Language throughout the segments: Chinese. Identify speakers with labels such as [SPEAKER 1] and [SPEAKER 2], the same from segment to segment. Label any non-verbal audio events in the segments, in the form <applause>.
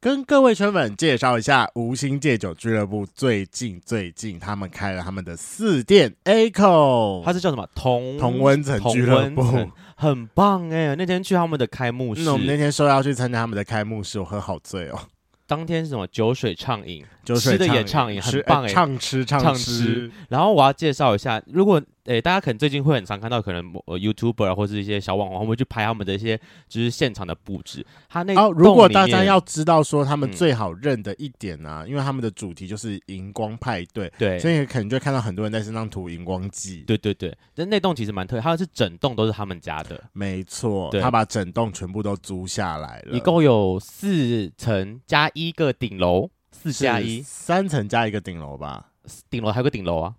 [SPEAKER 1] 跟各位圈粉介绍一下，无心戒酒俱乐部最近最近他们开了他们的四店 ACO，
[SPEAKER 2] 它是叫什么同
[SPEAKER 1] 哦同温层
[SPEAKER 2] 同
[SPEAKER 1] 俱乐
[SPEAKER 2] 温
[SPEAKER 1] 部。
[SPEAKER 2] 层很棒哎、那天去他们的开幕式，
[SPEAKER 1] 嗯那我们那天说要去参加他们的开幕式，我喝好醉哦，
[SPEAKER 2] 当天是什么酒水畅饮，
[SPEAKER 1] 酒水
[SPEAKER 2] 吃的也
[SPEAKER 1] 畅
[SPEAKER 2] 畅饮，
[SPEAKER 1] 吃
[SPEAKER 2] 很棒
[SPEAKER 1] 呃
[SPEAKER 2] 哎、
[SPEAKER 1] 畅吃畅
[SPEAKER 2] 畅
[SPEAKER 1] 吃
[SPEAKER 2] 吃，然后我要介绍一下，如果诶、大家可能最近会很常看到，可能呃 YouTuber 啊或是一些小网红，他们会去拍他们的一些就是现场的布置。他那
[SPEAKER 1] 哦，
[SPEAKER 2] 栋
[SPEAKER 1] 如果
[SPEAKER 2] 里
[SPEAKER 1] 大家
[SPEAKER 2] 面
[SPEAKER 1] 要知道说他们
[SPEAKER 2] 嗯
[SPEAKER 1] 最好认的一点呢、因为他们的主题就是荧光派对，
[SPEAKER 2] 对
[SPEAKER 1] 所以可能就会看到很多人在身上涂荧光剂。
[SPEAKER 2] 对对对，但那栋其实蛮特别，它是整栋都是他们家的，
[SPEAKER 1] 没错，
[SPEAKER 2] 对
[SPEAKER 1] 他把整栋全部都租下来了，
[SPEAKER 2] 一共有四层加一个顶楼，四
[SPEAKER 1] 是
[SPEAKER 2] 加一
[SPEAKER 1] 三层加一个顶楼吧，哦
[SPEAKER 2] 顶楼还有个顶楼啊，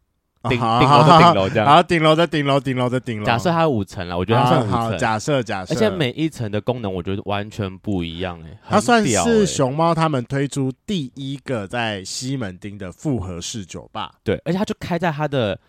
[SPEAKER 2] 顶顶
[SPEAKER 1] 好
[SPEAKER 2] 楼的顶，楼这
[SPEAKER 1] 好
[SPEAKER 2] 样。
[SPEAKER 1] 好，顶楼的顶楼，顶楼的顶楼。
[SPEAKER 2] 假设它有五层了，我觉得它
[SPEAKER 1] 好
[SPEAKER 2] 算
[SPEAKER 1] 啊好
[SPEAKER 2] 五层，
[SPEAKER 1] 假设假设，
[SPEAKER 2] 而且每一层的功能我觉得完全不一样哎、欸，
[SPEAKER 1] 啊它算
[SPEAKER 2] 很屌
[SPEAKER 1] 是
[SPEAKER 2] 欸
[SPEAKER 1] 熊猫他们推出第一个在西门町的复合式酒吧
[SPEAKER 2] 对，而且它就开在它的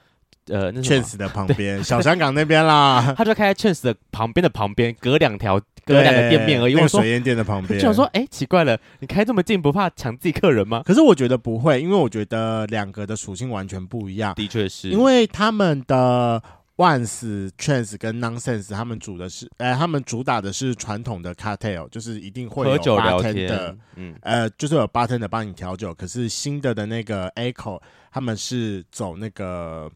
[SPEAKER 2] 呃那是什么
[SPEAKER 1] Chance 的旁边，小香港那边
[SPEAKER 2] <laughs>
[SPEAKER 1] 啦，
[SPEAKER 2] 他就开在 Chance 的旁边的旁边，隔两条隔两个店面而
[SPEAKER 1] 对
[SPEAKER 2] 已。
[SPEAKER 1] 那
[SPEAKER 2] 我
[SPEAKER 1] 个
[SPEAKER 2] 说
[SPEAKER 1] 水，烟店的旁边。
[SPEAKER 2] <laughs> 就想说，哎、奇怪了，你开这么近不怕抢自己客人吗？
[SPEAKER 1] 可是我觉得不会，因为我觉得两个的属性完全不一样，
[SPEAKER 2] 的确是，
[SPEAKER 1] 因为他们的。Once、Chance 跟 Nonsense，他们主的是，呃，他们主打的是传统的 cocktail，就是一定会有
[SPEAKER 2] 喝酒聊
[SPEAKER 1] bartender
[SPEAKER 2] 天，嗯，
[SPEAKER 1] 呃，就是有 bartender 帮你调酒，可是新的的那个 Echo 他们是走那个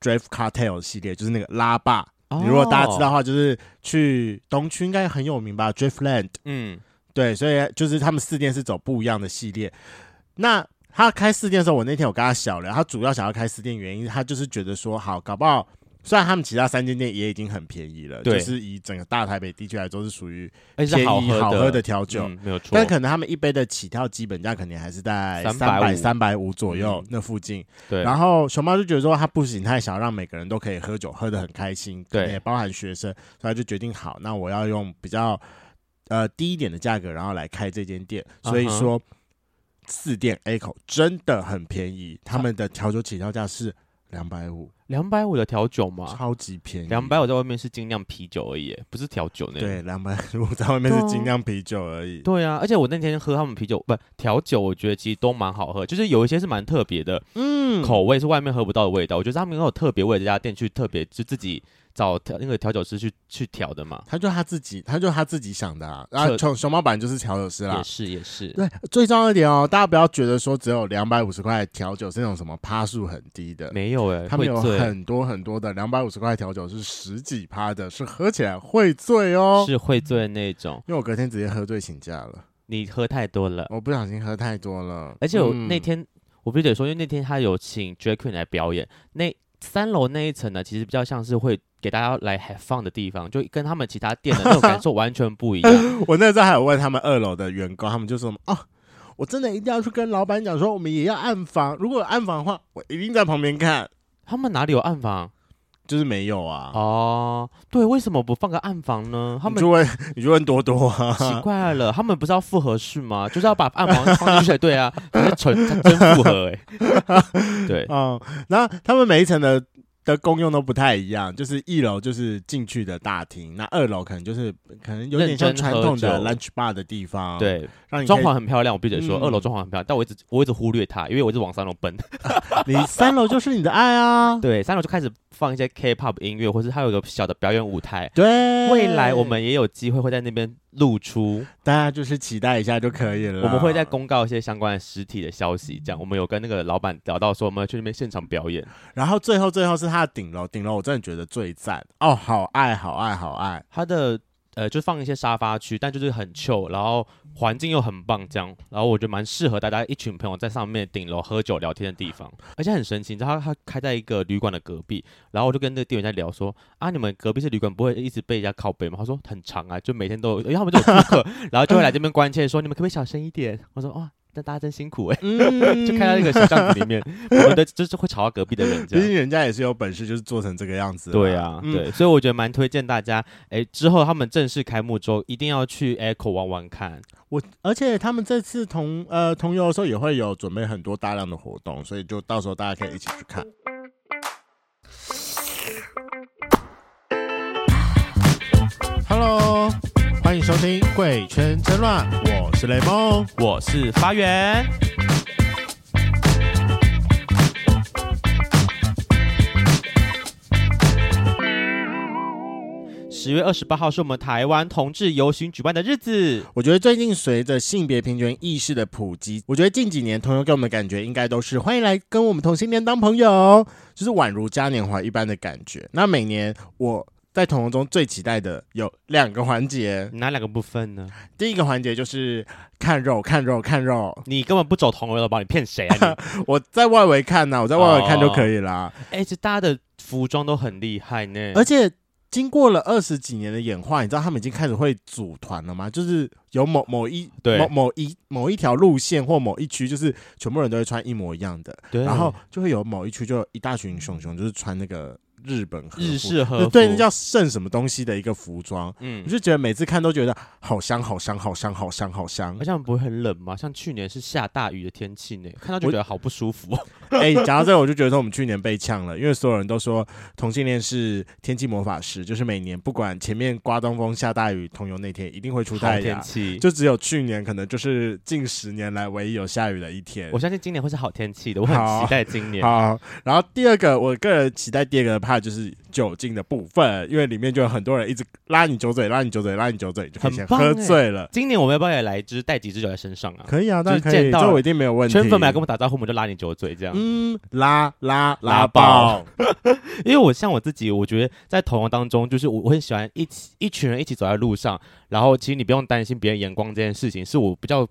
[SPEAKER 1] Drive Cartel 系列，就是那个拉霸。你如果大家知道的
[SPEAKER 2] 哦，
[SPEAKER 1] 话，就是去东区应该很有名吧，Driftland。
[SPEAKER 2] 嗯，
[SPEAKER 1] 对，所以就是他们四店是走不一样的系列。那他开四店的时候，我那天有跟他小聊，他主要想要开四店原因，他就是觉得说，好，搞不好虽然他们其他三间店也已经很便宜了，就
[SPEAKER 2] 对
[SPEAKER 1] 是以整个大台北地区来说是属于
[SPEAKER 2] 而且
[SPEAKER 1] 便
[SPEAKER 2] 是
[SPEAKER 1] 宜
[SPEAKER 2] 好喝
[SPEAKER 1] 好喝的
[SPEAKER 2] 的
[SPEAKER 1] 调酒。
[SPEAKER 2] 嗯没有错，
[SPEAKER 1] 但可能他们一杯的起跳基本价肯定还是在三百
[SPEAKER 2] 350
[SPEAKER 1] 三百五左右
[SPEAKER 2] 嗯
[SPEAKER 1] 那附近。
[SPEAKER 2] 对，
[SPEAKER 1] 然后熊猫就觉得说他不行，他也想要让每个人都可以喝酒，喝得很开心，
[SPEAKER 2] 对
[SPEAKER 1] 可能也包含学生，所以他就决定好，那我要用比较呃低一点的价格，然后来开这间店。所以
[SPEAKER 2] 嗯哼
[SPEAKER 1] 说四店 A 口真的很便宜，他们的调酒起跳价是两百五，
[SPEAKER 2] 两百五的调酒嘛，
[SPEAKER 1] 超级便宜，
[SPEAKER 2] 两百五在外面是精酿啤酒而已欸，不是调酒呢。
[SPEAKER 1] 对两百五在外面
[SPEAKER 2] 对
[SPEAKER 1] 是
[SPEAKER 2] 啊
[SPEAKER 1] 精酿啤酒而已。
[SPEAKER 2] 对啊，而且我那天喝他们啤酒不调酒，我觉得其实都蛮好喝，就是有一些是蛮特别的，
[SPEAKER 1] 嗯
[SPEAKER 2] 口味是外面喝不到的味道。我觉得他们有特别为了这家店去特别就自己找调那个调酒师去去调的嘛。
[SPEAKER 1] 他就他自己，他就他自己想的啊。然后
[SPEAKER 2] 彻
[SPEAKER 1] 熊熊猫版就是调酒师啦
[SPEAKER 2] 也。是也是，
[SPEAKER 1] 对，最重要一点哦，大家不要觉得说只有两百五十块调酒是那种什么趴数很低的，
[SPEAKER 2] 没有哎、
[SPEAKER 1] 他
[SPEAKER 2] 会
[SPEAKER 1] 们有
[SPEAKER 2] 醉
[SPEAKER 1] 很多很多的两百五十块调酒是十几趴的，是喝起来会醉哦。
[SPEAKER 2] 是会醉的那种，
[SPEAKER 1] 因为我隔天直接喝醉请假了，
[SPEAKER 2] 你喝太多了。
[SPEAKER 1] 我不小心喝太多了。
[SPEAKER 2] 而且我
[SPEAKER 1] 嗯
[SPEAKER 2] 那天、我必须得说，因为那天他有请 Drag Queen 来表演，那三楼那一层呢，其实比较像是会给大家来 have fun 的地方，就跟他们其他店的那种感受完全不一
[SPEAKER 1] <laughs>
[SPEAKER 2] 样。
[SPEAKER 1] 我那时候还有问他们二楼的员工，他们就说哦。我真的一定要去跟老板讲说，我们也要暗房。如果有暗房的话，我一定在旁边看。
[SPEAKER 2] 他们哪里有暗房？
[SPEAKER 1] 就是没有啊，
[SPEAKER 2] 哦，对，为什么不放个暗房呢？他
[SPEAKER 1] 你
[SPEAKER 2] 们
[SPEAKER 1] 就问， <laughs> 你就问多多啊。
[SPEAKER 2] 奇怪了，他们不是要复合式吗？就是要把暗房放进去，对啊， <laughs> 可是纯它真复合哎、
[SPEAKER 1] <laughs>
[SPEAKER 2] 对，
[SPEAKER 1] 哦，然后他们每一层的的功用都不太一样，就是一楼就是进去的大厅，那二楼可能就是可能有点像
[SPEAKER 2] 认真
[SPEAKER 1] 传
[SPEAKER 2] 喝
[SPEAKER 1] 统的
[SPEAKER 2] 酒
[SPEAKER 1] lunch bar 的地方，，
[SPEAKER 2] 对，
[SPEAKER 1] 让你可
[SPEAKER 2] 装
[SPEAKER 1] 以
[SPEAKER 2] 潢很漂亮，我必须得说，
[SPEAKER 1] 嗯
[SPEAKER 2] 二楼装潢很漂亮，但我一直我一直忽略它，因为我一直往三楼
[SPEAKER 1] <laughs>
[SPEAKER 2] 奔。
[SPEAKER 1] 你三楼就是你的爱啊，
[SPEAKER 2] 对，三楼就开始放一些 K-pop 音乐，或是它有一个小的表演舞台。
[SPEAKER 1] 对，
[SPEAKER 2] 未来我们也有机会会在那边露出，
[SPEAKER 1] 大家就是期待一下就可以了，
[SPEAKER 2] 我们会再。公告一些相关的实体的消息。这样，我们有跟那个老板聊到说，我们要去那边现场表演。
[SPEAKER 1] 然后最后最后是它的顶楼，顶楼我真的觉得最赞哦，好爱好爱好爱，
[SPEAKER 2] 它的呃，就放一些沙发区，但就是很 chill，然后环境又很棒，这样，然后我觉得蛮适合大家一群朋友在上面顶楼喝酒聊天的地方，而且很神奇，你知道它它开在一个旅馆的隔壁，然后我就跟那个店员在聊说啊，你们隔壁是旅馆，不会一直被人家靠背吗？他说很长啊，就每天都有，因为他们就有顾客， <laughs> 然后就会来这边关切说你们可不可以小声一点？我说哇，那大家真辛苦哎、
[SPEAKER 1] 嗯
[SPEAKER 2] <laughs> 就开到一个小巷子里面，我们的就是会吵到隔壁的人这
[SPEAKER 1] 毕
[SPEAKER 2] 样
[SPEAKER 1] 竟。人家也是有本事，就是做成这个样子啦。
[SPEAKER 2] 对啊，
[SPEAKER 1] 嗯
[SPEAKER 2] 对，所以我觉得蛮推荐大家，哎，之后他们正式开幕之后，一定要去 Echo 玩玩看。
[SPEAKER 1] 我而且他们这次同呃同游的时候也会有准备很多大量的活动，所以就到时候大家可以一起去看。Hello，欢欢迎收听《贵圈争乱》，我是雷梦。
[SPEAKER 2] 我是发源，十月二十八号是我们台湾同志游行举办的日子，
[SPEAKER 1] 我觉得最近随着性别平权意识的普及，我觉得近几年同游给我们的感觉应该都是欢迎来跟我们同性恋当朋友，就是宛如嘉年华一般的感觉。那每年我在同游中最期待的有两个环节，
[SPEAKER 2] 哪两个部分呢？
[SPEAKER 1] 第一个环节就是看肉、看肉、看肉。
[SPEAKER 2] 你根本不走同游的吧？你骗谁啊
[SPEAKER 1] <laughs>
[SPEAKER 2] 你？
[SPEAKER 1] 我在外围看呐、我在外围看就可以啦。
[SPEAKER 2] 哎、这大家的服装都很厉害呢，
[SPEAKER 1] 而且经过了二十几年的演化，你知道他们已经开始会组团了吗？就是有某某一
[SPEAKER 2] 对
[SPEAKER 1] 某某一某一条路线或某一区，就是全部人都会穿一模一样的，
[SPEAKER 2] 对，
[SPEAKER 1] 然后就会有某一区就有一大群熊熊，就是穿那个日本和服
[SPEAKER 2] 日式和
[SPEAKER 1] 就
[SPEAKER 2] 服，
[SPEAKER 1] 对，那叫剩什么东西的一个服装。我
[SPEAKER 2] 嗯，
[SPEAKER 1] 就觉得每次看都觉得好香，好香，好香，好香，好香
[SPEAKER 2] 而。且他们不会很冷吗？像去年是下大雨的天气呢，看到就
[SPEAKER 1] 我
[SPEAKER 2] 觉得好不
[SPEAKER 1] <laughs>
[SPEAKER 2] 舒服。
[SPEAKER 1] 哎、讲到这个，我就觉得说我们去年被呛了，因为所有人都说同性恋是天气魔法师，就是每年不管前面刮东风下大雨，同游那天一定会出
[SPEAKER 2] 好
[SPEAKER 1] 太
[SPEAKER 2] 天
[SPEAKER 1] 阳。
[SPEAKER 2] 气，
[SPEAKER 1] 就只有去年，可能就是近十年来唯一有下雨的一天
[SPEAKER 2] 我。相信今年会是好天气的，我很
[SPEAKER 1] 好
[SPEAKER 2] 期待今年。
[SPEAKER 1] 好，然后第二个，我个人期待第二个怕就是酒精的部分，因为里面就有很多人一直拉你酒嘴，拉你酒嘴，拉你酒嘴，就可以
[SPEAKER 2] 很
[SPEAKER 1] 先
[SPEAKER 2] 棒
[SPEAKER 1] 喝
[SPEAKER 2] 欸
[SPEAKER 1] 醉了。
[SPEAKER 2] 今年我们要不要也来，就是带几支酒在身上啊？
[SPEAKER 1] 可以啊，当然
[SPEAKER 2] 就
[SPEAKER 1] 可
[SPEAKER 2] 是
[SPEAKER 1] 以，
[SPEAKER 2] 见到
[SPEAKER 1] 这
[SPEAKER 2] 了
[SPEAKER 1] 我一定没有问题。
[SPEAKER 2] 圈粉们来跟我们打招呼，我们就拉你酒嘴这样。
[SPEAKER 1] 嗯，拉拉
[SPEAKER 2] 拉
[SPEAKER 1] 爆
[SPEAKER 2] 爆，因为我像我自己，我觉得在同游当中，就是我我很喜欢一起一群人一起走在路上，然后其实你不用担心别人眼光这件事情，是我比较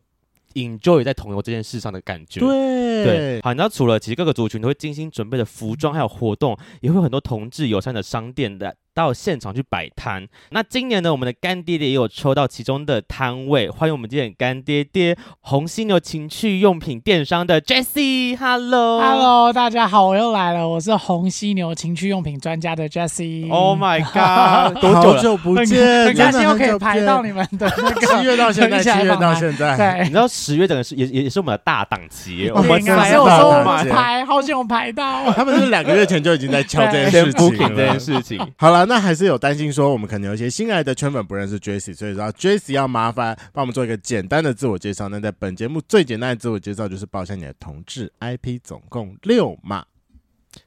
[SPEAKER 2] enjoy 在同游这件事上的感觉。
[SPEAKER 1] 对
[SPEAKER 2] 对，好，你知道除了其实各个族群都会精心准备的服装还有活动，也会有很多同志友善的商店的到现场去摆摊。那今年呢，我们的干爹爹也有抽到其中的摊位，欢迎我们今天的干爹爹红犀牛情趣用品电商的 Jessie，Hello。
[SPEAKER 3] Hello，大家好，我又来了，我是红犀牛情趣用品专家的 Jesse。
[SPEAKER 2] Oh my god！多久
[SPEAKER 1] 好
[SPEAKER 2] 了？
[SPEAKER 1] 久不
[SPEAKER 3] 很
[SPEAKER 1] 见，
[SPEAKER 3] 很
[SPEAKER 1] 真的
[SPEAKER 3] 开心又
[SPEAKER 1] 很
[SPEAKER 3] 可以
[SPEAKER 1] 久
[SPEAKER 3] 排
[SPEAKER 1] 见哎
[SPEAKER 3] 到你们的那
[SPEAKER 1] 七
[SPEAKER 3] 个。
[SPEAKER 1] 月到现在，
[SPEAKER 3] 一下
[SPEAKER 1] 七月
[SPEAKER 3] 访
[SPEAKER 1] 到
[SPEAKER 3] 谈
[SPEAKER 1] 现在，
[SPEAKER 2] 你
[SPEAKER 3] <laughs> 对
[SPEAKER 2] 知，道十月整个是也也也是我们的大档期耶，我
[SPEAKER 1] 对
[SPEAKER 2] 们
[SPEAKER 1] 应
[SPEAKER 3] 所
[SPEAKER 1] 该
[SPEAKER 2] 三
[SPEAKER 1] 是
[SPEAKER 3] 以我
[SPEAKER 1] 大
[SPEAKER 3] 说我
[SPEAKER 1] 档
[SPEAKER 3] 们
[SPEAKER 1] 期
[SPEAKER 3] 排，好险我排到。 <laughs>
[SPEAKER 1] 他们是两个月前就已经在敲这件
[SPEAKER 2] 先
[SPEAKER 1] 事
[SPEAKER 2] booking
[SPEAKER 1] 情
[SPEAKER 2] 这
[SPEAKER 1] 了
[SPEAKER 2] 件。事情，
[SPEAKER 1] 好了，那还是有担心说我们可能有一些新来的圈粉不认识 Jesse，所以说 Jesse 要麻烦帮我们做一个简单的自我介绍。那在本节目最简单的自我介绍就是报一下你的同志 IP，总共六码。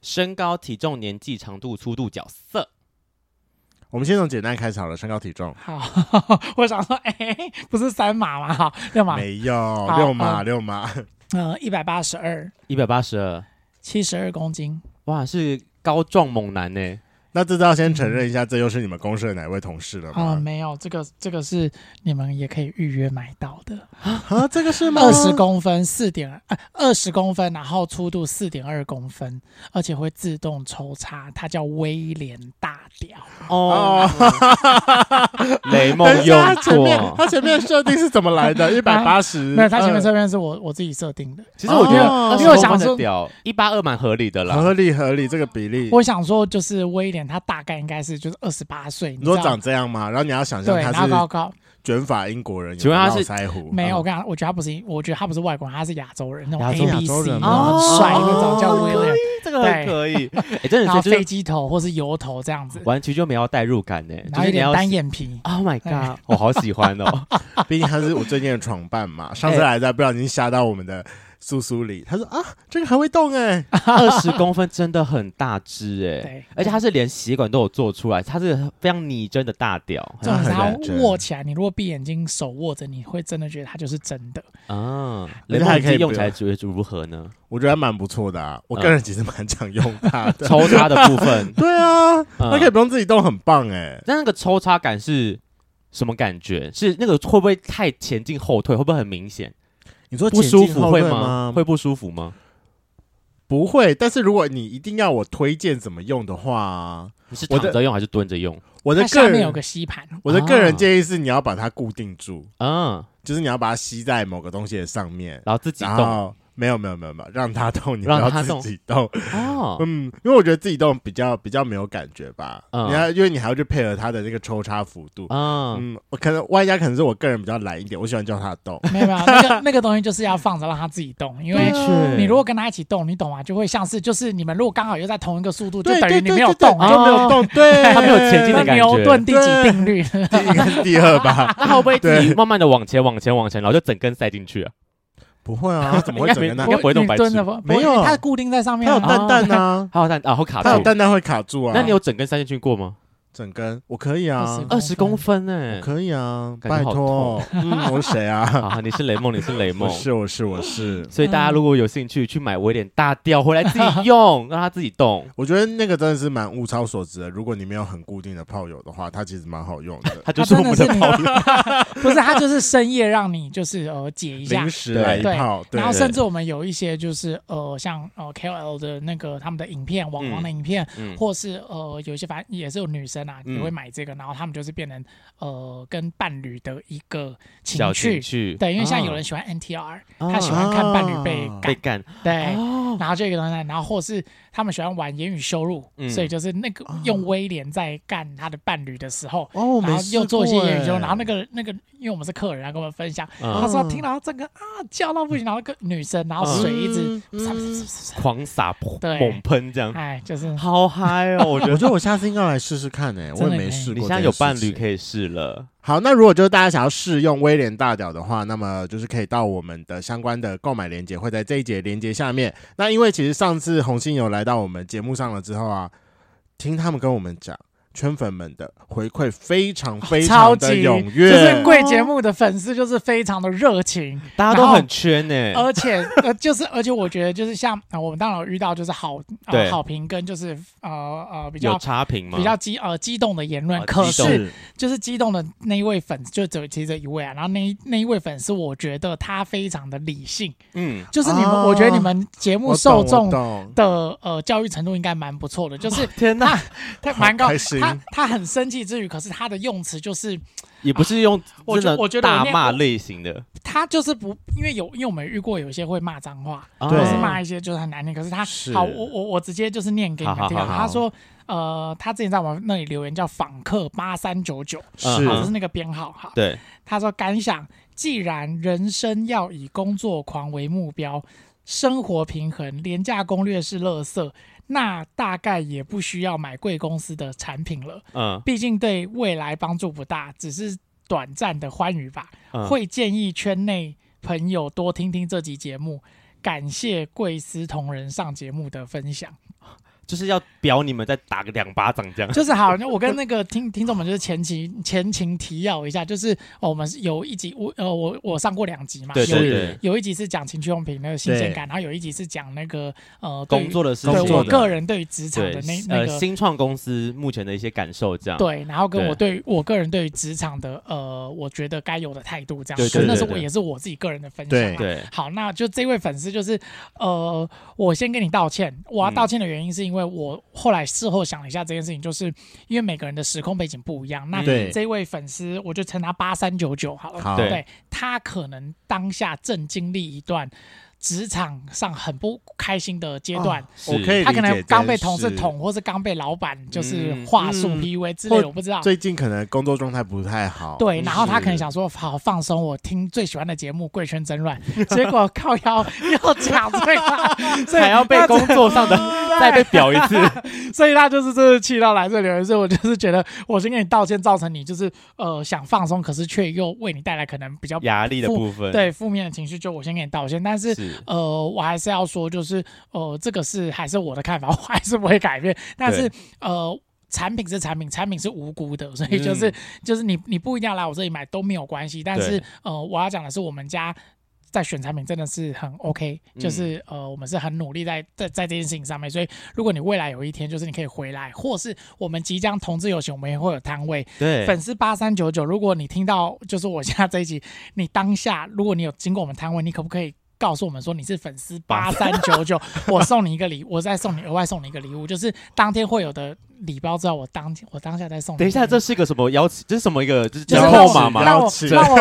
[SPEAKER 2] 身高、体重、年纪、长度、粗度、角色。
[SPEAKER 1] 我们先从简单开始好了，身高体重
[SPEAKER 3] 好， <laughs> 我想说，哎、不是三码吗？好，六码，
[SPEAKER 1] 没有六码
[SPEAKER 3] 嗯
[SPEAKER 1] 六码，
[SPEAKER 3] 呃，一百八十二，
[SPEAKER 2] 一百八十二，
[SPEAKER 3] 七十二公斤。
[SPEAKER 2] 哇，是高壮猛男呢。
[SPEAKER 1] 那这就要先承认一下，这又是你们公司的哪位同事了吗？
[SPEAKER 3] 啊、没有，这个这个是你们也可以预约买到的，
[SPEAKER 1] 啊，这个是吗？
[SPEAKER 3] 二十公分，四点呃二十公分，然后粗度四点二公分，而且会自动抽插，它叫威廉大屌。
[SPEAKER 2] 哦，雷梦
[SPEAKER 1] 等一
[SPEAKER 2] 用
[SPEAKER 1] 下，他前面
[SPEAKER 2] 过。
[SPEAKER 1] 他前面设定是怎么来
[SPEAKER 3] <laughs>
[SPEAKER 1] 的？一百八十，
[SPEAKER 3] 啊
[SPEAKER 2] 嗯
[SPEAKER 1] 嗯
[SPEAKER 3] 没有，它前面这边是我我自己设定的。
[SPEAKER 2] 其实我觉哦得
[SPEAKER 1] 哦
[SPEAKER 2] 20
[SPEAKER 3] 因为我想
[SPEAKER 2] 公分的
[SPEAKER 3] 说
[SPEAKER 2] 屌哦一八二蛮合理的啦。
[SPEAKER 1] 合理合理这个比例。
[SPEAKER 3] 我想说，就是威廉他大概应该是就是二十八岁，你
[SPEAKER 1] 你
[SPEAKER 3] 知
[SPEAKER 1] 说
[SPEAKER 3] 道
[SPEAKER 1] 长这样吗？然后你要想象
[SPEAKER 3] 对，
[SPEAKER 1] 他
[SPEAKER 3] 然后高
[SPEAKER 1] 是
[SPEAKER 3] 高
[SPEAKER 1] 卷发英国人，
[SPEAKER 2] 请问他是
[SPEAKER 1] 有没有络腮胡？
[SPEAKER 3] 没
[SPEAKER 1] 嗯
[SPEAKER 3] 有。 <laughs> 我跟他，我觉得他不是，我觉得他不是外国人，他是亚洲人，那种
[SPEAKER 2] 亚
[SPEAKER 3] A
[SPEAKER 2] 洲
[SPEAKER 3] B
[SPEAKER 1] 亚洲
[SPEAKER 3] C，
[SPEAKER 1] 人
[SPEAKER 3] 很
[SPEAKER 1] 吗
[SPEAKER 3] 帅那种叫
[SPEAKER 2] 哦
[SPEAKER 3] 威廉，
[SPEAKER 2] 这个很
[SPEAKER 3] 对
[SPEAKER 2] 可以，哎，真
[SPEAKER 3] 然
[SPEAKER 2] 的
[SPEAKER 3] 后
[SPEAKER 2] 是就
[SPEAKER 3] 飞
[SPEAKER 2] 是
[SPEAKER 3] 机头或是油头这样子，
[SPEAKER 2] 完全就没有代入感呢，
[SPEAKER 3] 然
[SPEAKER 2] 就
[SPEAKER 3] 后
[SPEAKER 2] 是
[SPEAKER 3] 有
[SPEAKER 2] 你
[SPEAKER 3] 点
[SPEAKER 2] 要
[SPEAKER 3] 单。眼皮。
[SPEAKER 2] Oh my god！我好喜欢哦，
[SPEAKER 1] 毕竟他是我最近的床伴 <laughs> 嘛。上次
[SPEAKER 3] 哎
[SPEAKER 1] 来的不小心吓到我们的苏苏里，他说啊，这个还会动哎、
[SPEAKER 3] 啊
[SPEAKER 2] 二十公分真的很大只哎，
[SPEAKER 3] 对，
[SPEAKER 2] 而且它是连血管都有做出来，它是非常拟真的大屌
[SPEAKER 3] 重点是
[SPEAKER 1] 他很认
[SPEAKER 3] 他
[SPEAKER 1] 真
[SPEAKER 3] 握起来，你如果闭眼睛手握着，你会真的觉得它就是真的。
[SPEAKER 2] 啊。
[SPEAKER 1] 而且
[SPEAKER 2] 雷
[SPEAKER 1] 还
[SPEAKER 2] 梦
[SPEAKER 1] 可以
[SPEAKER 2] 机用
[SPEAKER 1] 不
[SPEAKER 2] 起来觉得如何呢？
[SPEAKER 1] 我觉得还蛮不错的啊。我个人其实蛮常用它的。，
[SPEAKER 2] 抽插的部分
[SPEAKER 1] 对啊，
[SPEAKER 2] 嗯
[SPEAKER 1] 它可以不用自己动，很棒哎、
[SPEAKER 2] 那那个抽插感是什么感觉？是那个会不会太前进后退？会不会很明显？
[SPEAKER 1] 你说
[SPEAKER 2] 不
[SPEAKER 1] 前
[SPEAKER 2] 舒
[SPEAKER 1] 进
[SPEAKER 2] 服
[SPEAKER 1] 后
[SPEAKER 2] 会
[SPEAKER 1] 退
[SPEAKER 2] 吗？会不舒服吗？
[SPEAKER 1] 不会。但是如果你一定要我推荐怎么用的话，
[SPEAKER 2] 你是
[SPEAKER 1] 我
[SPEAKER 2] 躺
[SPEAKER 1] 的
[SPEAKER 2] 着用还是蹲着用？
[SPEAKER 1] 我的
[SPEAKER 3] 它
[SPEAKER 1] 个
[SPEAKER 3] 下面有
[SPEAKER 1] 人
[SPEAKER 3] 个吸盘，
[SPEAKER 1] 我的个人
[SPEAKER 2] 啊
[SPEAKER 1] 建议是你要把它固定住，
[SPEAKER 2] 嗯，
[SPEAKER 1] 就是你要把它吸在某个东西的上面，
[SPEAKER 2] 然后自己
[SPEAKER 1] 然
[SPEAKER 2] 动，
[SPEAKER 1] 后没有没有没有没有，让他动，你不
[SPEAKER 2] 让
[SPEAKER 1] 要
[SPEAKER 2] 他
[SPEAKER 1] 自
[SPEAKER 2] 动
[SPEAKER 1] 己动。
[SPEAKER 2] 哦，
[SPEAKER 1] 嗯，因为我觉得自己动比较比较没有感觉吧，
[SPEAKER 2] 嗯
[SPEAKER 1] 你还因为你还要去配合他的那个抽插幅度。
[SPEAKER 2] 啊，
[SPEAKER 1] 嗯，我可能外加可能是我个人比较懒一点，我喜欢叫他动。
[SPEAKER 3] 没有没有，那
[SPEAKER 1] <laughs>
[SPEAKER 3] 个那个东西就是要放着让它自己动，因为
[SPEAKER 2] 的确，
[SPEAKER 3] 你如果跟它一起动，你懂啊吗？就会像是就是你们如果刚好又在同一个速度，就
[SPEAKER 1] 对
[SPEAKER 3] 等于
[SPEAKER 1] 对
[SPEAKER 3] 你
[SPEAKER 1] 对
[SPEAKER 3] 没有
[SPEAKER 1] 对
[SPEAKER 3] 动
[SPEAKER 1] 对
[SPEAKER 2] 啊
[SPEAKER 1] 就没有动，对，
[SPEAKER 2] <laughs> 他没有
[SPEAKER 1] <laughs>
[SPEAKER 2] 前进的
[SPEAKER 3] 那
[SPEAKER 2] 感觉
[SPEAKER 3] 牛顿第几
[SPEAKER 1] 对 <laughs>
[SPEAKER 3] 定律？
[SPEAKER 1] 第一个是第二吧？
[SPEAKER 2] 那会不会自己
[SPEAKER 1] 对
[SPEAKER 2] 慢慢的往前、往前、往前，然后就整根塞进去啊？
[SPEAKER 1] 不会
[SPEAKER 2] <laughs>
[SPEAKER 1] 啊，他怎么会
[SPEAKER 2] 应该
[SPEAKER 1] 整个
[SPEAKER 2] 没
[SPEAKER 1] 那
[SPEAKER 2] 应该？不会动白痴
[SPEAKER 3] 你蹲着不
[SPEAKER 1] 没有
[SPEAKER 3] 不会它固定在上面
[SPEAKER 1] 他
[SPEAKER 3] 啊。
[SPEAKER 1] 有蛋蛋啊，
[SPEAKER 2] 还有蛋啊，会卡
[SPEAKER 1] 他有
[SPEAKER 2] 住。
[SPEAKER 1] 蛋蛋会卡住啊。
[SPEAKER 2] 那你有整根塞进去过吗？
[SPEAKER 1] 整根？我可以啊，
[SPEAKER 2] 二十公分
[SPEAKER 1] 我
[SPEAKER 2] 哎！
[SPEAKER 1] 可以啊，
[SPEAKER 2] 感觉
[SPEAKER 1] 拜
[SPEAKER 2] 好
[SPEAKER 1] 托。嗯，我是谁
[SPEAKER 2] <laughs>
[SPEAKER 1] 啊？
[SPEAKER 2] 啊，你是雷梦，你是雷
[SPEAKER 1] 我 <laughs>
[SPEAKER 2] 梦。
[SPEAKER 1] 是我是我是。
[SPEAKER 2] 所以大家如果有兴趣，去买威廉大吊回来自己用，让它自己动。，
[SPEAKER 1] 我觉得那个真的是蛮物超所值的。如果你没有很固定的炮友的话，它其实蛮好用的
[SPEAKER 2] 它就是我们的炮友，
[SPEAKER 3] <laughs> 不是，它就是深夜让你就是呃解一下
[SPEAKER 1] 临。时来一
[SPEAKER 3] 对
[SPEAKER 1] 炮。对
[SPEAKER 3] 然后甚至我们有一些就是呃，像呃 KOL 的那个他们的影片，网红的影片，
[SPEAKER 2] 嗯
[SPEAKER 3] 或是呃有一些反正也是有女生啊
[SPEAKER 2] 嗯
[SPEAKER 3] 也会买这个，然后他们就是变成呃跟伴侣的一个情
[SPEAKER 2] 小
[SPEAKER 3] 趣
[SPEAKER 2] 情。趣。
[SPEAKER 3] 对，因为像
[SPEAKER 2] 啊
[SPEAKER 3] 有人喜欢 NTR，
[SPEAKER 2] 啊
[SPEAKER 3] 他喜欢看伴侣被
[SPEAKER 1] 啊
[SPEAKER 3] 干
[SPEAKER 2] 被，干
[SPEAKER 3] 对，
[SPEAKER 2] 哦，
[SPEAKER 3] 然后就有一个东西，然后或是他们喜欢玩言语羞辱，
[SPEAKER 2] 嗯
[SPEAKER 3] 所以就是那个用威廉在干他的伴侣的时候，
[SPEAKER 1] 哦，我
[SPEAKER 3] 然
[SPEAKER 1] 没
[SPEAKER 3] 后
[SPEAKER 1] 试
[SPEAKER 3] 又做一些
[SPEAKER 1] 过
[SPEAKER 3] 研究，
[SPEAKER 1] 欸
[SPEAKER 3] 然后那个那个，因为我们是客人，然后跟我们分享，
[SPEAKER 2] 嗯
[SPEAKER 3] 他说听到这个啊叫到不行，然后那个女生，然后水一直，
[SPEAKER 1] 嗯嗯
[SPEAKER 2] 狂撒泼
[SPEAKER 3] 对
[SPEAKER 2] 猛喷这样，
[SPEAKER 3] 哎，就是
[SPEAKER 2] 好嗨哦！ <laughs> 我觉
[SPEAKER 1] 我
[SPEAKER 2] 得
[SPEAKER 1] 觉得我下次应该来试试看呢，我
[SPEAKER 3] 真
[SPEAKER 1] 也
[SPEAKER 3] 的
[SPEAKER 1] 没
[SPEAKER 3] 可以
[SPEAKER 1] 试过。
[SPEAKER 2] 你现在有伴侣。可以试了。
[SPEAKER 1] 好，那如果就是大家想要试用威廉大屌的话，那么就是可以到我们的相关的购买链接，会在这一节链接下面。那因为其实上次红星有来到我们节目上了之后啊，听他们跟我们讲，圈粉们的回馈非常非
[SPEAKER 3] 超
[SPEAKER 1] 常的
[SPEAKER 3] 级
[SPEAKER 1] 踊
[SPEAKER 3] 就
[SPEAKER 1] 跃，
[SPEAKER 3] 是贵节目的粉丝就是非常的热情，
[SPEAKER 2] 大家都很欸缺呢，
[SPEAKER 3] 而且呃就是而且我觉得就是像呃我们当然有遇到就是好
[SPEAKER 2] 对
[SPEAKER 3] 呃好评跟就是呃呃比
[SPEAKER 2] 有
[SPEAKER 3] 较。
[SPEAKER 2] 差评吗？
[SPEAKER 3] 比较激呃激动的言论，
[SPEAKER 2] 啊
[SPEAKER 3] 可
[SPEAKER 2] 激动
[SPEAKER 3] 是就是激动的那一位粉丝就只有其实只有一位啊，然后那一那一位粉丝，我觉得他非常的理性，
[SPEAKER 2] 嗯，
[SPEAKER 3] 就是你们，
[SPEAKER 1] 哦
[SPEAKER 3] 我觉得你们节目
[SPEAKER 1] 我
[SPEAKER 3] 受
[SPEAKER 1] 懂哦我
[SPEAKER 3] 众
[SPEAKER 1] 懂
[SPEAKER 3] 的呃教育程度应该蛮不错的，就是
[SPEAKER 2] 天哪，
[SPEAKER 3] 他蛮高
[SPEAKER 1] 好开心，
[SPEAKER 3] 他他很生气之余，可是他的用词就是
[SPEAKER 2] 也不是用
[SPEAKER 3] 我
[SPEAKER 2] 真
[SPEAKER 3] 觉
[SPEAKER 2] 的
[SPEAKER 3] 我觉得我
[SPEAKER 2] 大
[SPEAKER 3] 念
[SPEAKER 2] 骂
[SPEAKER 3] 我
[SPEAKER 2] 类型的，
[SPEAKER 3] 他就是不，因为有因为我们遇过有一些会骂脏话，
[SPEAKER 2] 对
[SPEAKER 3] 或是骂一些就是很难听，可是他
[SPEAKER 1] 是
[SPEAKER 3] 好，我我我直接就是念给你们听
[SPEAKER 2] 好好
[SPEAKER 3] 啊，
[SPEAKER 2] 好
[SPEAKER 3] 他说呃，他之前在我们那里留言叫访客八三九九，
[SPEAKER 2] 嗯
[SPEAKER 3] 就是
[SPEAKER 1] 是
[SPEAKER 2] 好
[SPEAKER 3] 那个编号哈，
[SPEAKER 2] 对，
[SPEAKER 3] 他说感想：既然人生要以工作狂为目标，生活平衡、廉价攻略是垃圾，那大概也不需要买贵公司的产品了，
[SPEAKER 2] 嗯，
[SPEAKER 3] 毕竟对未来帮助不大，只是短暂的欢愉吧。
[SPEAKER 2] 嗯
[SPEAKER 3] 会建议圈内朋友多听听这集节目。感谢贵司同仁上节目的分享， <laughs>
[SPEAKER 2] 就是要表你们再打个两巴掌这样。
[SPEAKER 3] 就是好，那我跟那个听听众们就是前情 <laughs> 前情提要一下，就是、哦、我们是有一集我呃我我上过两集嘛，
[SPEAKER 2] 对
[SPEAKER 3] 有
[SPEAKER 2] 对
[SPEAKER 1] 是
[SPEAKER 2] 对，
[SPEAKER 3] 有一集是讲情趣用品那个新鲜
[SPEAKER 1] 对
[SPEAKER 3] 感，然后有一集是讲那个呃对于
[SPEAKER 2] 工作的事
[SPEAKER 3] 对
[SPEAKER 2] 情，
[SPEAKER 3] 我个人对于职场的
[SPEAKER 2] 对
[SPEAKER 3] 那那
[SPEAKER 2] 呃
[SPEAKER 3] 个。
[SPEAKER 2] 新创公司目前的一些感受这样。
[SPEAKER 3] 对，然后跟
[SPEAKER 2] 对
[SPEAKER 3] 我对于我个人对于职场的呃，我觉得该有的态度这样，
[SPEAKER 2] 对
[SPEAKER 3] 可是
[SPEAKER 1] 对
[SPEAKER 3] 那
[SPEAKER 1] 对
[SPEAKER 3] 是我
[SPEAKER 2] 对
[SPEAKER 3] 也是我自己个人的分享
[SPEAKER 1] 对
[SPEAKER 3] 啦。
[SPEAKER 2] 对，
[SPEAKER 3] <laughs> 好，那就这位粉丝就是呃，我先跟你道歉。我要
[SPEAKER 2] 嗯
[SPEAKER 3] 道歉的原因是因为我后来事后想了一下这件事情，就是因为每个人的时空背景不一样。那
[SPEAKER 1] 嗯对
[SPEAKER 3] 这位粉丝，我就称他八三九九好了。
[SPEAKER 1] 好
[SPEAKER 2] 对
[SPEAKER 3] 对他可能当下正经历一段职场上很不开心的阶段，
[SPEAKER 2] 是
[SPEAKER 1] 哦我可以理解
[SPEAKER 3] 他可能刚被同
[SPEAKER 1] 这
[SPEAKER 3] 事
[SPEAKER 1] 件事
[SPEAKER 3] 捅，或是刚被老板就是
[SPEAKER 2] 嗯
[SPEAKER 3] 话术
[SPEAKER 1] 嗯
[SPEAKER 3] PUA 之类的，
[SPEAKER 1] 或
[SPEAKER 3] 我不知道。
[SPEAKER 1] 最近可能工作状态不太
[SPEAKER 2] 哦
[SPEAKER 1] 好，
[SPEAKER 3] 对，然后他可能
[SPEAKER 1] 是
[SPEAKER 3] 想说，好放松，我听最喜欢的节目《贵圈争乱》， <laughs> 结果靠腰又讲这
[SPEAKER 2] <laughs>
[SPEAKER 3] 个，所以
[SPEAKER 2] 还要被工作上的再被表一次。
[SPEAKER 3] 所以他就是真的气到来这里了，所以我就是觉得，我先跟你道歉，造成你就是呃想放松，可是却又为你带来可能比较
[SPEAKER 2] 压力的
[SPEAKER 3] 啊负
[SPEAKER 2] 部分，
[SPEAKER 3] 对负面的情绪，就我先跟你道歉。但是
[SPEAKER 2] 是
[SPEAKER 3] 呃，我还是要说，就是呃，这个是还是我的看法，我还是不会改变。但是呃，产品是产品，产品是无辜的，所以就是、
[SPEAKER 2] 嗯
[SPEAKER 3] 就是你你不一定要来我这里买都没有关系。但是
[SPEAKER 2] 对
[SPEAKER 3] 呃，我要讲的是，我们家在选产品真的是很 OK，就是、
[SPEAKER 2] 嗯
[SPEAKER 3] 呃，我们是很努力在在在这件事情上面。所以如果你未来有一天就是你可以回来，或是我们即将同志游行，我们也会有摊位，
[SPEAKER 2] 对
[SPEAKER 3] 粉丝八三九九，如果你听到就是我现在这一集，你当下如果你有经过我们摊位，你可不可以告诉我们说你是
[SPEAKER 2] <laughs>
[SPEAKER 3] 粉丝八三九九？我送你一个礼，我再送你额外送你一个礼物，就是当天会有的礼包之后，我当我当下再送你。
[SPEAKER 2] 等一下，这是个什么邀请？这是什么一个？就是
[SPEAKER 3] 就
[SPEAKER 2] 折
[SPEAKER 3] 是
[SPEAKER 1] 然
[SPEAKER 3] 让
[SPEAKER 1] 后
[SPEAKER 2] 扣
[SPEAKER 3] 我
[SPEAKER 2] 码
[SPEAKER 1] 嘛
[SPEAKER 2] 吗？
[SPEAKER 3] 让我
[SPEAKER 1] 是
[SPEAKER 3] 让我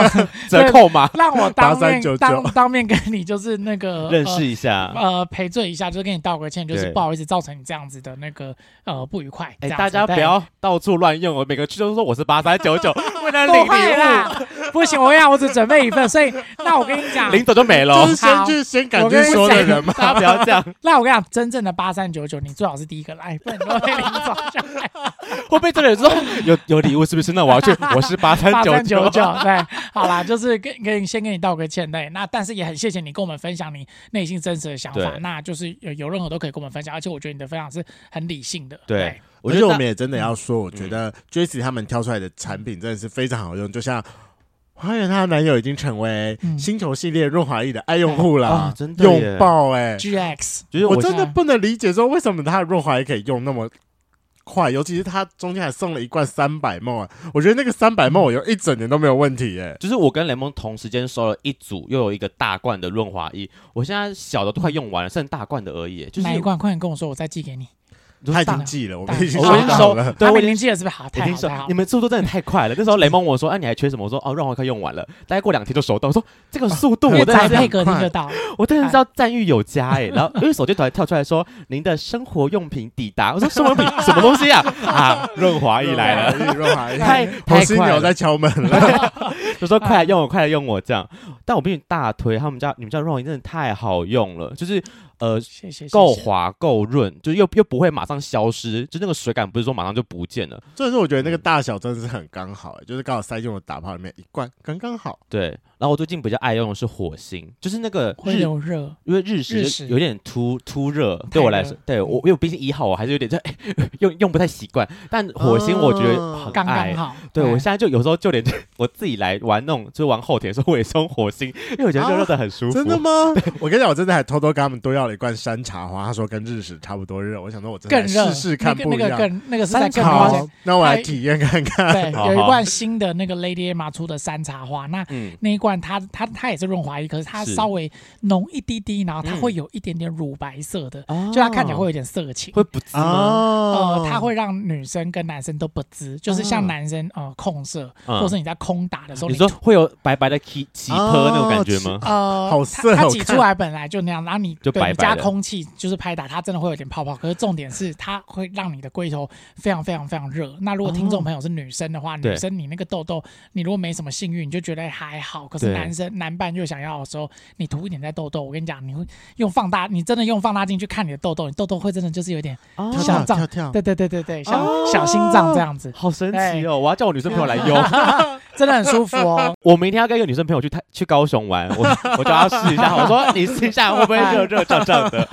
[SPEAKER 2] 折扣码，
[SPEAKER 3] 让我当面
[SPEAKER 1] 8399
[SPEAKER 3] 当当面跟你就是那个
[SPEAKER 2] 认识一下。
[SPEAKER 3] 呃呃赔罪一下，就是跟你道个歉，就是
[SPEAKER 2] 对
[SPEAKER 3] 不好意思造成你这样子的那个呃不愉快。
[SPEAKER 2] 哎、
[SPEAKER 3] 这样
[SPEAKER 2] 大
[SPEAKER 3] 子
[SPEAKER 2] 家不
[SPEAKER 3] 对
[SPEAKER 2] 要到处乱用哦，每个区都说我是八三九
[SPEAKER 3] <laughs>
[SPEAKER 2] 九，为了领
[SPEAKER 3] 不会
[SPEAKER 2] 礼
[SPEAKER 3] 啦， <laughs> 不行，我跟你讲，我只准备一份，所以那我跟你讲
[SPEAKER 2] 物，，领走就没了
[SPEAKER 1] 就
[SPEAKER 2] 哦。
[SPEAKER 1] 是先去先敢
[SPEAKER 3] 我
[SPEAKER 1] 去
[SPEAKER 3] 跟你
[SPEAKER 1] 说的
[SPEAKER 3] 讲
[SPEAKER 1] 人嘛。
[SPEAKER 2] 大家不要这样，
[SPEAKER 3] 那我跟你讲，真正的八三九九，你最好是第一个来，不然你都被领走下来。
[SPEAKER 2] <laughs> 会被这个人说有有礼物是不是？那我要
[SPEAKER 3] <laughs>
[SPEAKER 2] 去，我是八三
[SPEAKER 3] 八
[SPEAKER 2] 九
[SPEAKER 3] 三九九，对，好啦，就是跟跟你先跟你道个歉，对，那但是也很谢谢你跟我们分享你内心真实的想法
[SPEAKER 2] 对，
[SPEAKER 3] 那就是有有任何都可以跟我们分享，而且我觉得你的分享是很理性的，
[SPEAKER 2] 对
[SPEAKER 3] 对，
[SPEAKER 1] 我觉得我们也真的要说，我觉得 Jesse 他们挑出来的产品真的是非常好用，就像花园她的男友已经成为
[SPEAKER 3] 嗯
[SPEAKER 1] 星球系列润滑液的爱用户啦，
[SPEAKER 2] 啊真的耶
[SPEAKER 1] 用爆哎、
[SPEAKER 3] GX
[SPEAKER 2] 就是
[SPEAKER 1] 我
[SPEAKER 2] 我
[SPEAKER 1] 真的不能理解说为什么它的润滑液可以用那么。快，尤其是它中间还送了一罐三百梦，我觉得那个三百梦我用一整年都没有问题耶、
[SPEAKER 2] 就是我跟雷蒙同时间收了一组，又有一个大罐的润滑液，我现在小的都快用完了，剩大罐的而已。就是
[SPEAKER 3] 哪一罐？快点跟我说，我再寄给你。
[SPEAKER 1] 他已
[SPEAKER 2] 大
[SPEAKER 1] 经寄了，我
[SPEAKER 3] 大
[SPEAKER 1] 们已经
[SPEAKER 2] 我已经
[SPEAKER 1] 收到了
[SPEAKER 2] 收，，对，
[SPEAKER 3] 他
[SPEAKER 2] 我
[SPEAKER 3] 们
[SPEAKER 2] 已
[SPEAKER 3] 已
[SPEAKER 2] 经
[SPEAKER 3] 经寄了，是不是？好，
[SPEAKER 2] 已
[SPEAKER 3] 太
[SPEAKER 2] 经
[SPEAKER 3] 好，
[SPEAKER 2] 收
[SPEAKER 3] 太好
[SPEAKER 2] 你。们速度真的太快了。那时候雷蒙问我说：“啊，你还缺什么？”我说：“哦，润滑快用完了，大概过两天就收到。”我说：“这个速
[SPEAKER 3] <laughs>
[SPEAKER 2] 度，
[SPEAKER 3] 因
[SPEAKER 2] 我
[SPEAKER 3] 为
[SPEAKER 2] 真的
[SPEAKER 3] 宅
[SPEAKER 2] 是
[SPEAKER 3] 哎配隔天就到了，
[SPEAKER 2] <laughs> 我真的是要赞誉有加哎、然后因为手机突然跳出来说：“您的生活用品抵达。”我说：“生活用品什么东西啊？” <laughs> 啊，润滑液
[SPEAKER 3] <laughs>
[SPEAKER 2] 来了，
[SPEAKER 1] 了，润滑液，
[SPEAKER 2] 太
[SPEAKER 1] 红
[SPEAKER 2] 太
[SPEAKER 1] 犀
[SPEAKER 2] 快
[SPEAKER 1] 牛
[SPEAKER 2] 了，
[SPEAKER 1] 在敲门了，
[SPEAKER 2] 就说：“快来用我，快来用我！”这样，但我必须大推他们家，你们家润滑液真的太好用了，就是呃
[SPEAKER 3] 谢谢。谢谢
[SPEAKER 2] 够滑够润，就是又又不会马上消失，就那个水感不是说马上就不见了。
[SPEAKER 1] 所以说我觉得那个大小真的是很刚好、欸就是刚好塞进我打泡里面一罐，刚刚好。
[SPEAKER 2] 对，然后我最近比较爱用的是火星，就是那个
[SPEAKER 3] 会
[SPEAKER 2] 日
[SPEAKER 3] 流热，
[SPEAKER 2] 因为日
[SPEAKER 3] 日
[SPEAKER 2] 食
[SPEAKER 3] 食
[SPEAKER 2] 有点突突热，对我来说
[SPEAKER 3] 太热，
[SPEAKER 2] 对我因为我毕竟一号我还是有点在、 <laughs> 用用不太习惯，但火星我觉得很
[SPEAKER 3] 嗯刚
[SPEAKER 2] 爱。
[SPEAKER 3] 刚好。
[SPEAKER 2] 对，我现在就有时候就连 <laughs> 我自己来玩弄，就是玩后田的时候，我也是用火星，因为我觉
[SPEAKER 3] 哦
[SPEAKER 2] 得热热的很
[SPEAKER 3] <laughs>
[SPEAKER 2] 舒服。
[SPEAKER 1] 真的吗？我跟你讲，我真的还偷偷跟他们多要了一罐山茶花，他说跟日食差不多热，我想说我真的
[SPEAKER 3] 更
[SPEAKER 1] 来
[SPEAKER 3] 热，
[SPEAKER 1] 试试看
[SPEAKER 3] 那
[SPEAKER 1] 不
[SPEAKER 3] 个
[SPEAKER 1] 一
[SPEAKER 3] 那个
[SPEAKER 1] 样。
[SPEAKER 3] 更那个是在更
[SPEAKER 2] 高
[SPEAKER 3] 高
[SPEAKER 2] 山
[SPEAKER 1] 好
[SPEAKER 3] 阶。，
[SPEAKER 1] 那我来体验看
[SPEAKER 2] <laughs>
[SPEAKER 1] 看。
[SPEAKER 3] 对，
[SPEAKER 2] 好
[SPEAKER 3] 有一
[SPEAKER 2] 好
[SPEAKER 3] 罐新的那个 Lady M 出的山茶花，那
[SPEAKER 2] 嗯，
[SPEAKER 3] 那一罐它它它也是润滑液，可是它
[SPEAKER 2] 是
[SPEAKER 3] 稍微浓一滴滴，然后它
[SPEAKER 2] 嗯
[SPEAKER 3] 会有一点点乳白色的，
[SPEAKER 2] 哦
[SPEAKER 3] 就它看起来会有点色情。
[SPEAKER 2] 会嗯不自吗？
[SPEAKER 1] 哦
[SPEAKER 3] 呃，它会让女生跟男生都不知，就是像
[SPEAKER 2] 哦
[SPEAKER 3] 男生呃控射，
[SPEAKER 2] 嗯
[SPEAKER 3] 或者是你在空打的时候，
[SPEAKER 2] 你说
[SPEAKER 3] 吐
[SPEAKER 2] 会有白白的起起
[SPEAKER 1] 哦
[SPEAKER 2] 坡那种感觉 <laughs> 吗？
[SPEAKER 3] 呃，
[SPEAKER 1] 好
[SPEAKER 3] 它
[SPEAKER 1] 色
[SPEAKER 3] 它
[SPEAKER 1] 好
[SPEAKER 3] 挤
[SPEAKER 1] 看
[SPEAKER 3] 出来本来就那样，然后你
[SPEAKER 2] 就
[SPEAKER 3] 对
[SPEAKER 2] 白
[SPEAKER 3] 你
[SPEAKER 2] 白
[SPEAKER 3] 加
[SPEAKER 2] 的
[SPEAKER 3] 空气就是拍打，它真的会有点泡泡。可是重点是，它会让你的龟头非常非常非常热。那如果听
[SPEAKER 2] 哦
[SPEAKER 3] 众朋友是女生的话，
[SPEAKER 2] 对
[SPEAKER 3] 女生你那个痘痘，你如果没什么性欲，你就觉得还好。可是
[SPEAKER 2] 对
[SPEAKER 3] 男生男伴又想要的时候，你涂一点在痘痘，我跟你讲，你会用放大，你真的用放大镜去看你的痘痘，你痘痘会真的就是有点，
[SPEAKER 2] 啊
[SPEAKER 1] 跳
[SPEAKER 3] 像
[SPEAKER 1] 跳
[SPEAKER 3] 藏
[SPEAKER 1] 跳跳，
[SPEAKER 3] 对对对对对，像
[SPEAKER 2] 哦
[SPEAKER 3] 小心脏这样子，
[SPEAKER 2] 好神奇哦！我要叫我女生朋友来用，
[SPEAKER 3] 真的很舒服哦。 <laughs>
[SPEAKER 2] 我明天要跟一个女生朋友去泰去高雄玩，我 <laughs> 我叫她试一下，我说你试一下会不会热热胀胀
[SPEAKER 3] <laughs>
[SPEAKER 2] 的，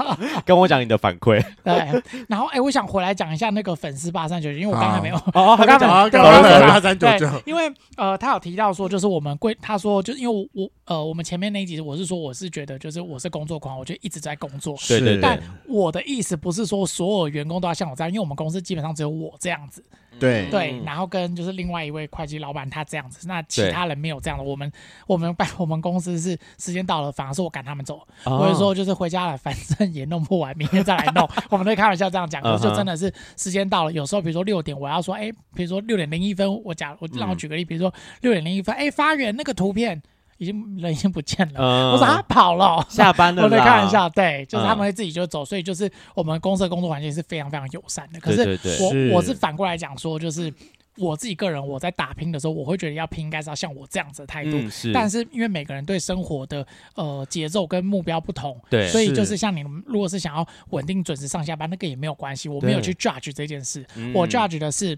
[SPEAKER 2] 跟我讲你的反馈。
[SPEAKER 3] 对，然后哎、我想回来讲一下那个粉丝八三九九，因为我刚才没有，
[SPEAKER 2] 哦，还
[SPEAKER 3] 我
[SPEAKER 2] 没
[SPEAKER 3] 刚
[SPEAKER 2] 讲
[SPEAKER 3] 才
[SPEAKER 1] 好，
[SPEAKER 3] 对
[SPEAKER 1] 赶
[SPEAKER 3] 我刚
[SPEAKER 1] 快
[SPEAKER 3] 才没
[SPEAKER 1] 回
[SPEAKER 3] 有
[SPEAKER 1] 八
[SPEAKER 2] <laughs>
[SPEAKER 1] 三九九。
[SPEAKER 3] 对，因为呃，他有提到说，就是我们贵，他说就是因为我我呃，我们前面那一集我是说我是觉得就是我是工作狂，我就一直在工作。
[SPEAKER 2] 对对
[SPEAKER 1] 是
[SPEAKER 2] 对
[SPEAKER 3] 但我的意思不是说所有员工都要像我这样，因为我们公司基本上只有我这样子，
[SPEAKER 1] 对
[SPEAKER 3] 对，
[SPEAKER 2] 嗯
[SPEAKER 3] 然后跟就是另外一位会计老板他这样子，那其
[SPEAKER 2] 对
[SPEAKER 3] 他人没有这样的。我们我们办我们公司是时间到了，反而是我赶他们走，
[SPEAKER 2] 哦
[SPEAKER 3] 或者说就是回家了，反正也弄不完，明天再来弄。我们都会开玩笑这样讲，可是
[SPEAKER 2] 嗯
[SPEAKER 3] 就
[SPEAKER 2] 哼
[SPEAKER 3] 真的是时间到了。有时候比如说六点，我要说，哎、比如说六点零一分，我假我让我
[SPEAKER 2] 嗯
[SPEAKER 3] 举个例，比如说六点零一分，哎、发源那个图片已经人已经不见了，
[SPEAKER 2] 嗯
[SPEAKER 3] 我说他跑了。哦
[SPEAKER 2] 下班了，
[SPEAKER 3] 我在开玩，笑，对，就是
[SPEAKER 2] 嗯
[SPEAKER 3] 他们会自己就走，所以就是我们公司的工作环境是非常非常友善的。可
[SPEAKER 2] 对
[SPEAKER 3] 是
[SPEAKER 2] 对对
[SPEAKER 3] 我
[SPEAKER 1] 是
[SPEAKER 3] 我是反过来讲说，就是我自己个人我在打拼的时候，我会觉得要拼应该是要像我这样子的态度，
[SPEAKER 2] 嗯是，
[SPEAKER 3] 但是因为每个人对生活的呃节奏跟目标不同，
[SPEAKER 2] 对
[SPEAKER 3] 所以就是是像你们如果是想要稳定准时上下班，那个也没有关系，我没有
[SPEAKER 2] 对
[SPEAKER 3] 去 judge 这件事，
[SPEAKER 2] 嗯
[SPEAKER 3] 我 judge 的是。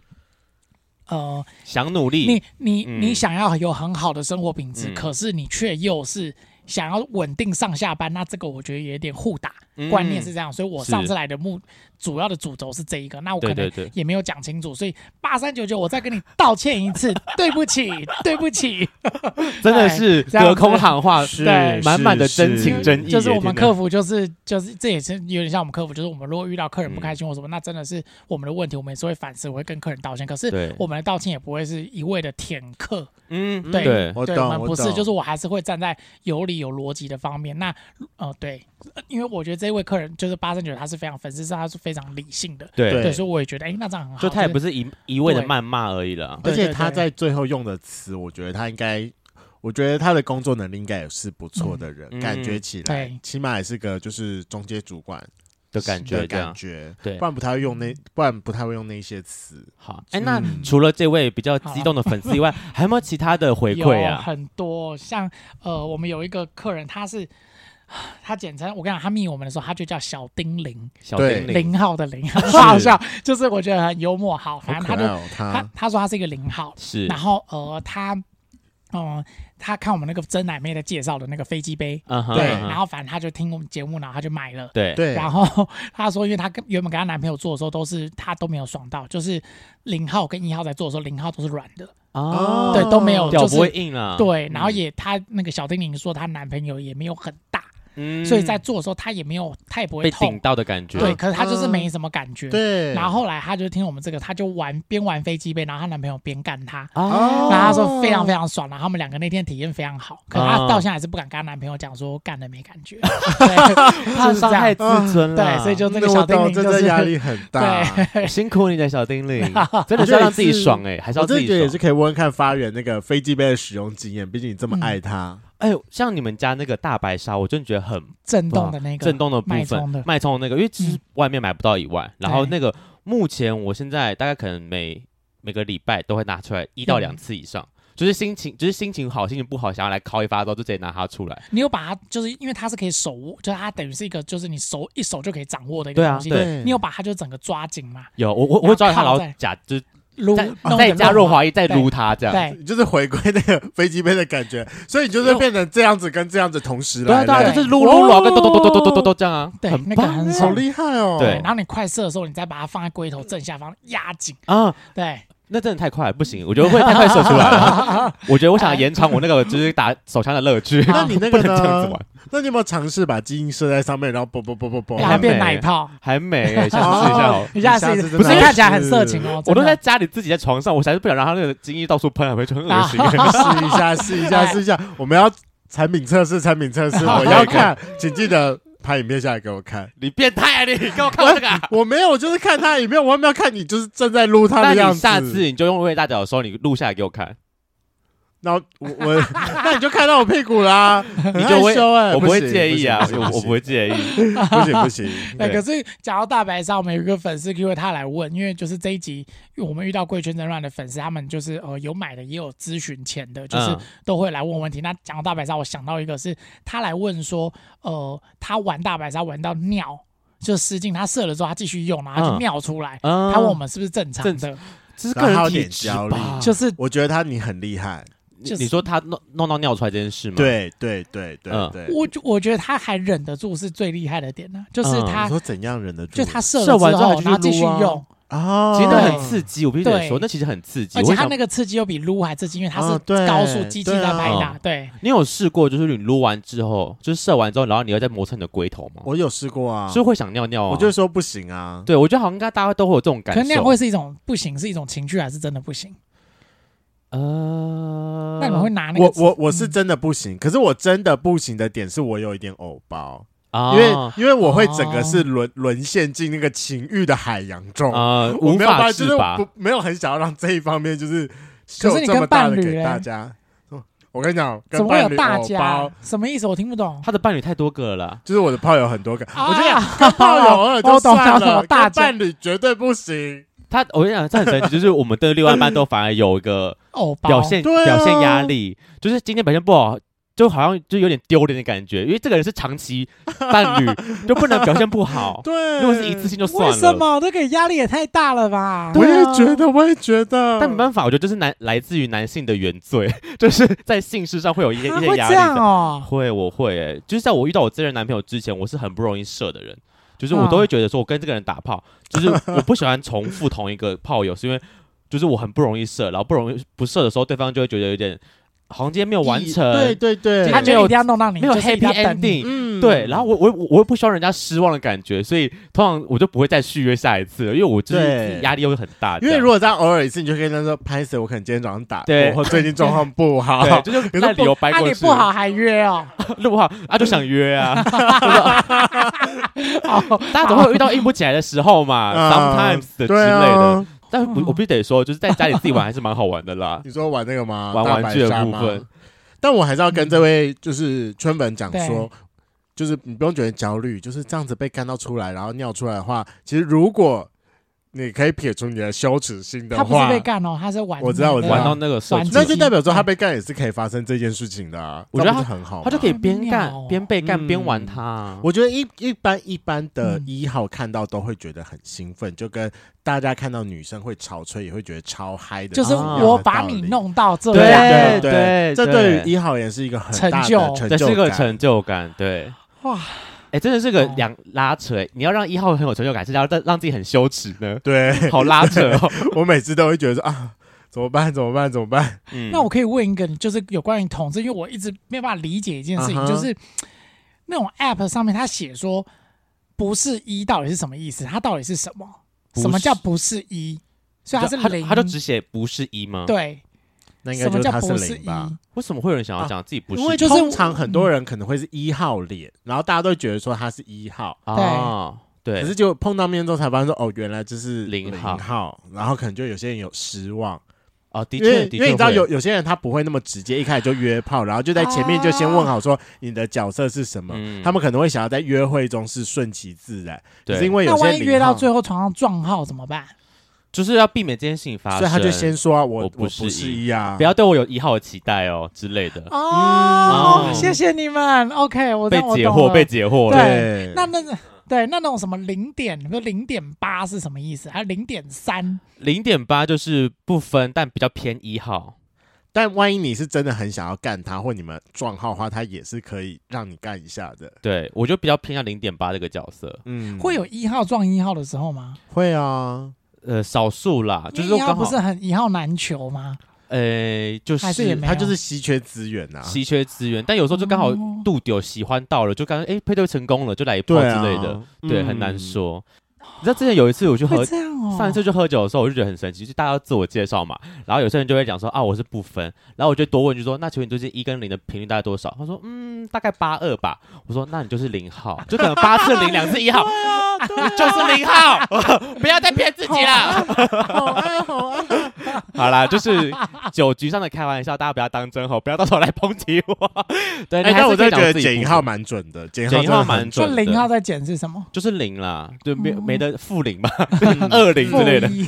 [SPEAKER 3] 呃，
[SPEAKER 2] 想努力
[SPEAKER 3] 你，你
[SPEAKER 2] 嗯
[SPEAKER 3] 你想要有很好的生活品质，
[SPEAKER 2] 嗯
[SPEAKER 3] 可是你却又是想要稳定上下班，那这个我觉得有点互打，
[SPEAKER 2] 嗯
[SPEAKER 3] 观念是这样，所以我
[SPEAKER 2] 是
[SPEAKER 3] 上次来的目主要的主轴是这一个，那我可
[SPEAKER 2] 对
[SPEAKER 3] 能
[SPEAKER 2] 对对
[SPEAKER 3] 也没有讲清楚，所以八三九九，我再跟你道歉一次，对不起，对不起。
[SPEAKER 2] 真的是
[SPEAKER 3] 这样
[SPEAKER 2] 隔
[SPEAKER 3] 子
[SPEAKER 2] 空喊话，
[SPEAKER 1] 是
[SPEAKER 3] 对
[SPEAKER 2] 满满的真情
[SPEAKER 1] 是
[SPEAKER 2] 真意耶，
[SPEAKER 3] 就是我们客
[SPEAKER 2] 服
[SPEAKER 3] 服，就是就是这也是有点像我们客服，就是我们如果遇到客人不开
[SPEAKER 2] 嗯
[SPEAKER 3] 心或什么，那真的是我们的问题，我们也是会反思，我会跟客人道歉。可是
[SPEAKER 2] 对
[SPEAKER 3] 我们的道歉也不会是一味的舔客，
[SPEAKER 2] 嗯
[SPEAKER 3] 对
[SPEAKER 2] 对
[SPEAKER 1] 我
[SPEAKER 3] 对，我
[SPEAKER 1] 懂，
[SPEAKER 2] 哦
[SPEAKER 3] 们
[SPEAKER 1] 我
[SPEAKER 3] 不是，
[SPEAKER 1] 懂
[SPEAKER 3] 就是我还是会站在有理、有逻辑的方面。那呃，对，呃因为我觉得这位客人就是八三九，他是非常粉丝，是他是非常理性的，
[SPEAKER 2] 对
[SPEAKER 1] 对
[SPEAKER 3] 对，所以我也觉得，哎，那这样很好。
[SPEAKER 2] 就他也
[SPEAKER 3] 是
[SPEAKER 2] 不是一一味的
[SPEAKER 3] 对
[SPEAKER 2] 谩骂而已了。
[SPEAKER 1] 而
[SPEAKER 3] 对
[SPEAKER 1] 且
[SPEAKER 3] 对
[SPEAKER 1] 他
[SPEAKER 3] 对
[SPEAKER 1] 在最后用的词，我觉得他应该，我觉得他的工作能力应该也是不错的人，
[SPEAKER 2] 嗯
[SPEAKER 1] 感觉起来，
[SPEAKER 3] 对
[SPEAKER 1] 起码也是个就是中介主管
[SPEAKER 2] 的感觉
[SPEAKER 1] 的
[SPEAKER 2] 这样
[SPEAKER 1] 感。觉，
[SPEAKER 2] 对
[SPEAKER 1] 不然不太会用那，不然不太会用那些词。
[SPEAKER 2] 好，哎，那
[SPEAKER 1] 嗯
[SPEAKER 2] 除了这位比较激动的粉
[SPEAKER 3] <laughs>
[SPEAKER 2] 丝以外，还有没有其他的回馈
[SPEAKER 3] 有
[SPEAKER 2] 啊？
[SPEAKER 3] 很多，像呃，我们有一个客人，他是他简称，我跟你讲，他密我们的时候，他就叫小丁零
[SPEAKER 2] 小
[SPEAKER 1] 对
[SPEAKER 2] 精灵，
[SPEAKER 3] 零号的零，很好笑，就是我觉得很幽默。好，
[SPEAKER 1] 好
[SPEAKER 3] 反正
[SPEAKER 1] 可
[SPEAKER 3] 他
[SPEAKER 1] 爱
[SPEAKER 3] 就
[SPEAKER 1] 哦，
[SPEAKER 3] 他
[SPEAKER 1] 他
[SPEAKER 3] 他说他是一个零号，
[SPEAKER 2] 啊是
[SPEAKER 3] 然，后呃，他嗯、呃他看我们那个真奶妹的介绍的那个飞机杯，
[SPEAKER 2] 嗯哼，
[SPEAKER 3] 对，
[SPEAKER 2] 嗯哼
[SPEAKER 3] 然后反正他就听我们节目，然后他就买了。
[SPEAKER 2] 对
[SPEAKER 1] 对，
[SPEAKER 3] 然后她说，因为她跟原本跟她男朋友做的时候，都是她都没有爽到，就是零号跟一号在做的时候，零号都是软的，
[SPEAKER 2] 啊，
[SPEAKER 3] 对，都没有，
[SPEAKER 2] 脚
[SPEAKER 3] 哦就
[SPEAKER 2] 不会
[SPEAKER 3] 是
[SPEAKER 2] 硬啊。
[SPEAKER 3] 对，然后也她那个小丁玲说，她男朋友也没有很大，
[SPEAKER 2] 嗯
[SPEAKER 3] 所以在做的时候，她也没有，她也不会
[SPEAKER 2] 被顶
[SPEAKER 3] 痛，
[SPEAKER 2] 到的感觉。
[SPEAKER 3] 对，可是她
[SPEAKER 2] 嗯
[SPEAKER 3] 就是没什么感觉。
[SPEAKER 1] 对，
[SPEAKER 3] 然后后来她就听我们这个，她就玩边玩飞机杯，然后她男朋友边干她，
[SPEAKER 2] 啊，
[SPEAKER 3] 然后她说非常非常爽，然后他们两个那天体验非常好，可是她
[SPEAKER 2] 哦
[SPEAKER 3] 到现在还是不敢跟她男朋友讲说干了没感 <laughs> 觉，对，
[SPEAKER 2] 怕
[SPEAKER 3] 就是这
[SPEAKER 2] 伤
[SPEAKER 3] 样
[SPEAKER 2] 害自尊了，
[SPEAKER 3] 对，所以就那个
[SPEAKER 1] 那
[SPEAKER 3] 小
[SPEAKER 1] 我
[SPEAKER 3] 丁
[SPEAKER 1] 懂
[SPEAKER 3] 玲就
[SPEAKER 1] 真的
[SPEAKER 3] 是
[SPEAKER 1] 压
[SPEAKER 3] <laughs>
[SPEAKER 1] 力很大。
[SPEAKER 2] 辛苦你的小丁玲，真的是要让自己爽哎，还是
[SPEAKER 1] 我
[SPEAKER 2] 要自
[SPEAKER 1] 真的
[SPEAKER 2] 己
[SPEAKER 1] 觉得也
[SPEAKER 2] 爽
[SPEAKER 1] 是。可以问问看发源那个飞机杯的使用经验，毕竟你这么
[SPEAKER 3] 嗯
[SPEAKER 1] 爱它，
[SPEAKER 2] 哎呦，像你们家那个大白鲨，我真的觉得很
[SPEAKER 3] 震动的那个
[SPEAKER 2] 震动的部
[SPEAKER 3] 脉
[SPEAKER 2] 分
[SPEAKER 3] 冲的，
[SPEAKER 2] 脉冲的那个，因为其实
[SPEAKER 3] 嗯
[SPEAKER 2] 外面买不到以外，然后
[SPEAKER 3] 对
[SPEAKER 2] 那个目前我现在大概可能每每个礼拜都会拿出来一到两次以上，就是心情就是心情好，心情不好想要来敲一发刀就直接拿它出来。
[SPEAKER 3] 你有把它，就是因为它是可以手握，就是它等于是一个，就是你手一手就可以掌握的一
[SPEAKER 2] 对
[SPEAKER 3] 个
[SPEAKER 2] 啊
[SPEAKER 3] 东西。
[SPEAKER 2] 对
[SPEAKER 3] 你有把它就整个抓紧嘛？
[SPEAKER 2] 有我我我会抓它，
[SPEAKER 3] 然
[SPEAKER 2] 然
[SPEAKER 3] 后
[SPEAKER 2] 后
[SPEAKER 3] 靠在
[SPEAKER 2] 假就是
[SPEAKER 3] 撸
[SPEAKER 2] 再
[SPEAKER 3] 弄
[SPEAKER 2] 再
[SPEAKER 3] 得
[SPEAKER 2] 加
[SPEAKER 3] 弄
[SPEAKER 2] 润
[SPEAKER 3] 嘛
[SPEAKER 2] 滑液再
[SPEAKER 3] 对
[SPEAKER 2] 撸它这样。
[SPEAKER 3] 对，
[SPEAKER 1] 你就是回归那个飞机杯的感觉，所以你就是变成这样子跟这样子同时
[SPEAKER 2] 对
[SPEAKER 1] 来
[SPEAKER 2] 啊
[SPEAKER 1] 了，
[SPEAKER 2] 对啊，
[SPEAKER 3] 对
[SPEAKER 2] 就是撸撸撸，然后跟咚咚咚咚咚咚咚这样啊，
[SPEAKER 3] 对
[SPEAKER 2] 很
[SPEAKER 3] 那个
[SPEAKER 2] 棒
[SPEAKER 3] 很
[SPEAKER 2] 欸
[SPEAKER 1] 好厉害哦！
[SPEAKER 2] 对
[SPEAKER 3] 然后你快射的时候，你再把它放在龟头正下方压紧。
[SPEAKER 2] 啊，
[SPEAKER 3] 对，
[SPEAKER 2] 那真的太快了，不行，我觉得会太快射出来了。我觉得我想延长我那个就是打手枪的乐趣，
[SPEAKER 1] 那你那
[SPEAKER 2] 不
[SPEAKER 1] 个
[SPEAKER 2] 能这样
[SPEAKER 1] 呢
[SPEAKER 2] 子玩？，
[SPEAKER 1] 那你有没有尝试把基因射在上面，然后啵啵啷啵啵？
[SPEAKER 3] 然
[SPEAKER 2] 还
[SPEAKER 3] 后
[SPEAKER 2] 没
[SPEAKER 3] 变奶泡，
[SPEAKER 2] 还美欸，下次试一下好了。
[SPEAKER 3] 一哦下
[SPEAKER 1] 你下次
[SPEAKER 3] 是一
[SPEAKER 1] 真的
[SPEAKER 3] 不是
[SPEAKER 1] 要
[SPEAKER 3] 看起来很
[SPEAKER 1] 试
[SPEAKER 3] 色情哦，
[SPEAKER 2] 我都
[SPEAKER 3] 真
[SPEAKER 2] 在
[SPEAKER 3] 的
[SPEAKER 2] 家里自己在床上，我实在是不想让他那个精液到处喷，我会觉得很恶
[SPEAKER 3] 啊
[SPEAKER 2] 心。
[SPEAKER 1] 试一下，试一
[SPEAKER 3] <laughs>
[SPEAKER 1] 下，
[SPEAKER 3] 哎
[SPEAKER 1] 试一下。我们要产品测试，产品测
[SPEAKER 3] <laughs>
[SPEAKER 1] 试，
[SPEAKER 2] 好
[SPEAKER 1] 我要看，请记得拍影片下来给我看。
[SPEAKER 2] 你变态啊！你给我看我这个
[SPEAKER 3] <laughs>
[SPEAKER 2] 啊。
[SPEAKER 1] 我没有，我就是看他影片，我还没有看你就是正在录他
[SPEAKER 2] 那
[SPEAKER 1] 的样
[SPEAKER 2] 你
[SPEAKER 1] 子。
[SPEAKER 2] 下次你就用喂大脚的时候，你录下来给我看，
[SPEAKER 1] 然后我我， <laughs> 那你就看到我屁股啦，
[SPEAKER 2] <laughs> 你
[SPEAKER 1] 你
[SPEAKER 2] 就会，
[SPEAKER 1] 哎，
[SPEAKER 3] 呃
[SPEAKER 2] 我不会
[SPEAKER 1] 行
[SPEAKER 2] 介意啊，
[SPEAKER 1] 不行
[SPEAKER 2] 我我不会介意。
[SPEAKER 1] 不 <laughs> 行不行，
[SPEAKER 3] 对，
[SPEAKER 2] 对
[SPEAKER 3] 可是讲到大白鲨，我们有一个粉丝 Q 他来问，因为就是这一集，因为我们遇到贵圈真乱的粉丝，他们就是呃有买的，也有咨询前的，就是
[SPEAKER 2] 嗯
[SPEAKER 3] 都会来问问题。那讲到大白鲨，我想到一个是他来问说，呃，他玩大白鲨玩到尿，就失禁，他射了之后他继续用，然后他就
[SPEAKER 2] 嗯
[SPEAKER 3] 尿出来，
[SPEAKER 2] 啊
[SPEAKER 3] 他问我们是不是正常
[SPEAKER 2] 正
[SPEAKER 3] 的，
[SPEAKER 2] 这是
[SPEAKER 1] 然后
[SPEAKER 2] 个
[SPEAKER 1] 还
[SPEAKER 2] 人
[SPEAKER 1] 有
[SPEAKER 2] 体
[SPEAKER 1] 点
[SPEAKER 2] 质
[SPEAKER 1] 焦虑
[SPEAKER 2] 吧？
[SPEAKER 3] 就是
[SPEAKER 1] 我觉得他你很厉害，
[SPEAKER 2] 你
[SPEAKER 3] 就是
[SPEAKER 2] 你说他弄弄到尿出来这件事吗？，
[SPEAKER 1] 对对对对
[SPEAKER 2] 嗯
[SPEAKER 1] 对。
[SPEAKER 3] 我就我觉得他还忍得住是最厉害的点呢、就是
[SPEAKER 2] 嗯
[SPEAKER 1] 你
[SPEAKER 3] 他、
[SPEAKER 1] 说怎样忍得住？
[SPEAKER 3] 就他射了
[SPEAKER 2] 射完
[SPEAKER 3] 之
[SPEAKER 2] 之后
[SPEAKER 3] 后，
[SPEAKER 2] 还
[SPEAKER 3] 然后
[SPEAKER 2] 继
[SPEAKER 3] 继
[SPEAKER 2] 续
[SPEAKER 3] 续
[SPEAKER 2] 撸啊
[SPEAKER 3] 用，
[SPEAKER 1] 啊，
[SPEAKER 2] 其实那很刺激，我必须得说，
[SPEAKER 3] 对
[SPEAKER 2] 那其实很刺激。
[SPEAKER 3] 而
[SPEAKER 2] 我
[SPEAKER 3] 且
[SPEAKER 2] 会
[SPEAKER 3] 他
[SPEAKER 2] 想
[SPEAKER 3] 那，个刺激又比撸还刺激，因为它
[SPEAKER 1] 哦
[SPEAKER 3] 是
[SPEAKER 1] 对
[SPEAKER 3] 高速机器
[SPEAKER 1] 对
[SPEAKER 3] 在
[SPEAKER 1] 啊
[SPEAKER 3] 拍
[SPEAKER 2] 哦
[SPEAKER 3] 打，对。
[SPEAKER 2] 你有试过就是你撸完之后，就是射完之后，然后你要再摩擦你的龟头吗？
[SPEAKER 1] 我有试过啊，
[SPEAKER 2] 是会想尿尿啊。
[SPEAKER 1] 我就说不行啊，
[SPEAKER 2] 对，我觉得好像应该大家都会有这种感受。
[SPEAKER 3] 可能那样会是一种不行，是一种情绪，还是真的不行？
[SPEAKER 2] 呃，
[SPEAKER 3] 那你们会拿那个
[SPEAKER 1] 我
[SPEAKER 3] 纸？
[SPEAKER 1] 我我是
[SPEAKER 3] 嗯
[SPEAKER 1] 真的不行，可是我真的不行的点是我有一点偶包，
[SPEAKER 2] 啊，
[SPEAKER 1] 因为因为我会整个是沦沦陷进那个情欲的海洋中，
[SPEAKER 2] 呃
[SPEAKER 1] 我
[SPEAKER 2] 无
[SPEAKER 1] 没有办
[SPEAKER 2] 法
[SPEAKER 1] 法，就
[SPEAKER 2] 自
[SPEAKER 1] 是
[SPEAKER 2] 拔
[SPEAKER 1] 不没有很想要让这一方面就是
[SPEAKER 3] 可
[SPEAKER 1] 秀
[SPEAKER 3] 是你
[SPEAKER 1] 这么
[SPEAKER 3] 跟
[SPEAKER 1] 大的
[SPEAKER 3] 伴侣
[SPEAKER 1] 给
[SPEAKER 3] 嘞
[SPEAKER 1] 大家。我跟你讲，
[SPEAKER 3] 怎
[SPEAKER 1] 跟
[SPEAKER 3] 么
[SPEAKER 1] 伴
[SPEAKER 3] 会有
[SPEAKER 1] 侣
[SPEAKER 3] 大
[SPEAKER 1] 偶包
[SPEAKER 3] 家？什么意思？我听不懂。
[SPEAKER 2] 他的伴侣太多个了啦。
[SPEAKER 1] 就是我的炮友很多个，
[SPEAKER 3] 啊
[SPEAKER 1] 我跟你讲，跟炮友偶尔就
[SPEAKER 3] 我懂
[SPEAKER 1] 算
[SPEAKER 3] 我懂
[SPEAKER 1] 了，
[SPEAKER 3] 大
[SPEAKER 1] 跟
[SPEAKER 3] 家
[SPEAKER 1] 伴侣绝对不行。
[SPEAKER 2] 他我跟你讲，这很神奇，就是我们对另外一半都反而有一个
[SPEAKER 3] 哦，包
[SPEAKER 2] 表现
[SPEAKER 1] 对啊
[SPEAKER 2] 表现压力，就是今天表现不好。就好像就有点丢脸的感觉，因为这个人是长期伴侣，就不能表现不好。
[SPEAKER 1] <laughs> 对，
[SPEAKER 2] 哦如果是一次性就算
[SPEAKER 3] 为
[SPEAKER 2] 了，
[SPEAKER 3] 什么这个压力也太大了吧？啊
[SPEAKER 1] 我也觉得，我也觉得，
[SPEAKER 2] 但没办法，我觉得这是男来自于男性的原罪， <laughs> 就是在性事上会有一些
[SPEAKER 3] 啊
[SPEAKER 2] 一些
[SPEAKER 3] 会
[SPEAKER 2] 压
[SPEAKER 3] 这
[SPEAKER 2] 力
[SPEAKER 3] 样
[SPEAKER 2] 在。
[SPEAKER 3] 哦。
[SPEAKER 2] 会，我会、欸，就是在我遇到我这任男朋友之前，我是很不容易射的人，就是我
[SPEAKER 3] 啊
[SPEAKER 2] 都会觉得说，我跟这个人打炮，就是我不喜欢重复同一个炮友，是因为就是我很不容易射，然后不容易不射的时候，对方就会觉得有点好像今天没有完成，
[SPEAKER 1] 对对对，
[SPEAKER 2] 这
[SPEAKER 3] 他
[SPEAKER 2] 个
[SPEAKER 3] 觉得一定要弄到你，
[SPEAKER 2] 没有
[SPEAKER 3] 就是一定
[SPEAKER 2] happy
[SPEAKER 3] 要等
[SPEAKER 2] ending，、
[SPEAKER 3] 你
[SPEAKER 1] 嗯
[SPEAKER 2] 对，然后我我我我又不希望人家失望的感觉，所以通常我就不会再续约下一次了，因为我就
[SPEAKER 1] 对
[SPEAKER 2] 是压力又很大这
[SPEAKER 1] 因
[SPEAKER 2] 样。
[SPEAKER 1] 为如果这样偶尔一次，你就可以跟他说拍死，我可能今天早上打，
[SPEAKER 2] 对
[SPEAKER 1] 我最近状况不好，
[SPEAKER 2] <laughs> 对，就是
[SPEAKER 1] 有时候
[SPEAKER 2] 那理由掰
[SPEAKER 3] 啊，
[SPEAKER 2] 过
[SPEAKER 3] 你
[SPEAKER 2] 去，
[SPEAKER 3] 不好还约
[SPEAKER 1] <laughs>
[SPEAKER 3] 哦，
[SPEAKER 2] <laughs> 录不好啊，就想约啊，
[SPEAKER 3] 好
[SPEAKER 2] 大家总会有遇到硬不起来的时候嘛
[SPEAKER 1] 啊
[SPEAKER 2] ，sometimes 的之
[SPEAKER 1] 对
[SPEAKER 2] 类的。
[SPEAKER 1] 啊。
[SPEAKER 2] 但是我我必须得说，就是在家里自己玩还是蛮好玩的啦
[SPEAKER 1] <laughs> ，你说玩那个吗？
[SPEAKER 2] 玩
[SPEAKER 1] 大白
[SPEAKER 2] 玩具的
[SPEAKER 1] 鲨
[SPEAKER 2] 部
[SPEAKER 1] 吗
[SPEAKER 2] 分。嗯
[SPEAKER 1] 但我还是要跟这位就是圈粉讲说
[SPEAKER 3] 对，
[SPEAKER 1] 就是你不用觉得焦虑，就是这样子被干到出来，然后尿出来的话，其实如果你可以撇除你的羞耻心的
[SPEAKER 3] 他不是
[SPEAKER 1] 话，
[SPEAKER 3] 被干哦，他是玩
[SPEAKER 1] 我知道
[SPEAKER 3] 那
[SPEAKER 1] 我知
[SPEAKER 3] 个
[SPEAKER 1] 道
[SPEAKER 2] 玩到那个社
[SPEAKER 3] 玩
[SPEAKER 2] 畜
[SPEAKER 1] 那就
[SPEAKER 3] 具
[SPEAKER 1] 代表说他被干也是可以发生这件事情的、啊，
[SPEAKER 2] 我觉得
[SPEAKER 1] 这样不是很好吗，
[SPEAKER 2] 他就可以边
[SPEAKER 3] 好妙
[SPEAKER 2] 干
[SPEAKER 3] 哦
[SPEAKER 2] 边被干边玩
[SPEAKER 1] 嗯
[SPEAKER 2] 它啊。
[SPEAKER 1] 我觉得一一般一般的
[SPEAKER 3] 嗯
[SPEAKER 1] 一号看到都会觉得很兴奋，就跟大家看到女生会潮吹也会觉得超嗨的，
[SPEAKER 3] 就是
[SPEAKER 2] 啊
[SPEAKER 3] 我把你。弄到这
[SPEAKER 1] 对
[SPEAKER 2] 对
[SPEAKER 3] 样，
[SPEAKER 1] 对，
[SPEAKER 2] 对
[SPEAKER 1] 这
[SPEAKER 2] 对
[SPEAKER 1] 对于一号也是一个很大的
[SPEAKER 3] 成就
[SPEAKER 1] 成
[SPEAKER 2] 这
[SPEAKER 1] 就是
[SPEAKER 2] 个
[SPEAKER 1] 感。
[SPEAKER 2] 成就感，对，
[SPEAKER 3] 哇，
[SPEAKER 2] 哎，真的是个
[SPEAKER 3] 哦
[SPEAKER 2] 两拉扯，哎你要让一号很有成就感，是要让让自己很羞耻呢，
[SPEAKER 1] <laughs> 对，
[SPEAKER 2] 好拉扯哦。
[SPEAKER 1] 我每次都会觉得说啊，怎么办？怎么办？怎么办？
[SPEAKER 2] 嗯
[SPEAKER 3] 那我可以问一个，就是有关于统治，因为我一直没有办法理解一件事情
[SPEAKER 1] 嗯哼
[SPEAKER 3] 就是那种 App 上面他写说不是一到底是什么意思？它到底是什么？
[SPEAKER 2] 不是
[SPEAKER 3] 什么叫不是一？所以它是
[SPEAKER 2] 他
[SPEAKER 3] 零，
[SPEAKER 2] 他就只写不是一吗？，
[SPEAKER 3] 对，
[SPEAKER 1] 那应该
[SPEAKER 3] 什
[SPEAKER 1] 就
[SPEAKER 3] 么
[SPEAKER 1] 是
[SPEAKER 3] 叫
[SPEAKER 1] 他是
[SPEAKER 3] 不是
[SPEAKER 1] 零
[SPEAKER 3] 一？
[SPEAKER 1] 吧？
[SPEAKER 2] 为什么会有人想要讲自己不是
[SPEAKER 1] 因为
[SPEAKER 3] 就是
[SPEAKER 1] 通常很多人可能会是一号脸，然后大家都觉得说他是一号，
[SPEAKER 2] 啊？对
[SPEAKER 1] 可，是就碰到面之后才发现说哦，原来这是
[SPEAKER 2] 零号
[SPEAKER 1] 号，然后可能就有些人有失望。
[SPEAKER 2] 哦，的
[SPEAKER 1] 因
[SPEAKER 2] 确，
[SPEAKER 1] 为
[SPEAKER 2] 的
[SPEAKER 1] 因
[SPEAKER 2] 确
[SPEAKER 1] 为你知道
[SPEAKER 2] 会
[SPEAKER 1] 有有些人他不会那么直接，一开始就约炮，然后就在前面就先问好说你的角色是什么，
[SPEAKER 2] 嗯
[SPEAKER 1] 他们可能会想要在约会中是顺其自然，
[SPEAKER 2] 对
[SPEAKER 1] 可是因为
[SPEAKER 3] 那
[SPEAKER 1] 有些
[SPEAKER 3] 万一
[SPEAKER 1] 零
[SPEAKER 3] 约到
[SPEAKER 1] 号
[SPEAKER 3] 最后床上撞号怎么办？
[SPEAKER 2] 就是要避免这件事情发生，
[SPEAKER 1] 所以他就先说啊我
[SPEAKER 2] 我
[SPEAKER 1] 不
[SPEAKER 2] 不
[SPEAKER 1] 是
[SPEAKER 2] 是
[SPEAKER 1] 一啊，
[SPEAKER 2] 不要对我有一号的期待哦之类的，
[SPEAKER 1] 嗯
[SPEAKER 3] 哦，
[SPEAKER 2] 嗯
[SPEAKER 3] 谢谢你们，OK，我
[SPEAKER 2] 被
[SPEAKER 3] 让我
[SPEAKER 2] 解
[SPEAKER 3] 懂
[SPEAKER 2] 惑，
[SPEAKER 3] 了
[SPEAKER 2] 被解惑了。
[SPEAKER 1] 对，
[SPEAKER 3] 那那对那那种什么零点，比如零点八是什么意思？还有零点三，
[SPEAKER 1] 嗯
[SPEAKER 2] 零点八就是不分，但比较偏一号。
[SPEAKER 1] 但万一你是真的很想要干他，或你们撞号的话，他也是可以让你干一下的。
[SPEAKER 2] 对我就比较偏向零点八这个角色，
[SPEAKER 1] 嗯，
[SPEAKER 3] 会有一号撞一号的时候吗？
[SPEAKER 1] 会啊，
[SPEAKER 2] 呃，少数啦，就是
[SPEAKER 3] 因为一号
[SPEAKER 2] 刚好
[SPEAKER 3] 不是，很一号难求吗？
[SPEAKER 2] 呃，就
[SPEAKER 3] 还是也
[SPEAKER 2] 是
[SPEAKER 3] 没有
[SPEAKER 1] 他就是稀缺资源呐、啊。
[SPEAKER 2] 稀缺资源，但有时候就刚好
[SPEAKER 3] 哦
[SPEAKER 2] 度丢喜欢到了，就刚刚哎配对成功了，就来一炮
[SPEAKER 1] 对
[SPEAKER 2] 之
[SPEAKER 1] 啊，
[SPEAKER 2] 类的，对，
[SPEAKER 1] 嗯
[SPEAKER 2] 很难。说。你知道之前有一次我去
[SPEAKER 3] 会
[SPEAKER 2] 喝
[SPEAKER 3] 这样哦，
[SPEAKER 2] 上一次就喝酒的时候，我就觉得很神奇，就大家要自我介绍嘛，然后有些人就会讲说啊，我是不分，然后我就多问，就说那请问你最近一跟零的频率大概多少？他说嗯，大概八二吧。我说那你就是零号， <laughs> 啊就可能八次零，两次一号，你就是 <laughs> 零号，不要再骗自己了。
[SPEAKER 3] 好爱
[SPEAKER 2] 啊
[SPEAKER 3] 好爱，
[SPEAKER 2] 好啦，就是酒局上的开玩笑，大家不要当真哦，不要到时候来抨击我。 <laughs> 对，
[SPEAKER 1] 哎、
[SPEAKER 2] 你还
[SPEAKER 1] 但我
[SPEAKER 2] 是
[SPEAKER 1] 真
[SPEAKER 2] 可
[SPEAKER 1] 的
[SPEAKER 2] 以讲
[SPEAKER 1] 觉得
[SPEAKER 2] 自己
[SPEAKER 1] 减一
[SPEAKER 2] 不
[SPEAKER 1] 号
[SPEAKER 2] 分
[SPEAKER 1] 蛮准的，减一
[SPEAKER 2] 减一
[SPEAKER 1] 真
[SPEAKER 2] 号
[SPEAKER 1] 的很
[SPEAKER 2] 蛮
[SPEAKER 3] 说
[SPEAKER 2] 准的
[SPEAKER 3] 零号在减是什么？
[SPEAKER 2] 就是零啦，就没
[SPEAKER 3] 哦
[SPEAKER 2] 没得负零 <laughs> 嘛，二零之类的
[SPEAKER 3] 负。一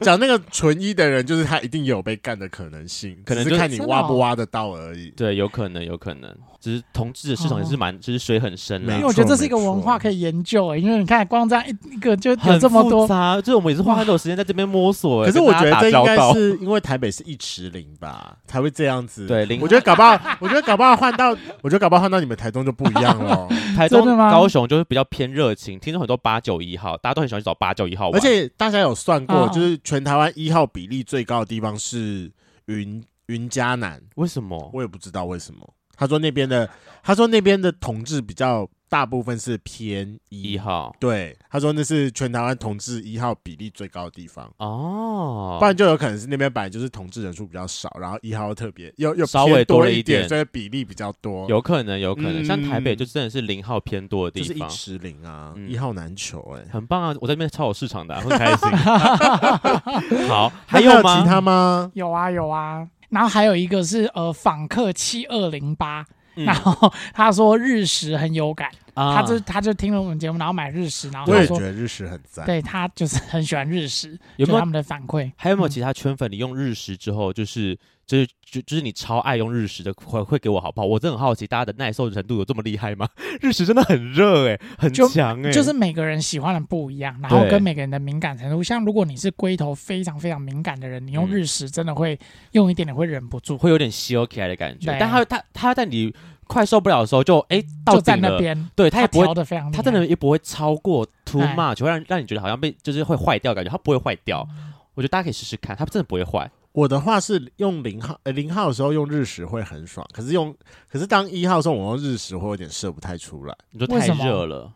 [SPEAKER 1] 讲那个纯一的人，就是他一定有被干的可能性，
[SPEAKER 2] 可能
[SPEAKER 1] 只
[SPEAKER 2] 就是
[SPEAKER 1] 看你
[SPEAKER 3] 真的
[SPEAKER 1] 挖
[SPEAKER 3] 哦
[SPEAKER 1] 不挖得到而已。
[SPEAKER 2] 对，有可能，有可能，只是同志的市场也是蛮，就是水很深啦
[SPEAKER 1] 哦没
[SPEAKER 3] 因为
[SPEAKER 1] 有。
[SPEAKER 3] 我觉得这是一个
[SPEAKER 1] 没错
[SPEAKER 3] 文化可以研究、欸，因为你看光这样一一个就有
[SPEAKER 2] 很
[SPEAKER 3] 这么多
[SPEAKER 2] 复，杂，就是我们也是花很多时间在这边摸索、欸。
[SPEAKER 1] 可是我觉得
[SPEAKER 2] 跟大
[SPEAKER 1] 这
[SPEAKER 2] 家
[SPEAKER 1] 应
[SPEAKER 2] 打交
[SPEAKER 1] 该
[SPEAKER 2] 道
[SPEAKER 1] 是因为台北是一池零吧，才会这样子。
[SPEAKER 2] 对零
[SPEAKER 1] 我觉得搞不好，我觉得搞不好换到，我觉得搞不好换到你们台中就不一样
[SPEAKER 2] <laughs>
[SPEAKER 1] 了。
[SPEAKER 2] 台
[SPEAKER 3] 真
[SPEAKER 2] 中
[SPEAKER 3] 的、吗
[SPEAKER 2] 高雄就是比较偏热情，听说很多八九一号，大家都很喜欢去找八九一号玩。
[SPEAKER 1] 而且大家有算过，
[SPEAKER 3] 哦
[SPEAKER 1] 就是全台湾一号比例最高的地方是云云嘉南，
[SPEAKER 2] 为什么？
[SPEAKER 1] 我也不知道为什么。他说那边的，他说那边的同志比较大部分是偏
[SPEAKER 2] 一
[SPEAKER 1] 一，
[SPEAKER 2] 号
[SPEAKER 1] 对，他说那是全台湾同志一号比例最高的地方。
[SPEAKER 2] 哦，
[SPEAKER 1] 不然就有可能是那边本来就是同志人数比较少，然后一号特别又又
[SPEAKER 2] 稍微
[SPEAKER 1] 偏
[SPEAKER 2] 多
[SPEAKER 1] 多
[SPEAKER 2] 了
[SPEAKER 1] 一
[SPEAKER 2] 一点
[SPEAKER 1] 所以比例比较多，
[SPEAKER 2] 有可能，有可能，
[SPEAKER 1] 嗯
[SPEAKER 2] 像台北就真的是零号偏多的
[SPEAKER 1] 就
[SPEAKER 2] 地
[SPEAKER 1] 是一
[SPEAKER 2] 方。
[SPEAKER 1] 池零啊，
[SPEAKER 2] 嗯
[SPEAKER 1] 一号难求哎。
[SPEAKER 2] 很棒啊！我在那边超有市场的啊、很开
[SPEAKER 1] <laughs>
[SPEAKER 2] 心。
[SPEAKER 1] 那
[SPEAKER 2] 好，还有
[SPEAKER 1] 有其
[SPEAKER 2] 吗？
[SPEAKER 1] 他吗？
[SPEAKER 3] 有啊有啊。然后还有一个是呃访客七二零八，
[SPEAKER 2] 嗯
[SPEAKER 3] 然后他说日食很有感，
[SPEAKER 2] 啊
[SPEAKER 3] 他就他就听了我们节目，然后买日食，然后
[SPEAKER 1] 我
[SPEAKER 3] 他
[SPEAKER 1] 也
[SPEAKER 3] 说
[SPEAKER 1] 觉，得日食很赞。
[SPEAKER 3] 对他就是很喜欢日食，
[SPEAKER 2] 有
[SPEAKER 3] 就
[SPEAKER 2] 没有
[SPEAKER 3] 他们的反馈？
[SPEAKER 2] 还有没有其他圈粉？你用日食之后，就是就是就就是你超爱用日食的，会会给我好不好？我真的很好奇，大家的耐受程度有这么厉害吗？ <laughs> 日食真的很热哎、很
[SPEAKER 3] 就
[SPEAKER 2] 强哎、
[SPEAKER 3] 就是每个人喜欢的不一样，然后
[SPEAKER 2] 对
[SPEAKER 3] 跟每个人的敏感程度，像如果你是龟头非常非常敏感的人，你用
[SPEAKER 2] 嗯
[SPEAKER 3] 日食真的会用一点点会忍不住，
[SPEAKER 2] 会有点修起来的感觉
[SPEAKER 3] 对，嗯
[SPEAKER 2] 但他他他在你快受不了的时候就哎、到
[SPEAKER 3] 就
[SPEAKER 2] 顶
[SPEAKER 3] 在
[SPEAKER 2] 了，
[SPEAKER 3] 那边，
[SPEAKER 2] 对他
[SPEAKER 3] 他
[SPEAKER 2] 也不会
[SPEAKER 3] 调的非常厉害，
[SPEAKER 2] 他真的也不会超过 too
[SPEAKER 3] 哎
[SPEAKER 2] much，会让让你觉得好像被就是会坏掉的感觉，他不会坏掉。我觉得大家可以试试看，他真的不会坏。
[SPEAKER 1] 我的话是用零号，呃，零号的时候用日食会很爽，可是用，可是当一号的时候我用日食会有点射不太出来。
[SPEAKER 2] 你说
[SPEAKER 3] 为
[SPEAKER 2] 太
[SPEAKER 3] 什么
[SPEAKER 2] 热了，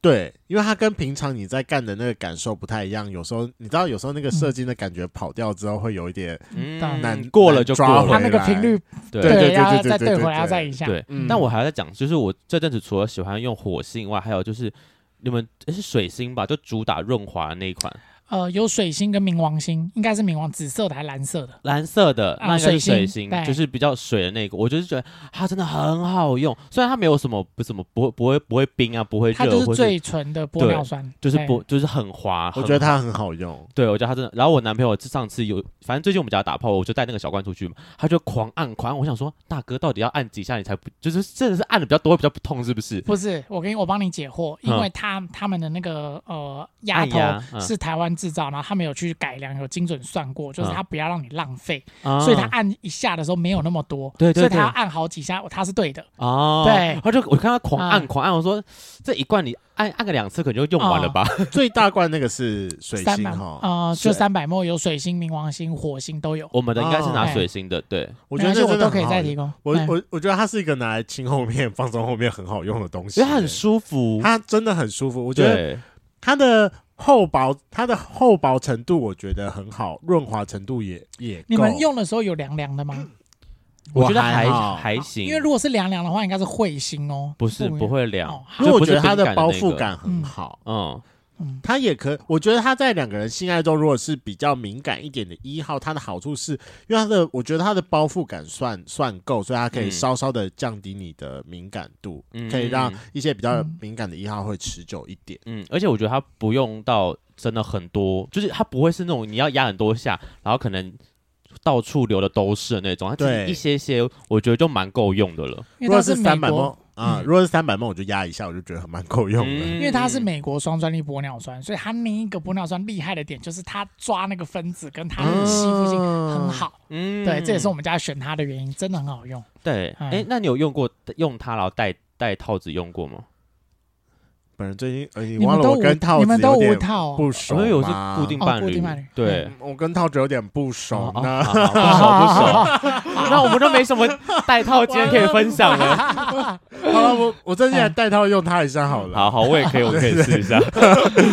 [SPEAKER 1] 对，因为它跟平常你在干的那个感受不太一样，有时候你知道，有时候那个射精的感觉跑掉之后，会有一点，
[SPEAKER 2] 嗯
[SPEAKER 3] 当然
[SPEAKER 1] 难
[SPEAKER 2] 过了就
[SPEAKER 1] 难抓
[SPEAKER 2] 过
[SPEAKER 1] 回
[SPEAKER 2] 了，
[SPEAKER 3] 它啊那个频率
[SPEAKER 2] 对
[SPEAKER 1] 对对对
[SPEAKER 3] 要
[SPEAKER 1] 对对
[SPEAKER 3] 再
[SPEAKER 1] 对
[SPEAKER 3] 对
[SPEAKER 1] 对
[SPEAKER 3] 回来要
[SPEAKER 1] 对
[SPEAKER 3] 再一下，
[SPEAKER 2] 对
[SPEAKER 1] 嗯
[SPEAKER 2] 但我还要再讲，就是我这阵子除了喜欢用火星以外，还有就是你们诶是水星吧，就主打润滑的那一款，
[SPEAKER 3] 呃，有水星跟冥王星，应该是冥王紫色的还是蓝色的？
[SPEAKER 2] 蓝色的
[SPEAKER 3] 啊
[SPEAKER 2] 那个是水星
[SPEAKER 3] 水星，对
[SPEAKER 2] 就是比较水的那个，我就是觉得它真的很好用，虽然它没有什么不怎么不会不会不会冰啊，不会
[SPEAKER 3] 它
[SPEAKER 2] 热，
[SPEAKER 3] 就
[SPEAKER 2] 或
[SPEAKER 3] 是最纯的玻尿酸，
[SPEAKER 2] 就是
[SPEAKER 3] 对
[SPEAKER 2] 不就是很滑，
[SPEAKER 1] 我
[SPEAKER 2] 很
[SPEAKER 1] 觉得它很好用。
[SPEAKER 2] 对，我觉得他真的。然后我男朋友上次有，反正最近我们家打炮，我就带那个小罐出去嘛，他就狂按狂按。我想说，大哥到底要按几下你才不，就是真的是按的比较多会比较不痛，是不是？
[SPEAKER 3] 不是，我给你，我帮你解惑，因
[SPEAKER 2] 嗯
[SPEAKER 3] 为他他们的那个呃鸭
[SPEAKER 2] 按
[SPEAKER 3] 头
[SPEAKER 2] 压嗯
[SPEAKER 3] 是台湾制造，然后他们有去改良，有精准算过，就是
[SPEAKER 2] 嗯
[SPEAKER 3] 他不要让你浪费，
[SPEAKER 2] 啊
[SPEAKER 3] 所以他按一下的时候没有那么多，
[SPEAKER 2] 对对
[SPEAKER 3] 所以他要
[SPEAKER 2] 对
[SPEAKER 3] 按好几下，他是对的。
[SPEAKER 2] 哦，
[SPEAKER 3] 对
[SPEAKER 2] 他就我看他狂按、
[SPEAKER 3] 嗯
[SPEAKER 2] 狂按，我说这一罐你按按个两次，可能就用完了吧？
[SPEAKER 3] <laughs>
[SPEAKER 1] 最大罐那个是水
[SPEAKER 3] 三
[SPEAKER 1] 星
[SPEAKER 3] 百
[SPEAKER 1] 哈，
[SPEAKER 3] 呃，
[SPEAKER 2] 水
[SPEAKER 3] 就三百末有水星、冥王星、火星都有，
[SPEAKER 2] <laughs> 我们的应该是拿
[SPEAKER 3] 哦
[SPEAKER 2] 水星的，对，
[SPEAKER 1] 我觉得
[SPEAKER 3] 没关系
[SPEAKER 1] 这
[SPEAKER 3] 我
[SPEAKER 1] 真的
[SPEAKER 3] 都可以
[SPEAKER 1] 很好
[SPEAKER 3] 再提
[SPEAKER 1] 用。
[SPEAKER 3] 供。
[SPEAKER 1] 我
[SPEAKER 3] 嗯
[SPEAKER 1] 我我觉得它是一个拿来清后面、放松后面很好用的东西
[SPEAKER 2] 因
[SPEAKER 1] 耶，
[SPEAKER 2] 为它
[SPEAKER 3] 啊
[SPEAKER 2] 很舒服。
[SPEAKER 1] 它真的很舒服。我觉得
[SPEAKER 2] 对，
[SPEAKER 1] 它的厚薄，它的厚薄程度我觉得很好，润滑程度也也够。
[SPEAKER 3] 你们用的时候有凉凉的吗？
[SPEAKER 2] 我觉得
[SPEAKER 1] 还
[SPEAKER 2] 还
[SPEAKER 1] 好
[SPEAKER 2] 还行，
[SPEAKER 3] 因为如果是凉凉的话，应该是彗星哦，
[SPEAKER 2] 不是不会凉
[SPEAKER 3] 哦，好
[SPEAKER 1] 因为我觉得
[SPEAKER 2] 就不是
[SPEAKER 1] 它
[SPEAKER 2] 冰感的
[SPEAKER 1] 包
[SPEAKER 2] 那个
[SPEAKER 1] 覆感很好。
[SPEAKER 2] 嗯，
[SPEAKER 3] 嗯，
[SPEAKER 1] 它也可，我觉得它在两个人性爱中，如果是比较敏感一点的一号，它的好处是因为它的，我觉得它的包覆感算算够，所以它可以
[SPEAKER 2] 嗯
[SPEAKER 1] 稍稍的降低你的敏感度，
[SPEAKER 2] 嗯
[SPEAKER 1] 可以让一些比较
[SPEAKER 3] 嗯
[SPEAKER 1] 敏感的一号会持久一点。
[SPEAKER 2] 嗯，而且我觉得它不用到真的很多，就是它不会是那种你要压很多下，然后可能到处流的都是的那种，它其实
[SPEAKER 1] 对
[SPEAKER 2] 一些些，我觉得就蛮够用的了。
[SPEAKER 1] 如
[SPEAKER 3] 因为
[SPEAKER 1] 果
[SPEAKER 3] 它
[SPEAKER 1] 是
[SPEAKER 3] 美
[SPEAKER 1] 三百
[SPEAKER 3] 国
[SPEAKER 1] 梦。啊、
[SPEAKER 3] 嗯
[SPEAKER 1] 如果是三百梦，我就压一下，我就觉得很蛮够用的。
[SPEAKER 2] 嗯
[SPEAKER 3] 因为它是美国双专利玻尿酸，所以它那一个玻尿酸厉害的点就是它抓那个分子跟它
[SPEAKER 1] 啊
[SPEAKER 3] 的吸附性很好。
[SPEAKER 2] 嗯
[SPEAKER 3] 对，这也是我们家选它的原因，真的很好用。
[SPEAKER 2] 对。
[SPEAKER 3] 嗯
[SPEAKER 2] 哎，那你有用过用它然后戴戴套子用过吗？
[SPEAKER 1] 本人最近，呃，你
[SPEAKER 3] 你
[SPEAKER 1] 忘
[SPEAKER 3] 们
[SPEAKER 1] 了
[SPEAKER 3] 都
[SPEAKER 1] 我
[SPEAKER 3] 无
[SPEAKER 1] 跟套
[SPEAKER 3] 你
[SPEAKER 1] 子
[SPEAKER 3] 们都
[SPEAKER 1] 有
[SPEAKER 3] 无
[SPEAKER 1] 点
[SPEAKER 3] 套哦
[SPEAKER 1] 不熟
[SPEAKER 2] 因为我是
[SPEAKER 1] 吗嗯
[SPEAKER 2] 固定
[SPEAKER 3] 哦
[SPEAKER 2] 伴
[SPEAKER 3] 固
[SPEAKER 2] 侣
[SPEAKER 3] 定伴侣，
[SPEAKER 2] 对。
[SPEAKER 1] 我跟套子有点不熟
[SPEAKER 2] 哦哦
[SPEAKER 1] 呢。
[SPEAKER 2] 好好好不熟不熟，
[SPEAKER 3] <laughs>
[SPEAKER 2] 那我们就没什么戴套今天可以分享了。
[SPEAKER 1] 好了，我我
[SPEAKER 2] 嗯
[SPEAKER 1] 最近来带套用它一下好了。
[SPEAKER 2] 好好，我也可以，我可以
[SPEAKER 1] <laughs>
[SPEAKER 2] 试一下。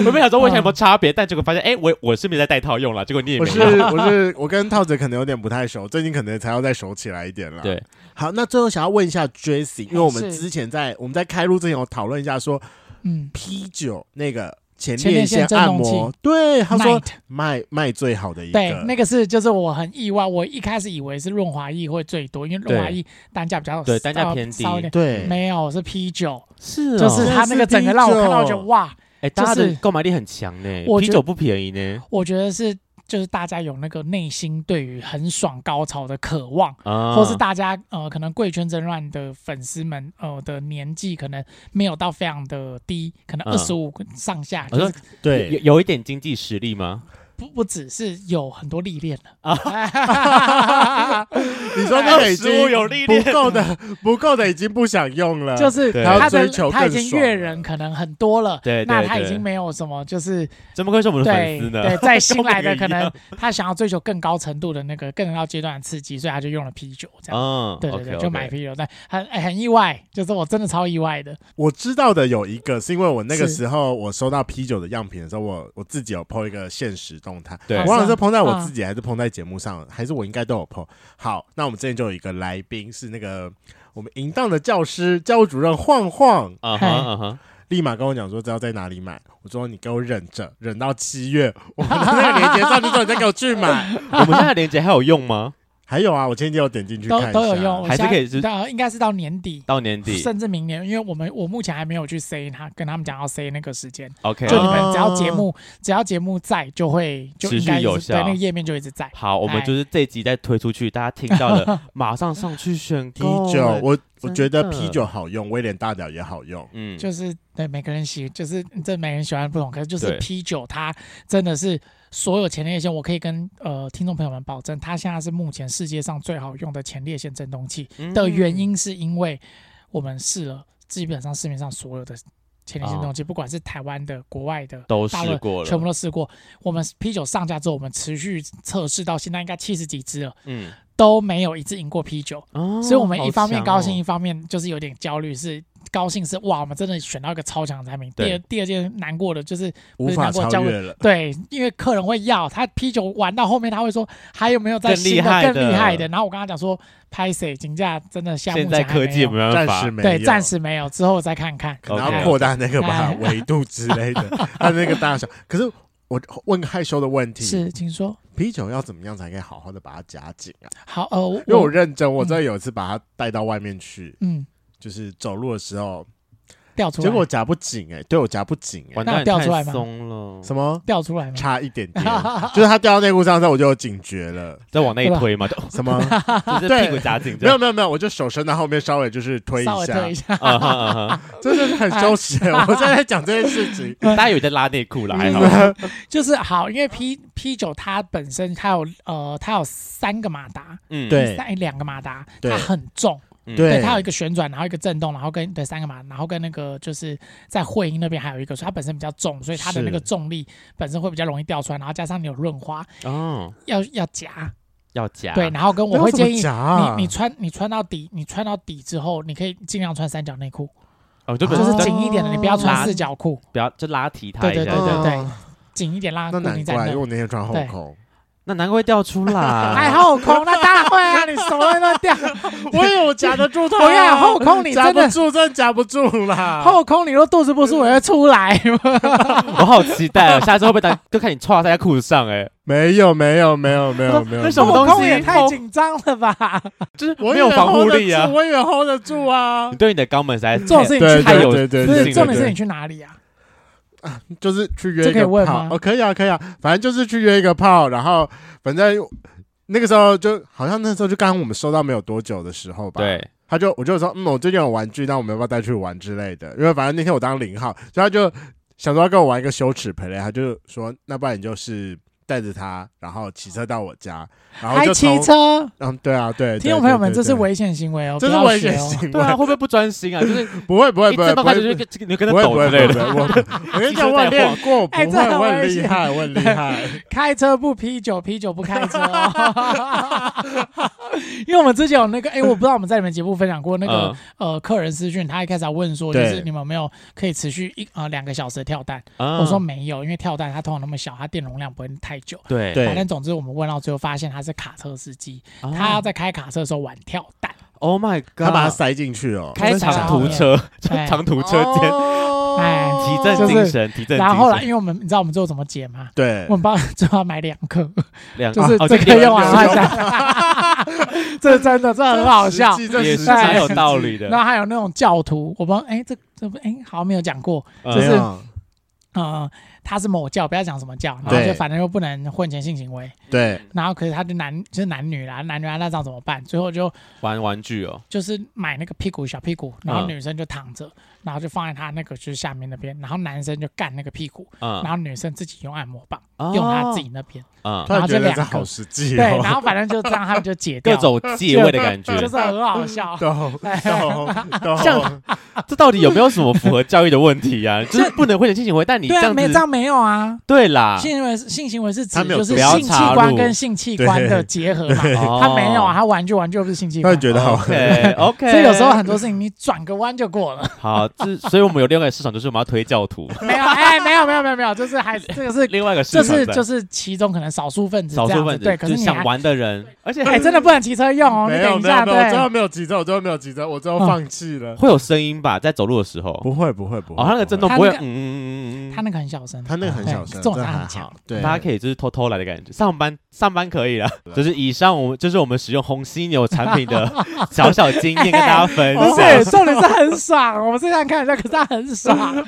[SPEAKER 2] 我本想说我想有没有
[SPEAKER 3] 嗯
[SPEAKER 2] 差别，但结果发现，哎，我我是没在戴套用了，结果你也
[SPEAKER 1] 我
[SPEAKER 2] 没
[SPEAKER 1] 是
[SPEAKER 2] 有。
[SPEAKER 1] 我是我跟套子可能有点不太熟，最近可能才要再熟起来一点了。
[SPEAKER 2] 对，
[SPEAKER 1] 好，那最后想要问一下 Jesse，因为我们
[SPEAKER 3] 是
[SPEAKER 1] 之前在我们在开录之前有讨论一下说
[SPEAKER 3] 嗯，
[SPEAKER 1] P 九那个前
[SPEAKER 3] 前列腺
[SPEAKER 1] 腺按
[SPEAKER 3] 振
[SPEAKER 1] 摩
[SPEAKER 3] 动，
[SPEAKER 1] 对他说
[SPEAKER 3] Night
[SPEAKER 1] 卖卖最好的一
[SPEAKER 3] 对，
[SPEAKER 1] 个，
[SPEAKER 3] 那个是就是我很意外，我一开始以为是润滑液会最多，因为润滑液单价比较
[SPEAKER 2] 对单价
[SPEAKER 3] 稍
[SPEAKER 2] 偏低
[SPEAKER 3] 稍一点
[SPEAKER 1] 对
[SPEAKER 3] 没有是 P 九，
[SPEAKER 2] 是
[SPEAKER 3] <laughs> 就是它那个整个让我看到我觉
[SPEAKER 1] 是
[SPEAKER 3] 得
[SPEAKER 1] P9
[SPEAKER 3] 哇，
[SPEAKER 2] 哎，
[SPEAKER 3] 就
[SPEAKER 2] 大家的
[SPEAKER 3] 是
[SPEAKER 2] 购买力很强呢，
[SPEAKER 3] 我
[SPEAKER 2] 啤
[SPEAKER 3] 觉
[SPEAKER 2] 酒不便宜呢
[SPEAKER 3] 我觉得是就是大家有那个内心对于很爽高潮的渴望。
[SPEAKER 2] 啊，
[SPEAKER 3] 或是大家呃，可能贵圈真乱的粉丝们呃的年纪可能没有到非常的低，可能
[SPEAKER 2] 嗯
[SPEAKER 3] 二十五上下，
[SPEAKER 2] 我
[SPEAKER 3] 就
[SPEAKER 2] 说
[SPEAKER 3] 是
[SPEAKER 2] 有
[SPEAKER 1] 对，
[SPEAKER 2] 有一点经济实力吗？
[SPEAKER 3] 不不只是有很多历练了
[SPEAKER 1] 你说那个已经
[SPEAKER 2] 食物有历
[SPEAKER 1] 不
[SPEAKER 2] 练
[SPEAKER 1] 够的不够的已经不想用了，
[SPEAKER 3] 就是
[SPEAKER 2] 嗯对
[SPEAKER 3] 他
[SPEAKER 1] 还要
[SPEAKER 3] 的
[SPEAKER 1] 追求
[SPEAKER 3] 他已
[SPEAKER 1] 更
[SPEAKER 3] 经
[SPEAKER 1] 爽
[SPEAKER 3] 阅人可能很多了，
[SPEAKER 2] 对对
[SPEAKER 3] 那他已
[SPEAKER 2] 对
[SPEAKER 3] 经没有什么就是
[SPEAKER 2] 怎么会是我们的 <laughs> 粉
[SPEAKER 3] 对
[SPEAKER 2] 丝
[SPEAKER 3] 对
[SPEAKER 2] 呢？，
[SPEAKER 3] 在新来的
[SPEAKER 2] <laughs> 跟
[SPEAKER 3] 可
[SPEAKER 2] 我们一
[SPEAKER 3] 能
[SPEAKER 2] 样
[SPEAKER 3] 他想要追求更高程度的那个更高阶段的刺激，所以他就用了啤酒这样。
[SPEAKER 2] 嗯，
[SPEAKER 3] 对对
[SPEAKER 2] OK，
[SPEAKER 3] 对
[SPEAKER 2] OK
[SPEAKER 3] 就买啤酒，但很哎很意外，就是我真的超意外的。
[SPEAKER 1] 我知道的有一个，是因为我那个
[SPEAKER 3] 是
[SPEAKER 1] 时候我收到啤酒的样品的时候，我我自己有 PO 一个现实动态，
[SPEAKER 2] 对
[SPEAKER 1] 我忘了
[SPEAKER 3] 是
[SPEAKER 1] 是
[SPEAKER 3] 啊
[SPEAKER 1] PO 在我自己还是 PO 在节目上，还是我应该都有 PO。好，那我们之前就有一个来宾是那个我们淫荡的教师教务主任晃晃，
[SPEAKER 2] 啊哈
[SPEAKER 3] 嗨
[SPEAKER 2] 啊哈，
[SPEAKER 1] 立马跟我讲说知道在哪里买，我说你给我忍着，忍到七月，我们的那个链接上，你说你再给我去买。
[SPEAKER 2] 我们现在连接还有用 <laughs> 吗？
[SPEAKER 1] 还有啊，我前几天有啊点进去看
[SPEAKER 3] 都
[SPEAKER 1] 一下，
[SPEAKER 3] 都有用，我
[SPEAKER 2] 还是
[SPEAKER 3] 现在
[SPEAKER 2] 可以是
[SPEAKER 3] 到应该是到年底，
[SPEAKER 2] 到年底
[SPEAKER 3] 甚至明年，因为我们我目前还没有去 say 他跟他们讲要 say 那个时间，
[SPEAKER 2] ，OK，啊
[SPEAKER 3] 就你
[SPEAKER 1] 哦
[SPEAKER 3] 们只要节目只要节目在，就会就
[SPEAKER 2] 持续
[SPEAKER 3] 应该
[SPEAKER 2] 有
[SPEAKER 3] 是对
[SPEAKER 2] 效
[SPEAKER 3] 那个页面就一直在。
[SPEAKER 2] 好，我们就是这一集再推出去，大家听到
[SPEAKER 3] <laughs>
[SPEAKER 2] 了马上上去 <laughs> 选
[SPEAKER 1] 啤
[SPEAKER 2] 购
[SPEAKER 1] 酒，我我
[SPEAKER 2] 真
[SPEAKER 1] 觉得
[SPEAKER 2] 的
[SPEAKER 1] 啤酒好用，威廉大屌也好用。
[SPEAKER 2] 嗯，
[SPEAKER 3] 就是对每个人喜，就是这每个人喜欢不同，可是就是
[SPEAKER 2] 对
[SPEAKER 3] 啤酒，它真的是所有前列腺，我可以跟呃听众朋友们保证，它现在是目前世界上最好用的前列腺振动器
[SPEAKER 2] 嗯
[SPEAKER 3] 的原因，是因为我们试了基本上市面上所有的前列腺动机，不管是台湾的、国外的，
[SPEAKER 2] 哦都
[SPEAKER 3] 大陆
[SPEAKER 2] 试过了，
[SPEAKER 3] 全部都试过。我们啤酒上架之后，我们持续测试到现在应该七十几支了，
[SPEAKER 2] 嗯，
[SPEAKER 3] 都没有一次赢过啤酒。
[SPEAKER 2] 哦
[SPEAKER 3] 所以我们一方面高兴，，
[SPEAKER 2] 好强
[SPEAKER 3] 一
[SPEAKER 2] 哦
[SPEAKER 3] 方面就是有点焦虑。是高兴是哇，我们真的选到一个超强的产品。第
[SPEAKER 2] 对
[SPEAKER 3] 二第二件难过的就是
[SPEAKER 1] 无法超越了。
[SPEAKER 3] 对，因为客人会要他啤酒玩到后面，他会说还有没有再
[SPEAKER 2] 更
[SPEAKER 3] 新
[SPEAKER 2] 厉害
[SPEAKER 3] 更
[SPEAKER 2] 的
[SPEAKER 3] 厉害的？然后我跟他讲说，拍谁竞价真的项目
[SPEAKER 2] 现在科技哦没办
[SPEAKER 1] 暂
[SPEAKER 2] 法
[SPEAKER 1] 时，没有，
[SPEAKER 3] 对，暂时没有，之后再看看。
[SPEAKER 1] 可能要
[SPEAKER 2] OK
[SPEAKER 1] 扩大那个吧
[SPEAKER 3] 哎
[SPEAKER 1] 维度之类
[SPEAKER 3] <laughs>
[SPEAKER 1] 的，它那个大小。可是我问个害羞的问题，
[SPEAKER 3] 是，请说。
[SPEAKER 1] 啤酒要怎么样才可以好好的把它夹紧啊？
[SPEAKER 3] 好，呃，我
[SPEAKER 1] 因为我认真，我真的有一次把它带到外面去，
[SPEAKER 3] 嗯
[SPEAKER 1] 就是走路的时候，
[SPEAKER 3] 掉出来，
[SPEAKER 1] 结果我夹不紧哎、对我夹不紧哎、
[SPEAKER 2] 完
[SPEAKER 3] 那
[SPEAKER 2] 蛋，
[SPEAKER 3] 有掉出
[SPEAKER 2] 太
[SPEAKER 3] 来吗
[SPEAKER 2] 松了，
[SPEAKER 1] 什么
[SPEAKER 3] 掉出来吗？
[SPEAKER 1] 差一点
[SPEAKER 3] <laughs>
[SPEAKER 1] 点，就是它掉到内裤上之后我就有警觉了，
[SPEAKER 2] 再往内
[SPEAKER 3] 对吧
[SPEAKER 2] 推嘛，就
[SPEAKER 1] 什
[SPEAKER 3] <laughs>
[SPEAKER 1] 么
[SPEAKER 2] <laughs> 就是屁股夹紧，
[SPEAKER 1] 没有没有没有，我就手伸到后面稍微就是推一
[SPEAKER 3] 稍微
[SPEAKER 1] 下
[SPEAKER 3] 推一，下， <laughs> 哎
[SPEAKER 2] 啊哈啊哈，
[SPEAKER 1] 真的是很羞耻、欸我正在讲这件事情，
[SPEAKER 2] 大家有在拉内裤啦，还好，
[SPEAKER 3] 就是好，因为啤啤酒它本身它有呃它有三个马达，
[SPEAKER 2] 嗯，
[SPEAKER 1] 对
[SPEAKER 3] 三哎两个马达，
[SPEAKER 1] 对
[SPEAKER 3] 它很重，
[SPEAKER 2] 嗯
[SPEAKER 1] 对
[SPEAKER 3] 它有一个旋转，然后一个震动，然后跟对三个马，然后跟那个就是在会阴那边还有一个，所以它本身比较重，所以它的
[SPEAKER 1] 是
[SPEAKER 3] 那个重力本身会比较容易掉出来，然后加上你有润滑，
[SPEAKER 2] 哦，
[SPEAKER 3] 要要夹，
[SPEAKER 2] 要夹，
[SPEAKER 3] 对，然后跟
[SPEAKER 1] 啊那
[SPEAKER 3] 我会
[SPEAKER 1] 要怎么
[SPEAKER 3] 建议
[SPEAKER 1] 夹啊
[SPEAKER 3] 你你穿你穿到底，你穿到底之后，你可以尽量穿三角内裤，
[SPEAKER 2] 哦，就
[SPEAKER 1] 对
[SPEAKER 3] 就是
[SPEAKER 1] 哦
[SPEAKER 3] 紧一点的，你不要穿
[SPEAKER 2] 拉
[SPEAKER 3] 四角裤，
[SPEAKER 2] 不要就拉提它一下，
[SPEAKER 3] 对对对
[SPEAKER 2] 这样
[SPEAKER 3] 对紧一点拉
[SPEAKER 1] 啊那
[SPEAKER 3] 固
[SPEAKER 1] 难
[SPEAKER 3] 定在
[SPEAKER 1] 怪，因为
[SPEAKER 3] 那。
[SPEAKER 1] 我那天穿后
[SPEAKER 3] 对
[SPEAKER 1] 空，
[SPEAKER 2] 那难怪会掉出来，
[SPEAKER 3] <laughs> 哎，后空那当然会啊，你手会乱
[SPEAKER 1] <laughs>
[SPEAKER 3] 掉。
[SPEAKER 1] 我有夹得住它，
[SPEAKER 3] 我跟你讲后空你
[SPEAKER 1] 啊夹
[SPEAKER 3] 真
[SPEAKER 1] 不
[SPEAKER 3] 的
[SPEAKER 1] 住，啊真的夹不住啦。
[SPEAKER 3] 后空你都肚子不舒服也会出来。
[SPEAKER 2] <laughs> 我好期待哦，下次会不会打，就看你穿在裤子上，
[SPEAKER 3] <laughs>
[SPEAKER 2] 哎，
[SPEAKER 1] 没有没有没有没有没有，
[SPEAKER 2] 那什么东
[SPEAKER 3] 后
[SPEAKER 2] 西
[SPEAKER 3] 空也太紧张了吧？
[SPEAKER 2] 就是
[SPEAKER 1] 我
[SPEAKER 2] 没有防护力啊，
[SPEAKER 1] 我也 hold 得住啊
[SPEAKER 2] 你。对你的肛门实在
[SPEAKER 3] 这种事
[SPEAKER 1] 对
[SPEAKER 3] 情去
[SPEAKER 2] 太
[SPEAKER 1] 对
[SPEAKER 2] 有
[SPEAKER 1] 对对，
[SPEAKER 3] 不
[SPEAKER 2] 自
[SPEAKER 1] 对
[SPEAKER 3] 是
[SPEAKER 1] 对
[SPEAKER 2] 信了
[SPEAKER 3] 重点是
[SPEAKER 1] 对
[SPEAKER 3] 你去哪里啊？
[SPEAKER 1] 就是去约
[SPEAKER 3] 这
[SPEAKER 1] 一
[SPEAKER 3] 可以
[SPEAKER 1] 个
[SPEAKER 3] 问
[SPEAKER 1] 炮
[SPEAKER 3] 吗，
[SPEAKER 1] 哦，可以啊可以啊，反正就是去约一个炮，然后反正那个时候就好像那时候就刚我们收到没有多久的时候吧，，
[SPEAKER 2] 对，
[SPEAKER 1] 他就我就说嗯，我最近有玩具，那我们要不要带去玩之类的？因为反正那天我当零号，所以他就想说要跟我玩一个羞耻陪雷，他就说那不然你就是。带着他，然后骑车到我家，然后
[SPEAKER 3] 还
[SPEAKER 1] 就
[SPEAKER 3] 骑
[SPEAKER 1] 从
[SPEAKER 3] 车？
[SPEAKER 1] 嗯，对啊，对，对
[SPEAKER 3] 听众朋友们，
[SPEAKER 1] 对
[SPEAKER 3] 这
[SPEAKER 1] 对
[SPEAKER 3] 是危险行为哦，
[SPEAKER 1] 这
[SPEAKER 3] 不
[SPEAKER 1] 是
[SPEAKER 3] 要
[SPEAKER 1] 危
[SPEAKER 3] 学
[SPEAKER 1] 险
[SPEAKER 3] 哦。
[SPEAKER 1] 行为
[SPEAKER 2] 对，啊，会不会不专心啊？
[SPEAKER 3] <laughs>
[SPEAKER 2] 就是
[SPEAKER 1] 不会不会
[SPEAKER 2] 一
[SPEAKER 1] 不会
[SPEAKER 2] 正
[SPEAKER 1] 不
[SPEAKER 2] 到开
[SPEAKER 1] 会
[SPEAKER 2] 始就跟你就跟
[SPEAKER 1] 不会
[SPEAKER 2] 他抖
[SPEAKER 1] 不会
[SPEAKER 2] 之
[SPEAKER 1] 不
[SPEAKER 2] 类
[SPEAKER 1] 会，
[SPEAKER 2] 的，
[SPEAKER 1] 我我跟你讲，我很练过，不
[SPEAKER 3] 哎 <laughs>
[SPEAKER 1] 会，
[SPEAKER 3] 这很
[SPEAKER 1] 我很厉
[SPEAKER 3] 危险
[SPEAKER 1] 害，我很厉害。
[SPEAKER 3] 开车不啤酒，啤酒不开车
[SPEAKER 1] <laughs>
[SPEAKER 3] 哦。 <laughs> 因为我们之前有那个，哎，我不知道我们在你们节目分享过那个
[SPEAKER 2] 嗯
[SPEAKER 3] 呃客人私讯，他一开始还问说，就
[SPEAKER 1] 对
[SPEAKER 3] 是你们有没有可以持续一呃两个小时的跳蛋？
[SPEAKER 1] 嗯
[SPEAKER 2] 啊
[SPEAKER 3] 我说没有，因为跳蛋它通常那么小，它电容量不会太久。
[SPEAKER 2] 对哦
[SPEAKER 1] 对哦
[SPEAKER 3] 反正总之我们问到最后发现他是卡车司机，他要在开卡车的时候玩跳蛋。
[SPEAKER 2] ，Oh my God，
[SPEAKER 1] 他把它塞进去哦，
[SPEAKER 2] 开长途车，长途车间，
[SPEAKER 3] 哎
[SPEAKER 2] 提振
[SPEAKER 3] 就是
[SPEAKER 2] 精神，提振精神。
[SPEAKER 3] 然后后来，因为我们你知道我们最后怎么解吗？
[SPEAKER 1] 对
[SPEAKER 3] 我，们帮他最后买两颗，
[SPEAKER 2] 两
[SPEAKER 3] 就是
[SPEAKER 2] 哦这
[SPEAKER 3] 这个
[SPEAKER 2] 个
[SPEAKER 3] 用啊
[SPEAKER 1] 有
[SPEAKER 3] 完换下， <laughs> 这真的这很好笑。
[SPEAKER 2] 也
[SPEAKER 1] 也
[SPEAKER 2] 是
[SPEAKER 3] 对
[SPEAKER 2] 蛮有道理的
[SPEAKER 3] 然，后还有那种教徒，我们哎、这这不哎、好像没有讲过，
[SPEAKER 2] 嗯
[SPEAKER 3] 就是呃，他是某教，不要讲什么教，然后
[SPEAKER 1] 对
[SPEAKER 3] 就反正又不能婚前性行为，
[SPEAKER 1] 对，
[SPEAKER 3] 然后可是他就男就是男女啦，男女啊那这样怎么办？最后就
[SPEAKER 2] 玩玩具哦，
[SPEAKER 3] 就是买那个屁股小屁股，然
[SPEAKER 2] 嗯
[SPEAKER 3] 后女生就躺着，然后就放在他那个就是下面那边，然后男生就干那个屁股，然
[SPEAKER 2] 嗯，
[SPEAKER 3] 后女生自己用按摩棒、
[SPEAKER 2] 哦
[SPEAKER 3] 用他自己那边，
[SPEAKER 2] 嗯
[SPEAKER 1] 突，然觉得这好实际
[SPEAKER 3] 对，
[SPEAKER 1] 哦，
[SPEAKER 3] 然后反正就这样他们就解掉
[SPEAKER 2] 各，种借位的感觉，
[SPEAKER 3] <laughs> 就是很好 <laughs> 笑。
[SPEAKER 1] <laughs> 懂懂
[SPEAKER 3] <laughs>
[SPEAKER 1] <laughs> 懂，
[SPEAKER 3] 啊
[SPEAKER 2] 这到底有没有什么符合教育的问题啊？就是不能婚前性行为，但你这
[SPEAKER 3] 对啊，
[SPEAKER 2] 样
[SPEAKER 3] 没
[SPEAKER 2] 子，
[SPEAKER 3] 这样没有啊。
[SPEAKER 2] 对啦，
[SPEAKER 3] 性行为是性行为是指
[SPEAKER 1] 他没有
[SPEAKER 3] 就是
[SPEAKER 2] 不要
[SPEAKER 3] 性器
[SPEAKER 2] 插
[SPEAKER 3] 官
[SPEAKER 2] 入
[SPEAKER 3] 跟性器官的结合嘛，
[SPEAKER 2] <laughs> 哦
[SPEAKER 3] 他没有啊，他玩具玩具又不是性器
[SPEAKER 1] 突
[SPEAKER 3] 官
[SPEAKER 1] 然。觉得好，
[SPEAKER 3] <laughs>
[SPEAKER 2] OK OK，
[SPEAKER 3] 所以有时候很多事情你转个弯就过了，
[SPEAKER 2] 好，这所以我们有另外一个市场，就是我们要推教
[SPEAKER 3] <laughs>
[SPEAKER 2] 徒，
[SPEAKER 3] 没有哎，没有没有没有没有，就是还是这
[SPEAKER 2] <laughs>
[SPEAKER 3] 个是
[SPEAKER 2] 另外一个市
[SPEAKER 3] 这
[SPEAKER 2] 场
[SPEAKER 3] 是
[SPEAKER 2] 在
[SPEAKER 3] 就是其中可能少数分子
[SPEAKER 2] 少
[SPEAKER 3] 这
[SPEAKER 2] 数
[SPEAKER 3] 样子
[SPEAKER 2] 分子，
[SPEAKER 3] 对，可
[SPEAKER 2] 就是是
[SPEAKER 3] 你
[SPEAKER 2] 想
[SPEAKER 3] 还
[SPEAKER 2] 玩的
[SPEAKER 3] <laughs>
[SPEAKER 2] 人，而且
[SPEAKER 3] 哎，真的不能骑车
[SPEAKER 1] <laughs>
[SPEAKER 3] 用哦，你
[SPEAKER 1] 没有
[SPEAKER 3] 等一
[SPEAKER 1] 没有
[SPEAKER 3] 下
[SPEAKER 1] 没有，我最后
[SPEAKER 3] 对。嗯
[SPEAKER 1] 没有急着，我 <laughs> 最后没有急着，我最后放弃了，
[SPEAKER 2] 会有声音吧，在走路的时候，
[SPEAKER 1] 不会不会不会，
[SPEAKER 2] 哦，他那个震动
[SPEAKER 3] 他
[SPEAKER 2] 不会，嗯
[SPEAKER 3] 那个
[SPEAKER 2] 嗯嗯嗯嗯
[SPEAKER 3] 他
[SPEAKER 2] 嗯
[SPEAKER 3] 那个很小声，
[SPEAKER 1] 他那个很小声，
[SPEAKER 3] 对重
[SPEAKER 1] 这
[SPEAKER 3] 点
[SPEAKER 1] 还
[SPEAKER 3] 很强
[SPEAKER 1] 好，对，。
[SPEAKER 2] 嗯，大家可以就是偷偷来的感觉，上班上班可以了，就是以上我们就是我们使用红犀牛产品
[SPEAKER 3] <laughs>
[SPEAKER 2] 的小小经验跟大家分
[SPEAKER 3] 不
[SPEAKER 2] 享
[SPEAKER 3] 是，哦重点是很爽。我们是这样看一下，可是他很爽。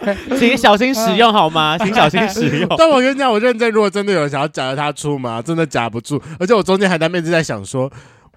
[SPEAKER 3] 对，
[SPEAKER 2] 请小心使用好吗？
[SPEAKER 3] 嗯
[SPEAKER 2] 请小心使
[SPEAKER 3] <laughs>
[SPEAKER 2] 用
[SPEAKER 1] 但我跟你啊讲，我认真，如果真的有人想要夹着它出嘛，真的夹不住。而且我中间还在面一直在想说，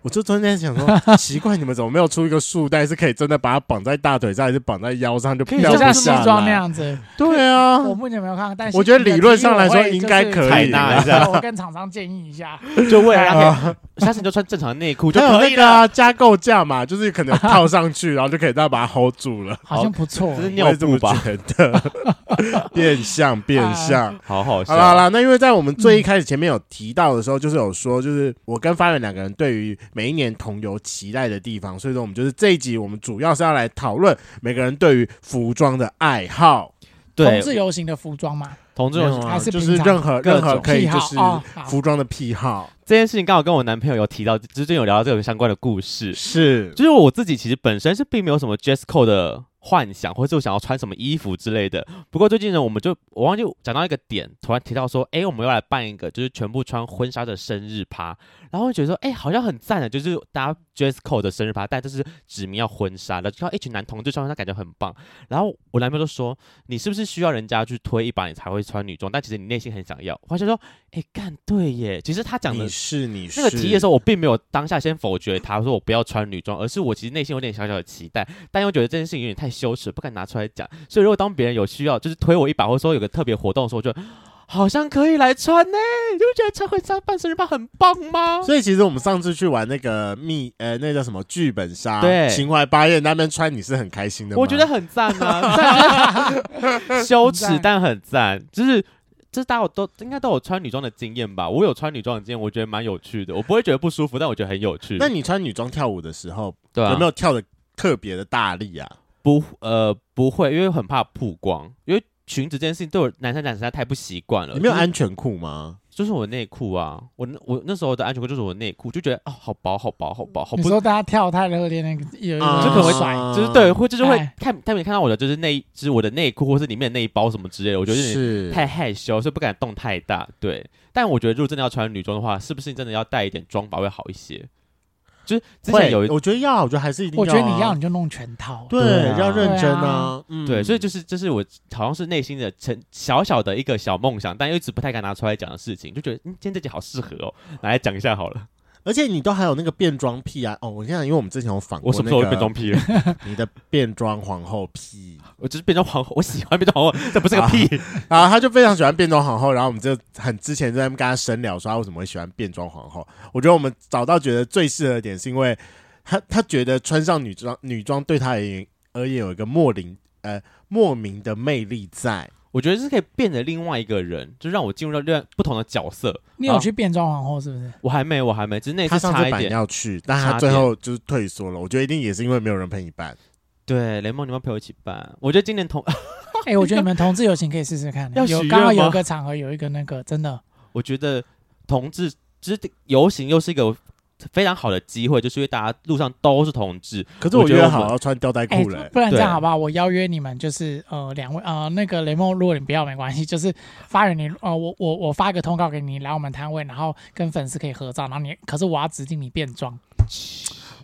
[SPEAKER 1] 我就中间在想说， <laughs> 奇怪，你们怎么没有出一个束带，是可以真的把它绑在大腿上，还是绑在腰上就
[SPEAKER 2] 可以
[SPEAKER 1] 掉
[SPEAKER 3] 就
[SPEAKER 1] 不
[SPEAKER 3] 像
[SPEAKER 2] 像
[SPEAKER 3] 西
[SPEAKER 1] 下
[SPEAKER 3] 装那
[SPEAKER 1] 来？
[SPEAKER 3] 样子。
[SPEAKER 1] 对啊，
[SPEAKER 3] 我目前没有看，但是
[SPEAKER 1] 我觉得理论上来说应该可以
[SPEAKER 3] 就是
[SPEAKER 2] 采纳一下
[SPEAKER 3] 我跟厂商建议一下，
[SPEAKER 2] 就为了让
[SPEAKER 3] 啊
[SPEAKER 2] 可以下次你就穿正常的内裤就
[SPEAKER 1] 还有
[SPEAKER 2] 可
[SPEAKER 1] 那
[SPEAKER 2] 以
[SPEAKER 1] 个
[SPEAKER 2] 了。
[SPEAKER 1] 啊加构架嘛，就是可能套上
[SPEAKER 2] <laughs>
[SPEAKER 1] 去，然后就可以再把它 hold 住了。
[SPEAKER 3] 好像不错欸
[SPEAKER 2] 这。是
[SPEAKER 1] 我
[SPEAKER 2] 尿
[SPEAKER 1] 也这么
[SPEAKER 2] 布吧？
[SPEAKER 1] 觉得，变相变相。
[SPEAKER 2] 好好笑。
[SPEAKER 1] 好啦好啦，那因为在我们最一开始前面有提到的时候，就是有说，就是我跟发源两个人对于每一年同游期待的地方，所以说我们就是这一集我们主要是要来讨论每个人对于服装的爱好，
[SPEAKER 3] 同志
[SPEAKER 2] 对，
[SPEAKER 3] 游行的服装嘛，
[SPEAKER 2] 同志
[SPEAKER 1] 没有
[SPEAKER 2] 游
[SPEAKER 1] 啊
[SPEAKER 3] 还是
[SPEAKER 1] 就
[SPEAKER 3] 平
[SPEAKER 1] 是
[SPEAKER 3] 常
[SPEAKER 1] 任何
[SPEAKER 2] 各
[SPEAKER 1] 任
[SPEAKER 2] 种
[SPEAKER 1] 何呃可以
[SPEAKER 3] 癖
[SPEAKER 1] 就
[SPEAKER 3] 好
[SPEAKER 1] 是
[SPEAKER 3] 哦好
[SPEAKER 1] 服装的癖好
[SPEAKER 2] 这件事情刚好跟我男朋友有提到，之前有聊到这个相关的故事。
[SPEAKER 1] 是
[SPEAKER 2] 就是我自己其实本身是并没有什么 dress code 的幻想，或者是我想要穿什么衣服之类的。不过最近呢，我们就我忘记讲到一个点，突然提到说，哎，我们要来办一个就是全部穿婚纱的生日趴，然后我就觉得说，哎，好像很赞的，就是大家 dress code 的生日趴，但就是指明要婚纱的，就看到一群男同志穿婚纱，感觉很棒。然后我男朋友就说，你是不是需要人家去推一把你才会穿女装？但其实你内心很想要。我发现说，哎，干对耶，其实他讲的
[SPEAKER 1] 你是你是
[SPEAKER 2] 那个提议的时候，我并没有当下先否决他，说我不要穿女装，而是我其实内心有点小小的期待，但又觉得这件事情有点太羞耻，不敢拿出来讲。所以如果当别人有需要，就是推我一把，或者说有个特别活动的时候，我就好像可以来穿呢、你就觉得穿婚纱办生日趴很棒吗？
[SPEAKER 1] 所以其实我们上次去玩那个密呃，那叫什么剧本杀，
[SPEAKER 2] 对
[SPEAKER 1] 秦淮八艳那边穿，你是很开心的吗？
[SPEAKER 2] 我觉得很赞啊，虽
[SPEAKER 1] <laughs>
[SPEAKER 2] 然觉得羞耻但很赞，就是。就是大家有都应该都有穿女装的经验吧？我有穿女装的经验，我觉得蛮有趣的，我不会觉得不舒服，但我觉得很有趣。
[SPEAKER 1] 那你穿女装跳舞的时候，
[SPEAKER 2] 对啊
[SPEAKER 1] 有没有跳的特别的大力啊？
[SPEAKER 2] 不，呃，不会，因为很怕曝光，因为裙子这件事情对我男生讲实在太不习惯了。
[SPEAKER 1] 你没有
[SPEAKER 2] 就是
[SPEAKER 1] 安全裤吗？
[SPEAKER 2] 就是我内裤啊，我那我那时候的安全裤就是我内裤，就觉得哦，好薄，好薄，好薄，好
[SPEAKER 3] 你
[SPEAKER 2] 不，
[SPEAKER 3] 说大家跳太热烈那个，有一
[SPEAKER 1] 啊
[SPEAKER 2] 就嗯可能
[SPEAKER 3] 个
[SPEAKER 2] 会
[SPEAKER 3] 甩，
[SPEAKER 2] 就是对，会就是会
[SPEAKER 3] 哎
[SPEAKER 2] 看，他们看到我的就是内，就是我的内裤或是里面的那一包什么之类的，我
[SPEAKER 1] 我
[SPEAKER 2] 觉得有点
[SPEAKER 1] 是
[SPEAKER 2] 太害羞，所以不敢动太大。对，但我觉得如果真的要穿女装的话，是不是真的要带一点妆法会好一些？就是之前
[SPEAKER 1] 会
[SPEAKER 2] 有一
[SPEAKER 1] 我觉得要，我觉得还是一定、啊。
[SPEAKER 3] 我觉得你要你就弄全套。
[SPEAKER 1] 对
[SPEAKER 2] 对啊
[SPEAKER 1] 要认真
[SPEAKER 3] 对
[SPEAKER 1] 啊
[SPEAKER 3] 啊，
[SPEAKER 1] 嗯，
[SPEAKER 2] 对，所以就是是这是我好像是内心的成小小的一个小梦想，但又一直不太敢拿出来讲的事情，就觉得嗯，今天这集好适合
[SPEAKER 1] <laughs>
[SPEAKER 2] 哦，拿来讲一下好了。
[SPEAKER 1] 而且你都还有那个变装癖啊！哦，我现在因为我们之前有访
[SPEAKER 2] 我
[SPEAKER 1] 过
[SPEAKER 2] 什么
[SPEAKER 1] 那
[SPEAKER 2] 时候会变装
[SPEAKER 1] 个 <laughs>
[SPEAKER 2] 癖了？
[SPEAKER 1] 你的变装皇后癖，
[SPEAKER 2] 我只是变装皇后，我 <laughs> 喜欢变装皇后，这不是个屁。
[SPEAKER 1] 然啊后他就非常喜欢变装皇后，然后我们就很之前就在那边跟他深聊说他为什么会喜欢变装皇后。我觉得我们找到觉得最适合的点是因为他他觉得穿上女装女装对他而言而言有一个莫名呃莫名的魅力在。
[SPEAKER 2] 我觉得是可以变得另外一个人，就让我进入到另外不同的角色。
[SPEAKER 3] 你
[SPEAKER 1] 啊
[SPEAKER 3] 有去变装皇后是
[SPEAKER 2] <laughs>
[SPEAKER 3] 不是？
[SPEAKER 2] 我还没，我还没，只是那
[SPEAKER 1] 他
[SPEAKER 2] 次
[SPEAKER 1] 上
[SPEAKER 2] 哎差
[SPEAKER 1] 次
[SPEAKER 2] 一
[SPEAKER 1] 本
[SPEAKER 2] 点。
[SPEAKER 1] 要去，但他最后就是退缩了。我觉得一定也是因为没有人陪你办。
[SPEAKER 2] 对，雷梦，你们陪我一起办。我觉得今年同，
[SPEAKER 3] 哎，我觉得你们同志游行可以试试看
[SPEAKER 2] 要，许
[SPEAKER 3] 有
[SPEAKER 2] 愿
[SPEAKER 3] 刚好有
[SPEAKER 2] 吗
[SPEAKER 3] 一个场合有一个那个真的
[SPEAKER 2] 我觉得同志之游行又是一个非常好的机会，就是因为大家路上都是同志，
[SPEAKER 1] 可是我
[SPEAKER 2] 我觉得
[SPEAKER 1] 约
[SPEAKER 2] 我们
[SPEAKER 1] 好要穿吊带
[SPEAKER 3] 哎、
[SPEAKER 1] 裤了、
[SPEAKER 3] 不然这样
[SPEAKER 2] 对
[SPEAKER 3] 好不好？我邀约你们，就是呃，两位呃，那个雷梦，如果你不要没关系，就是发给你呃，我我我发个通告给你，来我们摊位，然后跟粉丝可以合照，然后你，可是我要指定你变装，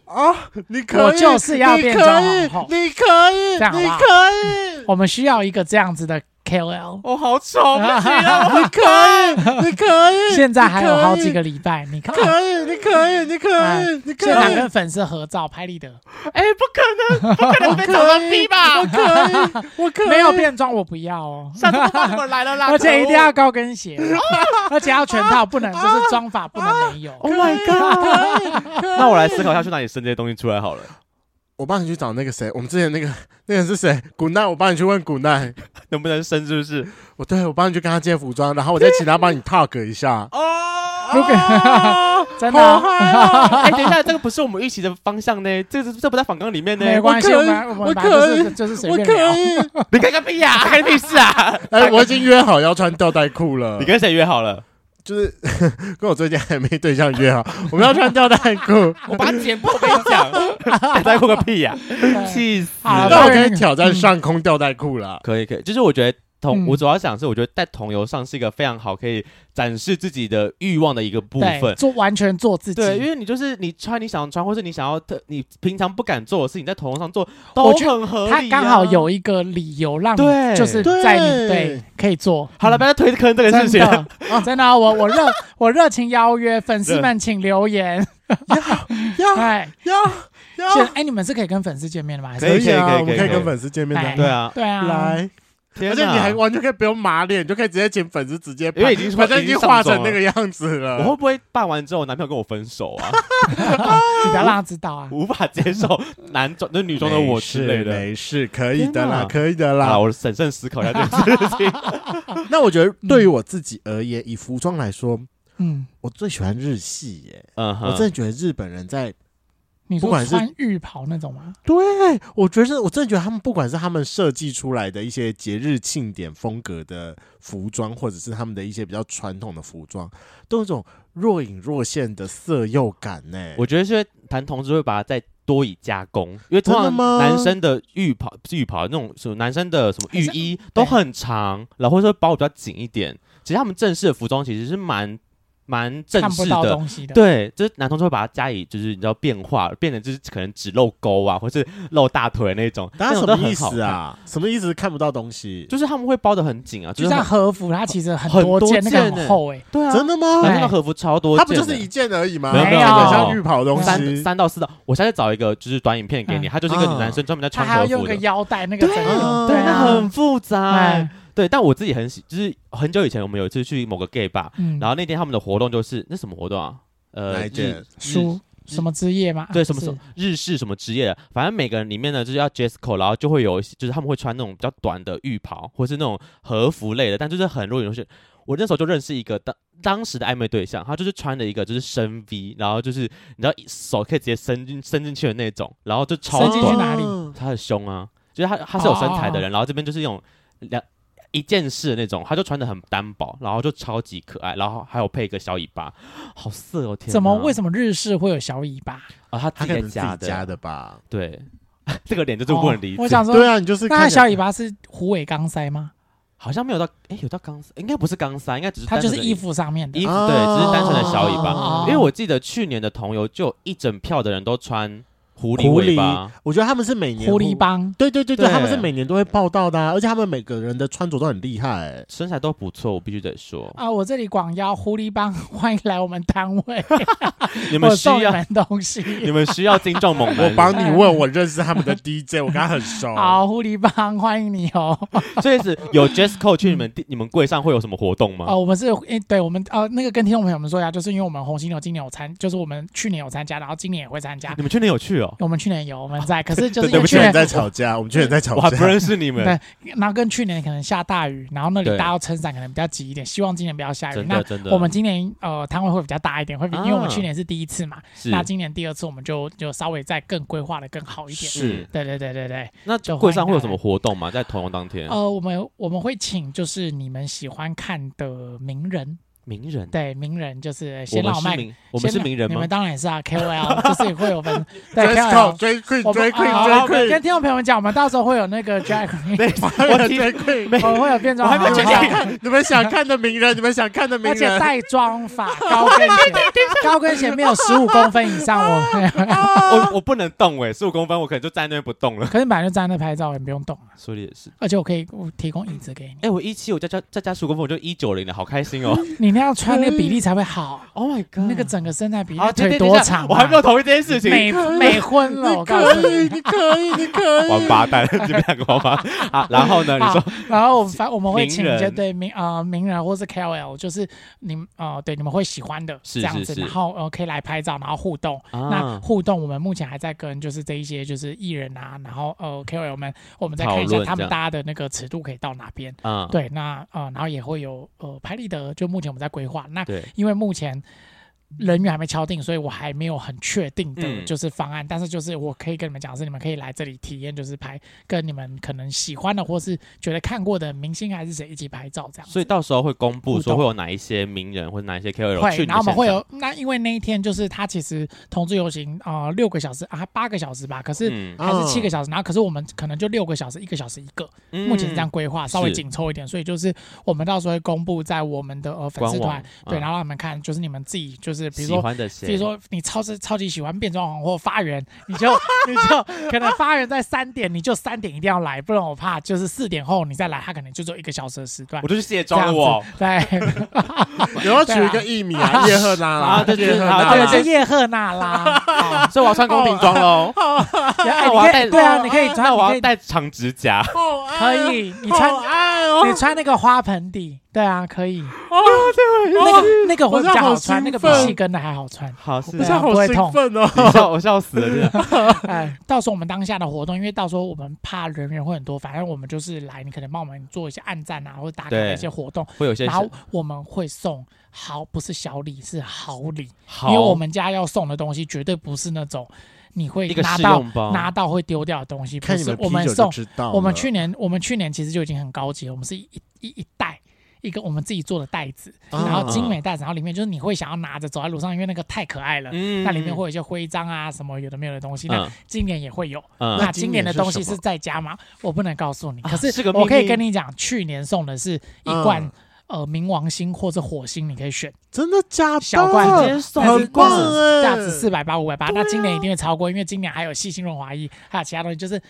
[SPEAKER 1] 啊！你可以，
[SPEAKER 3] 我就是要变装皇后
[SPEAKER 1] 你可以，
[SPEAKER 3] 这样好
[SPEAKER 1] 你
[SPEAKER 3] 不好
[SPEAKER 1] 可以，
[SPEAKER 3] 我们需要一个这样子的 KOL。
[SPEAKER 1] 哦
[SPEAKER 2] 我、好丑，不 <laughs> 行啊！
[SPEAKER 3] <laughs>
[SPEAKER 1] 你可以，你可以。
[SPEAKER 3] 现在还有好几个礼拜，你看，
[SPEAKER 1] 可以，你可以，你可
[SPEAKER 3] 哎
[SPEAKER 1] 以，你可
[SPEAKER 3] 现场
[SPEAKER 1] 以，
[SPEAKER 3] 跟粉丝合照拍立得，
[SPEAKER 2] 哎、不可能，不可能被找到逼吧？
[SPEAKER 1] 我可以，我可以。
[SPEAKER 3] 没有变装我不要哦，
[SPEAKER 2] 下次不帮你们来了啦！
[SPEAKER 3] 而且一定
[SPEAKER 2] 可
[SPEAKER 3] 要
[SPEAKER 2] 恶。
[SPEAKER 3] 高
[SPEAKER 1] <laughs>
[SPEAKER 3] 跟鞋，而且要全套，不能就是装法不能没有。
[SPEAKER 1] 哦
[SPEAKER 2] Oh my god！那我来思考一下去哪里生这些东西出来好了。
[SPEAKER 1] 我帮你去找那个谁，我们之前那个那个人是谁？古奈，我帮你去问古奈。
[SPEAKER 2] 能不能生是不是？
[SPEAKER 1] 我对我帮你去跟他借服装，然后我再请他帮你 talk 一下。
[SPEAKER 2] 哦，
[SPEAKER 3] 如果
[SPEAKER 2] 哦
[SPEAKER 3] 真的
[SPEAKER 2] 好
[SPEAKER 3] 啊
[SPEAKER 2] 嗨
[SPEAKER 3] <laughs>
[SPEAKER 2] 哦！哎、等一下，这个不是我们预期的方向呢，这这这不在反纲里面呢。
[SPEAKER 3] 没关系，
[SPEAKER 1] 我
[SPEAKER 3] 我
[SPEAKER 1] 可以
[SPEAKER 3] 们我
[SPEAKER 1] 我
[SPEAKER 3] 们反正就
[SPEAKER 1] 可
[SPEAKER 3] 是就是随
[SPEAKER 1] 我
[SPEAKER 3] 便
[SPEAKER 1] 可
[SPEAKER 3] 聊。
[SPEAKER 1] 以，
[SPEAKER 2] 你看个屁呀、看个屁事啊！
[SPEAKER 1] 哎，我已经约好要穿吊带裤了
[SPEAKER 2] 你。跟谁约好了？
[SPEAKER 1] 就是跟我最近还没对象约好，我们要穿吊带裤。
[SPEAKER 2] 我 <laughs> 把它剪破，我跟你
[SPEAKER 3] <laughs>
[SPEAKER 2] 讲，在乎个屁呀、
[SPEAKER 3] 对
[SPEAKER 2] 气死！
[SPEAKER 3] 好了
[SPEAKER 1] 那我可以挑战上空吊带裤啦。
[SPEAKER 2] 可以可以，就是我觉得同、
[SPEAKER 3] 嗯
[SPEAKER 2] 我主要想是，我觉得在同游上是一个非常好可以展示自己的欲望的一个部
[SPEAKER 3] 对，
[SPEAKER 2] 分。
[SPEAKER 3] 做完全做自己。
[SPEAKER 2] 对，因为你就是你穿你想穿，或是你想要特你平常不敢做的事情，在同游上做都
[SPEAKER 3] 我觉得
[SPEAKER 2] 很合理、啊
[SPEAKER 3] 他刚好。有一个理由让
[SPEAKER 2] 对
[SPEAKER 3] 你，就是在
[SPEAKER 1] 对
[SPEAKER 3] 你对可以做。
[SPEAKER 2] 好了，
[SPEAKER 3] 嗯
[SPEAKER 2] 不要再推坑这个事
[SPEAKER 3] 真
[SPEAKER 2] 情了。
[SPEAKER 3] 的，真的啊，
[SPEAKER 2] <laughs>
[SPEAKER 3] 我我热我热情邀约粉丝们，请留言。
[SPEAKER 1] 要
[SPEAKER 3] <laughs> 哎，
[SPEAKER 1] 要要，
[SPEAKER 3] 现哎，你们是可以跟粉丝见面的吗？还是
[SPEAKER 2] 可以
[SPEAKER 1] 啊，
[SPEAKER 2] 可以
[SPEAKER 1] 我们
[SPEAKER 2] 可以可以
[SPEAKER 1] 跟粉丝见面
[SPEAKER 3] 哎
[SPEAKER 1] 的，
[SPEAKER 2] 对啊，
[SPEAKER 3] 对啊，
[SPEAKER 1] 来，
[SPEAKER 2] 天
[SPEAKER 1] 而且你
[SPEAKER 2] 哪
[SPEAKER 1] 还完全可以不用麻脸，你就可以直接请粉丝直接拍，
[SPEAKER 2] 因为已经
[SPEAKER 1] 反正已经画成那个样子
[SPEAKER 2] 我会
[SPEAKER 1] 了。
[SPEAKER 2] 不会办完之后，我男朋友跟我分手
[SPEAKER 1] <laughs>
[SPEAKER 2] 啊？
[SPEAKER 3] 你不要让他知道啊。
[SPEAKER 2] 无法接受男装、那女装的我之类的。
[SPEAKER 1] 没事，没事可以的啦，
[SPEAKER 2] 天哪
[SPEAKER 1] 可以的啦
[SPEAKER 2] 啊，。我审慎思考一下
[SPEAKER 1] <laughs>
[SPEAKER 2] 这件事情。
[SPEAKER 1] 那我觉得对于我自己而言，以服装来说，
[SPEAKER 3] 嗯，
[SPEAKER 1] 我最喜欢日系耶，
[SPEAKER 2] 嗯哼，
[SPEAKER 1] 我真的觉得日本人在。
[SPEAKER 3] 你
[SPEAKER 1] 不管
[SPEAKER 3] 说
[SPEAKER 1] 是
[SPEAKER 3] 穿浴袍那种吗？
[SPEAKER 1] 对，我觉得我真的觉得他们不管是他们设计出来的一些节日庆典风格的服装，或者是他们的一些比较传统的服装，都有一种若隐若现的色诱感呢、
[SPEAKER 2] 我觉得是因为男同志会把它再多以加工，因为通
[SPEAKER 1] 真
[SPEAKER 2] 常
[SPEAKER 1] 的吗
[SPEAKER 2] 男生的浴袍、不是浴袍那种什么男生的什么浴
[SPEAKER 3] 男生
[SPEAKER 2] 衣都很长，然后或者说包比较紧一点。其实他们正式的服装其实是蛮蛮正
[SPEAKER 3] 看不
[SPEAKER 2] 式
[SPEAKER 3] 到
[SPEAKER 2] 的。
[SPEAKER 3] 东西的。
[SPEAKER 2] 对，就是男同志会把它加以就是你知道变化，变成就是可能只露沟啊，或是露大腿那种，
[SPEAKER 1] 大家
[SPEAKER 2] 那
[SPEAKER 1] 什
[SPEAKER 2] 种都
[SPEAKER 1] 么意
[SPEAKER 2] 很好
[SPEAKER 1] 思
[SPEAKER 2] 看？
[SPEAKER 1] 啊？什么意思？看不到东西？
[SPEAKER 2] 就是他们会包的很紧啊，就
[SPEAKER 3] 就是像
[SPEAKER 2] 很
[SPEAKER 3] 和服，它其实很
[SPEAKER 2] 很
[SPEAKER 3] 多
[SPEAKER 2] 多
[SPEAKER 3] 件，那个
[SPEAKER 2] 件欸
[SPEAKER 3] 很厚哎。
[SPEAKER 2] 对啊，
[SPEAKER 1] 真的
[SPEAKER 2] 男
[SPEAKER 1] 吗？
[SPEAKER 2] 生的和服超多件的，
[SPEAKER 1] 它不就是一件而已吗？
[SPEAKER 2] 没有
[SPEAKER 1] 那
[SPEAKER 3] 没有
[SPEAKER 1] 个像浴袍的东
[SPEAKER 2] 三
[SPEAKER 1] 西，
[SPEAKER 2] 三到四道，我下次找一个就是短影片给你，
[SPEAKER 3] 嗯
[SPEAKER 2] 他就是一个
[SPEAKER 1] 啊
[SPEAKER 2] 男生专门在
[SPEAKER 3] 它
[SPEAKER 2] 穿
[SPEAKER 3] 还要
[SPEAKER 2] 和
[SPEAKER 3] 用
[SPEAKER 2] 服
[SPEAKER 3] 个
[SPEAKER 2] 的，
[SPEAKER 3] 腰带，那个整个
[SPEAKER 1] 对
[SPEAKER 2] 那很
[SPEAKER 3] 啊，
[SPEAKER 2] 复杂
[SPEAKER 3] 哎。，
[SPEAKER 2] 对，但我自己很喜，就是很久以前我们有一次去某个 gay 吧，
[SPEAKER 3] 嗯，
[SPEAKER 2] 然后那天他们的活动就是那什么活动啊？
[SPEAKER 1] 哪
[SPEAKER 2] 呃，
[SPEAKER 1] 一
[SPEAKER 2] 日
[SPEAKER 1] 件？
[SPEAKER 3] 书什么之夜嘛？
[SPEAKER 2] 对什么什
[SPEAKER 3] 啊是
[SPEAKER 2] 么日式什么职业的，反正每个人里面呢就是要 dress code，然后就会有一些就是他们会穿那种比较短的浴袍，或是那种和服类的，但就是很弱有些。我那时候就认识一个当当时的暧昧对象，他就是穿了一个就是深 V，然后就是你知道手可以直接伸进伸进去的那种，然后就超
[SPEAKER 3] 伸进去哦
[SPEAKER 2] 短，
[SPEAKER 3] 哪里
[SPEAKER 1] 啊
[SPEAKER 2] 他的胸啊，就是他他是有身材的人，然后这边就是用两一件式的那种，他就穿的很单薄，然后就超级可爱，然后还有配一个小尾巴，好色哦天哪！
[SPEAKER 3] 怎么为
[SPEAKER 2] 么
[SPEAKER 3] 什么日式会有小尾巴？
[SPEAKER 2] 啊？他
[SPEAKER 1] 他
[SPEAKER 2] 自
[SPEAKER 1] 可
[SPEAKER 2] 己
[SPEAKER 1] 能自己
[SPEAKER 2] 在家的
[SPEAKER 1] 加的吧？
[SPEAKER 2] 对， <laughs> 这个脸就是不能理解。
[SPEAKER 3] 哦我想说，
[SPEAKER 1] 对啊，你就是
[SPEAKER 3] 那他
[SPEAKER 1] 看起来
[SPEAKER 3] 小尾巴是虎尾钢塞吗？
[SPEAKER 2] 好像没有到，哎，有到钢丝，应该不是钢丝啊，应该只是
[SPEAKER 3] 它就是
[SPEAKER 2] 单纯的
[SPEAKER 3] 衣服上面的
[SPEAKER 2] 衣服，
[SPEAKER 1] 啊
[SPEAKER 2] 对，只是单纯的小尾
[SPEAKER 3] 哦
[SPEAKER 2] 巴。因为我记得去年的同游就有一整票的人都穿狐狸
[SPEAKER 1] 狐
[SPEAKER 2] 尾
[SPEAKER 1] 狸
[SPEAKER 2] 巴，
[SPEAKER 1] 我觉得他们是每年
[SPEAKER 3] 狐狸帮。
[SPEAKER 1] 对对对对，
[SPEAKER 2] 对
[SPEAKER 1] 他们是每年都会报道的、啊，而且他们每个人的穿着都很厉害、欸。
[SPEAKER 2] 身材都不错，我必须得说，
[SPEAKER 3] 啊！我这里广邀狐狸帮， <laughs> 欢迎来我们摊位，
[SPEAKER 2] 你们
[SPEAKER 3] 我
[SPEAKER 2] 需
[SPEAKER 3] 送你
[SPEAKER 2] <laughs> 要
[SPEAKER 3] 们东
[SPEAKER 2] 你
[SPEAKER 3] 西。
[SPEAKER 2] 们需要精壮猛男，
[SPEAKER 1] 我帮你问，我认识他们的 DJ，我跟他很熟。
[SPEAKER 3] 好，狐狸帮，欢迎你哦！
[SPEAKER 2] 所以是有 Jess Code 去你们地你们柜上会有什么活动吗？
[SPEAKER 3] 哦，我们是诶，对，我们呃，那个跟听众朋友们说一下，就是因为我们红犀牛今年有参，就是我们去年有参加，然后今年也会参加
[SPEAKER 2] 你。们去年有去哦？
[SPEAKER 3] 我们去年有，我们在，可是就是因
[SPEAKER 1] 对
[SPEAKER 3] 为
[SPEAKER 1] 不
[SPEAKER 3] 去
[SPEAKER 1] 起，我们
[SPEAKER 3] 年
[SPEAKER 1] 在吵架，我们去年在吵
[SPEAKER 2] 我还
[SPEAKER 1] 架
[SPEAKER 2] 不。认识你们，
[SPEAKER 3] 对，然后跟去年可能下大雨，然后那里
[SPEAKER 2] 对
[SPEAKER 3] 大家要撑伞可能比较急一点，希望今年不要下雨。
[SPEAKER 2] 真的
[SPEAKER 3] 那
[SPEAKER 2] 真的，
[SPEAKER 3] 我们今年呃摊位会比较大一点，会比因为我们
[SPEAKER 2] 啊
[SPEAKER 3] 去年是第一次嘛，
[SPEAKER 2] 是
[SPEAKER 3] 那今年第二次我们就就稍微再更规划的更好一点。
[SPEAKER 2] 是
[SPEAKER 3] 对对对对对，
[SPEAKER 2] 那
[SPEAKER 3] 就
[SPEAKER 2] 柜上会有
[SPEAKER 3] 欢迎大家
[SPEAKER 2] 什么活动吗？在同游当天，
[SPEAKER 3] 呃，我们我们会请就是你们喜欢看的名人，
[SPEAKER 2] 名人，
[SPEAKER 3] 对名人就是
[SPEAKER 2] 我
[SPEAKER 3] 先
[SPEAKER 2] 们
[SPEAKER 3] 让我
[SPEAKER 2] 是
[SPEAKER 3] 卖，
[SPEAKER 2] 名我们
[SPEAKER 3] 先
[SPEAKER 2] 是名人
[SPEAKER 3] 你
[SPEAKER 2] 吗
[SPEAKER 3] 们？当然
[SPEAKER 2] <laughs>
[SPEAKER 3] 也是啊，KOL 就是会有分对
[SPEAKER 1] Dress code，
[SPEAKER 3] KOL，
[SPEAKER 1] 追 queen，
[SPEAKER 3] 我
[SPEAKER 1] 追
[SPEAKER 3] 们
[SPEAKER 1] queen，
[SPEAKER 3] 啊我
[SPEAKER 1] 追
[SPEAKER 3] 跟听众朋友们讲，我们到时候会有那个
[SPEAKER 2] <laughs>
[SPEAKER 3] drag queen，
[SPEAKER 1] queen，
[SPEAKER 2] 我听
[SPEAKER 1] 追 queen。
[SPEAKER 2] 没
[SPEAKER 3] 我们会有变装
[SPEAKER 2] 我还
[SPEAKER 3] 皇
[SPEAKER 1] 你
[SPEAKER 2] 没
[SPEAKER 3] 后，
[SPEAKER 2] 讲
[SPEAKER 1] 们想看，你们想看的名人，你们想看的名
[SPEAKER 3] 而且
[SPEAKER 1] 人。
[SPEAKER 3] 带妆法、高跟鞋，高跟鞋没有十五公分以上， <laughs> 我
[SPEAKER 2] 我我不能动哎，十五公分我可能就站在那边不动了。
[SPEAKER 3] 可是本来就站在那拍照，也不用动啊。
[SPEAKER 2] <laughs> 说的也是，
[SPEAKER 3] 而且我可以我提供椅子给你，
[SPEAKER 2] 哎，我一七我再加再加十五公分我就一九零了，好开心哦
[SPEAKER 3] 你那样穿那个比例才会好，
[SPEAKER 2] <laughs> ！Oh my god，
[SPEAKER 3] 那个整个身材比例
[SPEAKER 2] 好，等
[SPEAKER 3] 腿
[SPEAKER 2] 等等一
[SPEAKER 3] 多
[SPEAKER 2] 下
[SPEAKER 3] 长啊，
[SPEAKER 2] 我还没有同意这件事情。
[SPEAKER 3] 美美婚了，我
[SPEAKER 1] 你
[SPEAKER 3] 告诉
[SPEAKER 1] 可
[SPEAKER 3] 你。
[SPEAKER 1] 以，你可以，你可以。
[SPEAKER 2] 王八蛋， <laughs> 你们两个王八
[SPEAKER 3] <laughs>
[SPEAKER 2] 蛋啊！然后呢？你说
[SPEAKER 3] 好，然后我们反我们会
[SPEAKER 2] 名
[SPEAKER 3] 请一些
[SPEAKER 2] 人
[SPEAKER 3] 对名呃名人或是 KOL，就是你们呃对你们会喜欢的
[SPEAKER 2] 是
[SPEAKER 3] 这样
[SPEAKER 2] 是
[SPEAKER 3] 子，
[SPEAKER 2] 是
[SPEAKER 3] 然后呃可以来拍照，然后互动。那
[SPEAKER 2] 啊，
[SPEAKER 3] 互动，我们目前还在跟就是这一些就是艺人啊，然后呃 KOL 们，我们再看一
[SPEAKER 2] 讨
[SPEAKER 3] 下
[SPEAKER 2] 论
[SPEAKER 3] 他
[SPEAKER 2] 这
[SPEAKER 3] 们
[SPEAKER 2] 样
[SPEAKER 3] 大家的那个尺度可以到哪边。
[SPEAKER 2] 啊，
[SPEAKER 3] 对，那呃，然后也会有呃拍立得，就目前我们在规划。那
[SPEAKER 2] 对
[SPEAKER 3] 因为目前人员还没敲定，所以我还没有很确定的
[SPEAKER 2] 嗯
[SPEAKER 3] 就是方案。但是就是我可以跟你们讲的是，你们可以来这里体验，就是拍跟你们可能喜欢的或是觉得看过的明星还是谁一起拍照这样子。
[SPEAKER 2] 所以到时候会公布
[SPEAKER 3] 互
[SPEAKER 2] 说
[SPEAKER 3] 动
[SPEAKER 2] 会有哪一些名人或者哪一些 KOL 去
[SPEAKER 3] 会，
[SPEAKER 2] 你的
[SPEAKER 3] 然后我们
[SPEAKER 2] 现
[SPEAKER 3] 会
[SPEAKER 2] 场
[SPEAKER 3] 有那，因为那一天就是他其实同志游行啊六、个小时啊八个小时吧，可是
[SPEAKER 2] 嗯
[SPEAKER 3] 还是
[SPEAKER 1] 嗯
[SPEAKER 3] 七个小时，然后可是我们可能就六个小时，一个小时一个，
[SPEAKER 2] 嗯
[SPEAKER 3] 目前是这样规划，稍微
[SPEAKER 2] 是
[SPEAKER 3] 紧凑一点，所以就是我们到时候会公布在我们的呃粉丝
[SPEAKER 2] 官
[SPEAKER 3] 团
[SPEAKER 2] 网，嗯
[SPEAKER 3] 对，然后让你们看，就是你们自己就是比
[SPEAKER 2] 喜
[SPEAKER 3] 如说。
[SPEAKER 2] 欢的谁，
[SPEAKER 3] 比如说，你超是超级喜欢变装皇或发源，你就 <laughs> 你就可能发源在三点，你就三点一定要来，不然我怕就是四点后你再来，他可能就只有一个小时的时段
[SPEAKER 2] 我。就去卸
[SPEAKER 3] 这
[SPEAKER 2] 妆
[SPEAKER 3] 样
[SPEAKER 2] 了
[SPEAKER 3] 子
[SPEAKER 2] 我， <laughs>
[SPEAKER 3] 对，
[SPEAKER 1] 你要取一个艺名啊，叶赫那拉，
[SPEAKER 2] 啊对对
[SPEAKER 1] 叶赫
[SPEAKER 2] 啊
[SPEAKER 1] 那
[SPEAKER 3] 啊，
[SPEAKER 1] 拉
[SPEAKER 3] 对，是叶赫那拉。
[SPEAKER 2] <laughs> 所以我要穿宫廷装喽。
[SPEAKER 3] 哎，
[SPEAKER 2] 那 <laughs>
[SPEAKER 3] 你
[SPEAKER 2] 我要
[SPEAKER 3] 可以
[SPEAKER 2] 戴
[SPEAKER 3] 对啊，你可以
[SPEAKER 2] 那
[SPEAKER 3] 穿，
[SPEAKER 2] 我要
[SPEAKER 3] 你可以
[SPEAKER 2] 戴长指甲，
[SPEAKER 1] 好爱哦
[SPEAKER 3] 可以，你穿
[SPEAKER 1] 好爱哦，
[SPEAKER 3] 你穿那个花盆底，对啊，可以。
[SPEAKER 1] 哦，
[SPEAKER 3] 那个那个会
[SPEAKER 1] 我
[SPEAKER 3] 比
[SPEAKER 1] 现在
[SPEAKER 3] 较
[SPEAKER 1] 好
[SPEAKER 3] 好穿，
[SPEAKER 1] 兴
[SPEAKER 3] 那个比
[SPEAKER 1] 奋
[SPEAKER 3] 细跟的还好穿。
[SPEAKER 2] 好是
[SPEAKER 1] 我
[SPEAKER 3] 对
[SPEAKER 1] 现在
[SPEAKER 3] 啊
[SPEAKER 1] 好
[SPEAKER 3] 不会
[SPEAKER 1] 兴
[SPEAKER 3] 痛
[SPEAKER 1] 奋哦，
[SPEAKER 2] 你 <laughs> 笑我笑死了，真的。
[SPEAKER 3] <laughs> 哎，到时候我们当下的活动，因为到时候我们怕人员会很多，反正我们就是来，你可能帮我们做一些暗赞啊，或者打卡的
[SPEAKER 2] 对
[SPEAKER 3] 一些活动，
[SPEAKER 2] 会有一些
[SPEAKER 3] 然后我们会送好不是小礼是好礼，因
[SPEAKER 2] 好，
[SPEAKER 3] 为我们家要送的东西绝对不是那种你会
[SPEAKER 2] 一个
[SPEAKER 3] 拿
[SPEAKER 2] 试
[SPEAKER 3] 到
[SPEAKER 2] 用包
[SPEAKER 3] 拿到会丢掉的东西，不
[SPEAKER 1] 看你
[SPEAKER 3] 是
[SPEAKER 1] 们
[SPEAKER 3] 我们
[SPEAKER 1] 啤酒就
[SPEAKER 3] 送
[SPEAKER 1] 知道了，
[SPEAKER 3] 我们去年，我们去年其实就已经很高级了，我们是一一一袋。一个我们自己做的袋子，
[SPEAKER 1] 啊
[SPEAKER 3] 然后精美袋子，然后里面就是你会想要拿着走在路上，因为那个太可爱了。
[SPEAKER 2] 嗯
[SPEAKER 3] 那里面会有一些徽章啊，什么有的没有的东西。那
[SPEAKER 2] 嗯
[SPEAKER 3] 今年也会有。
[SPEAKER 2] 嗯
[SPEAKER 3] 那
[SPEAKER 1] 今
[SPEAKER 3] 今年
[SPEAKER 1] 啊
[SPEAKER 3] 的
[SPEAKER 1] 年是
[SPEAKER 3] 东西
[SPEAKER 1] 什
[SPEAKER 3] 是
[SPEAKER 1] 么
[SPEAKER 3] 在家吗？我不能告诉你。
[SPEAKER 2] 啊
[SPEAKER 3] 可
[SPEAKER 2] 是个
[SPEAKER 3] 我可以
[SPEAKER 2] 秘密
[SPEAKER 3] 跟你讲，去年送的是一罐
[SPEAKER 1] 嗯
[SPEAKER 3] 呃冥王星或者火星，你可以选。
[SPEAKER 1] 真的假的？
[SPEAKER 3] 小
[SPEAKER 1] <laughs>
[SPEAKER 3] 罐
[SPEAKER 2] 直接送
[SPEAKER 1] 很棒哎，
[SPEAKER 3] 价值四百八、五百
[SPEAKER 1] 啊
[SPEAKER 3] 八，那今年一定会超过，因为今年还有细心润滑液，还有其他东西，就是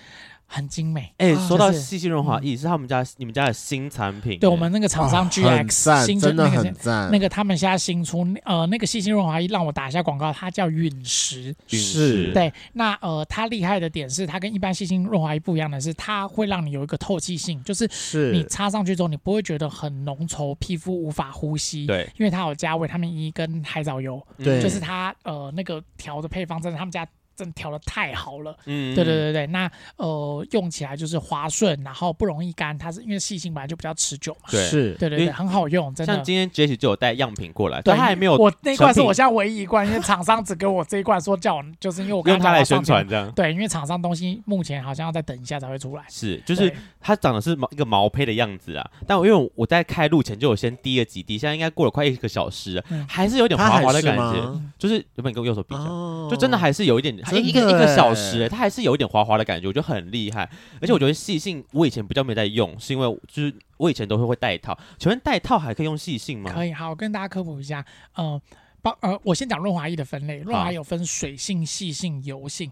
[SPEAKER 3] 很精美。
[SPEAKER 2] 哎，
[SPEAKER 1] 啊
[SPEAKER 2] 说到
[SPEAKER 3] 就是嗯
[SPEAKER 2] 细心润滑液是他们家你们家的新产品，
[SPEAKER 3] 对
[SPEAKER 2] 哎
[SPEAKER 3] 我们那个厂商
[SPEAKER 1] 哦很
[SPEAKER 3] GX
[SPEAKER 1] 赞，
[SPEAKER 3] 新出
[SPEAKER 1] 真的
[SPEAKER 3] 那个
[SPEAKER 1] 很
[SPEAKER 3] 是
[SPEAKER 2] 嗯
[SPEAKER 1] 赞
[SPEAKER 3] 那。个他们现在新出呃那个细心润滑液，让我打一下广告，它叫陨石。
[SPEAKER 1] 是
[SPEAKER 2] 陨石
[SPEAKER 3] 对，那呃它厉害的点是，它跟一般细心润滑液不一样的是，它会让你有一个透气性，就是
[SPEAKER 1] 是
[SPEAKER 3] 你擦上去之后，你不会觉得很浓稠，皮肤无法呼吸。。
[SPEAKER 2] 对，
[SPEAKER 3] 因为它有加维他命 E 跟海藻油，
[SPEAKER 2] 嗯
[SPEAKER 1] 对
[SPEAKER 3] 就是它呃那个调的配方真的他们家真的调的太好了，
[SPEAKER 2] 嗯
[SPEAKER 3] 对对，对对，那呃用起来就是滑顺，然后不容易干，它是因为细心本来就比较持久嘛。
[SPEAKER 2] 对
[SPEAKER 1] 是
[SPEAKER 3] 对对
[SPEAKER 2] 因
[SPEAKER 3] 对，
[SPEAKER 2] 为
[SPEAKER 3] 很好用，真的
[SPEAKER 2] 像。今天 Jesse 就有带样品过来，
[SPEAKER 3] 对，
[SPEAKER 2] 但他还没有
[SPEAKER 3] 我那一罐是
[SPEAKER 2] 成品
[SPEAKER 3] 我现在唯一一罐，因为厂商只给我这一罐，说叫我就是因为我刚
[SPEAKER 2] 用
[SPEAKER 3] 刚
[SPEAKER 2] 它来
[SPEAKER 3] 拿到
[SPEAKER 2] 宣
[SPEAKER 3] 上
[SPEAKER 2] 传，
[SPEAKER 3] 面
[SPEAKER 2] 这样。
[SPEAKER 3] 对，因为厂商东西目前好像要再等一下才会出来，
[SPEAKER 2] 是，就是
[SPEAKER 3] 对
[SPEAKER 2] 它长得是毛一个毛胚的样子啊，但我因为我在开录前就有先滴了几滴，现在应该过了快一个小时了，
[SPEAKER 3] 嗯
[SPEAKER 2] 还是有点
[SPEAKER 1] 他
[SPEAKER 2] 滑
[SPEAKER 1] 还
[SPEAKER 2] 滑的
[SPEAKER 1] 是
[SPEAKER 2] 感觉，
[SPEAKER 1] 吗？
[SPEAKER 2] 就是原本跟我右手比较，
[SPEAKER 1] 哦
[SPEAKER 2] 就真的还是有一点，
[SPEAKER 1] 真
[SPEAKER 2] 一一个一
[SPEAKER 1] 的
[SPEAKER 2] 个小时、
[SPEAKER 1] 欸
[SPEAKER 2] 欸，它还是有一点滑滑的感觉，我觉得很厉害。而且我觉得细性，我以前比较没在用，是因为就是我以前都会会带套。请问带套还可以用细性吗？
[SPEAKER 3] 可
[SPEAKER 2] 以。
[SPEAKER 3] 以。好，我跟大家科普一下，呃，包呃，我先讲润滑液的分类，润滑
[SPEAKER 2] 好
[SPEAKER 3] 有分水性、细性、油性。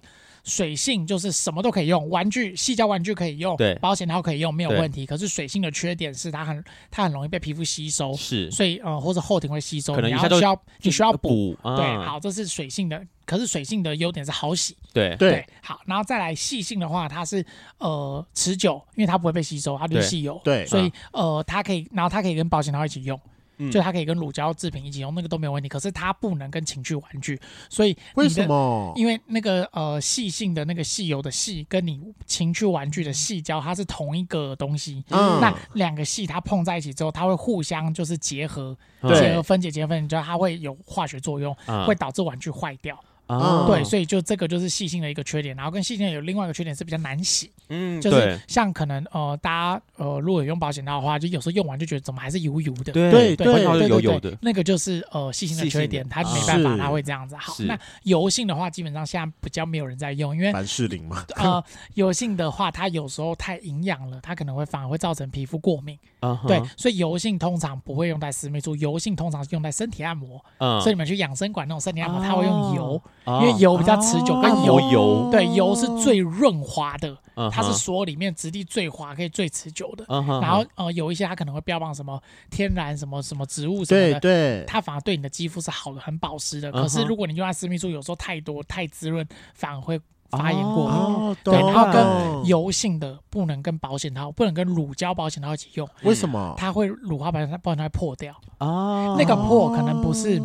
[SPEAKER 3] 水性就是什么都可以用，玩具、细胶玩具可以用，
[SPEAKER 2] 对
[SPEAKER 3] 保险套可以用，没有
[SPEAKER 2] 对
[SPEAKER 3] 问题。可是水性的缺点是它很它很容易被皮肤吸收，
[SPEAKER 2] 是，
[SPEAKER 3] 所以呃或者后庭会吸收，
[SPEAKER 2] 可能一
[SPEAKER 3] 然
[SPEAKER 2] 下
[SPEAKER 3] 后
[SPEAKER 2] 就
[SPEAKER 3] 需要你需要
[SPEAKER 2] 就
[SPEAKER 3] 补。
[SPEAKER 2] 啊、
[SPEAKER 3] 对，好，这是水性的。可是水性的优点是好洗，
[SPEAKER 2] 对
[SPEAKER 1] 对，
[SPEAKER 3] 好，然后再来细性的话，它是呃持久，因为它不会被吸收，它就是
[SPEAKER 2] 对
[SPEAKER 3] 细油，
[SPEAKER 1] 对啊
[SPEAKER 3] 所以呃它可以，然后它可以跟保险套一起用，
[SPEAKER 2] 嗯
[SPEAKER 3] 就它可以跟乳胶制品一起用，那个都没有问题。可是它不能跟情趣玩具，所以
[SPEAKER 1] 为
[SPEAKER 3] 你的
[SPEAKER 1] 什？么？
[SPEAKER 3] 因为那个呃细性的那个细油的细，跟你情趣玩具的细胶，它是同一个东西。
[SPEAKER 1] 嗯
[SPEAKER 3] 那两个细它碰在一起之后，它会互相就是结合，
[SPEAKER 2] 嗯
[SPEAKER 1] 对嗯
[SPEAKER 3] 结合分解，结合分解之后，它会有化学作用，
[SPEAKER 2] 啊
[SPEAKER 3] 会导致玩具坏掉。
[SPEAKER 2] 啊
[SPEAKER 3] 对，所以就这个就是细心的一个缺点，然后跟细心的有另外一个缺点是比较难洗，
[SPEAKER 2] 嗯，
[SPEAKER 3] 就是
[SPEAKER 2] 对
[SPEAKER 3] 像可能呃，大家呃，如果有用保险套的话，就有时候用完就觉得怎么还是油油的。
[SPEAKER 1] 对
[SPEAKER 3] 对
[SPEAKER 1] 保
[SPEAKER 2] 会
[SPEAKER 1] 险套
[SPEAKER 2] 像
[SPEAKER 3] 对
[SPEAKER 2] 油
[SPEAKER 3] 对
[SPEAKER 2] 油
[SPEAKER 3] 对
[SPEAKER 2] 的，，
[SPEAKER 3] 那个就是呃细心的
[SPEAKER 2] 细心的
[SPEAKER 3] 缺点，它
[SPEAKER 2] 啊
[SPEAKER 3] 没办法，
[SPEAKER 1] 是
[SPEAKER 3] 它会这样子。好，
[SPEAKER 2] 是
[SPEAKER 3] 那油性的话，基本上现在比较没有人在用，因为
[SPEAKER 1] 凡士林吗？
[SPEAKER 3] 呃油性的话，它有时候太营养了，它可能会反而会造成皮肤过敏。
[SPEAKER 2] 啊
[SPEAKER 3] 对，，所以油性通常不会用在私密处，油性通常是用在身体按摩。
[SPEAKER 2] 嗯哦啊
[SPEAKER 3] 所以你们去养生馆那种身体按摩，它会用油，
[SPEAKER 2] 因
[SPEAKER 3] 因为油比较持久，
[SPEAKER 2] 按
[SPEAKER 3] 跟
[SPEAKER 2] 摩
[SPEAKER 3] 油
[SPEAKER 2] 油
[SPEAKER 3] 对，油是最润滑的，它
[SPEAKER 2] 它
[SPEAKER 3] 是所有里面质地最滑，可以最持久的。
[SPEAKER 2] 嗯哼
[SPEAKER 3] 然后呃，有一些它可能会标榜什么天然什么什么植物什
[SPEAKER 1] 对
[SPEAKER 3] 么的，
[SPEAKER 1] 对，
[SPEAKER 3] 它反而对你的肌肤是好的，很保湿的。
[SPEAKER 2] 嗯哼
[SPEAKER 3] 可是如果你用在私密处，有时候太多太滋润，反而会发炎过敏。
[SPEAKER 1] 哦，
[SPEAKER 3] 对然后跟
[SPEAKER 1] 懂
[SPEAKER 3] 油性的不能跟保险套，不能跟乳胶保险套一起用，
[SPEAKER 1] 为什么
[SPEAKER 3] 它会乳化保险套保险套会破掉。
[SPEAKER 2] 啊
[SPEAKER 3] 那个破可能不是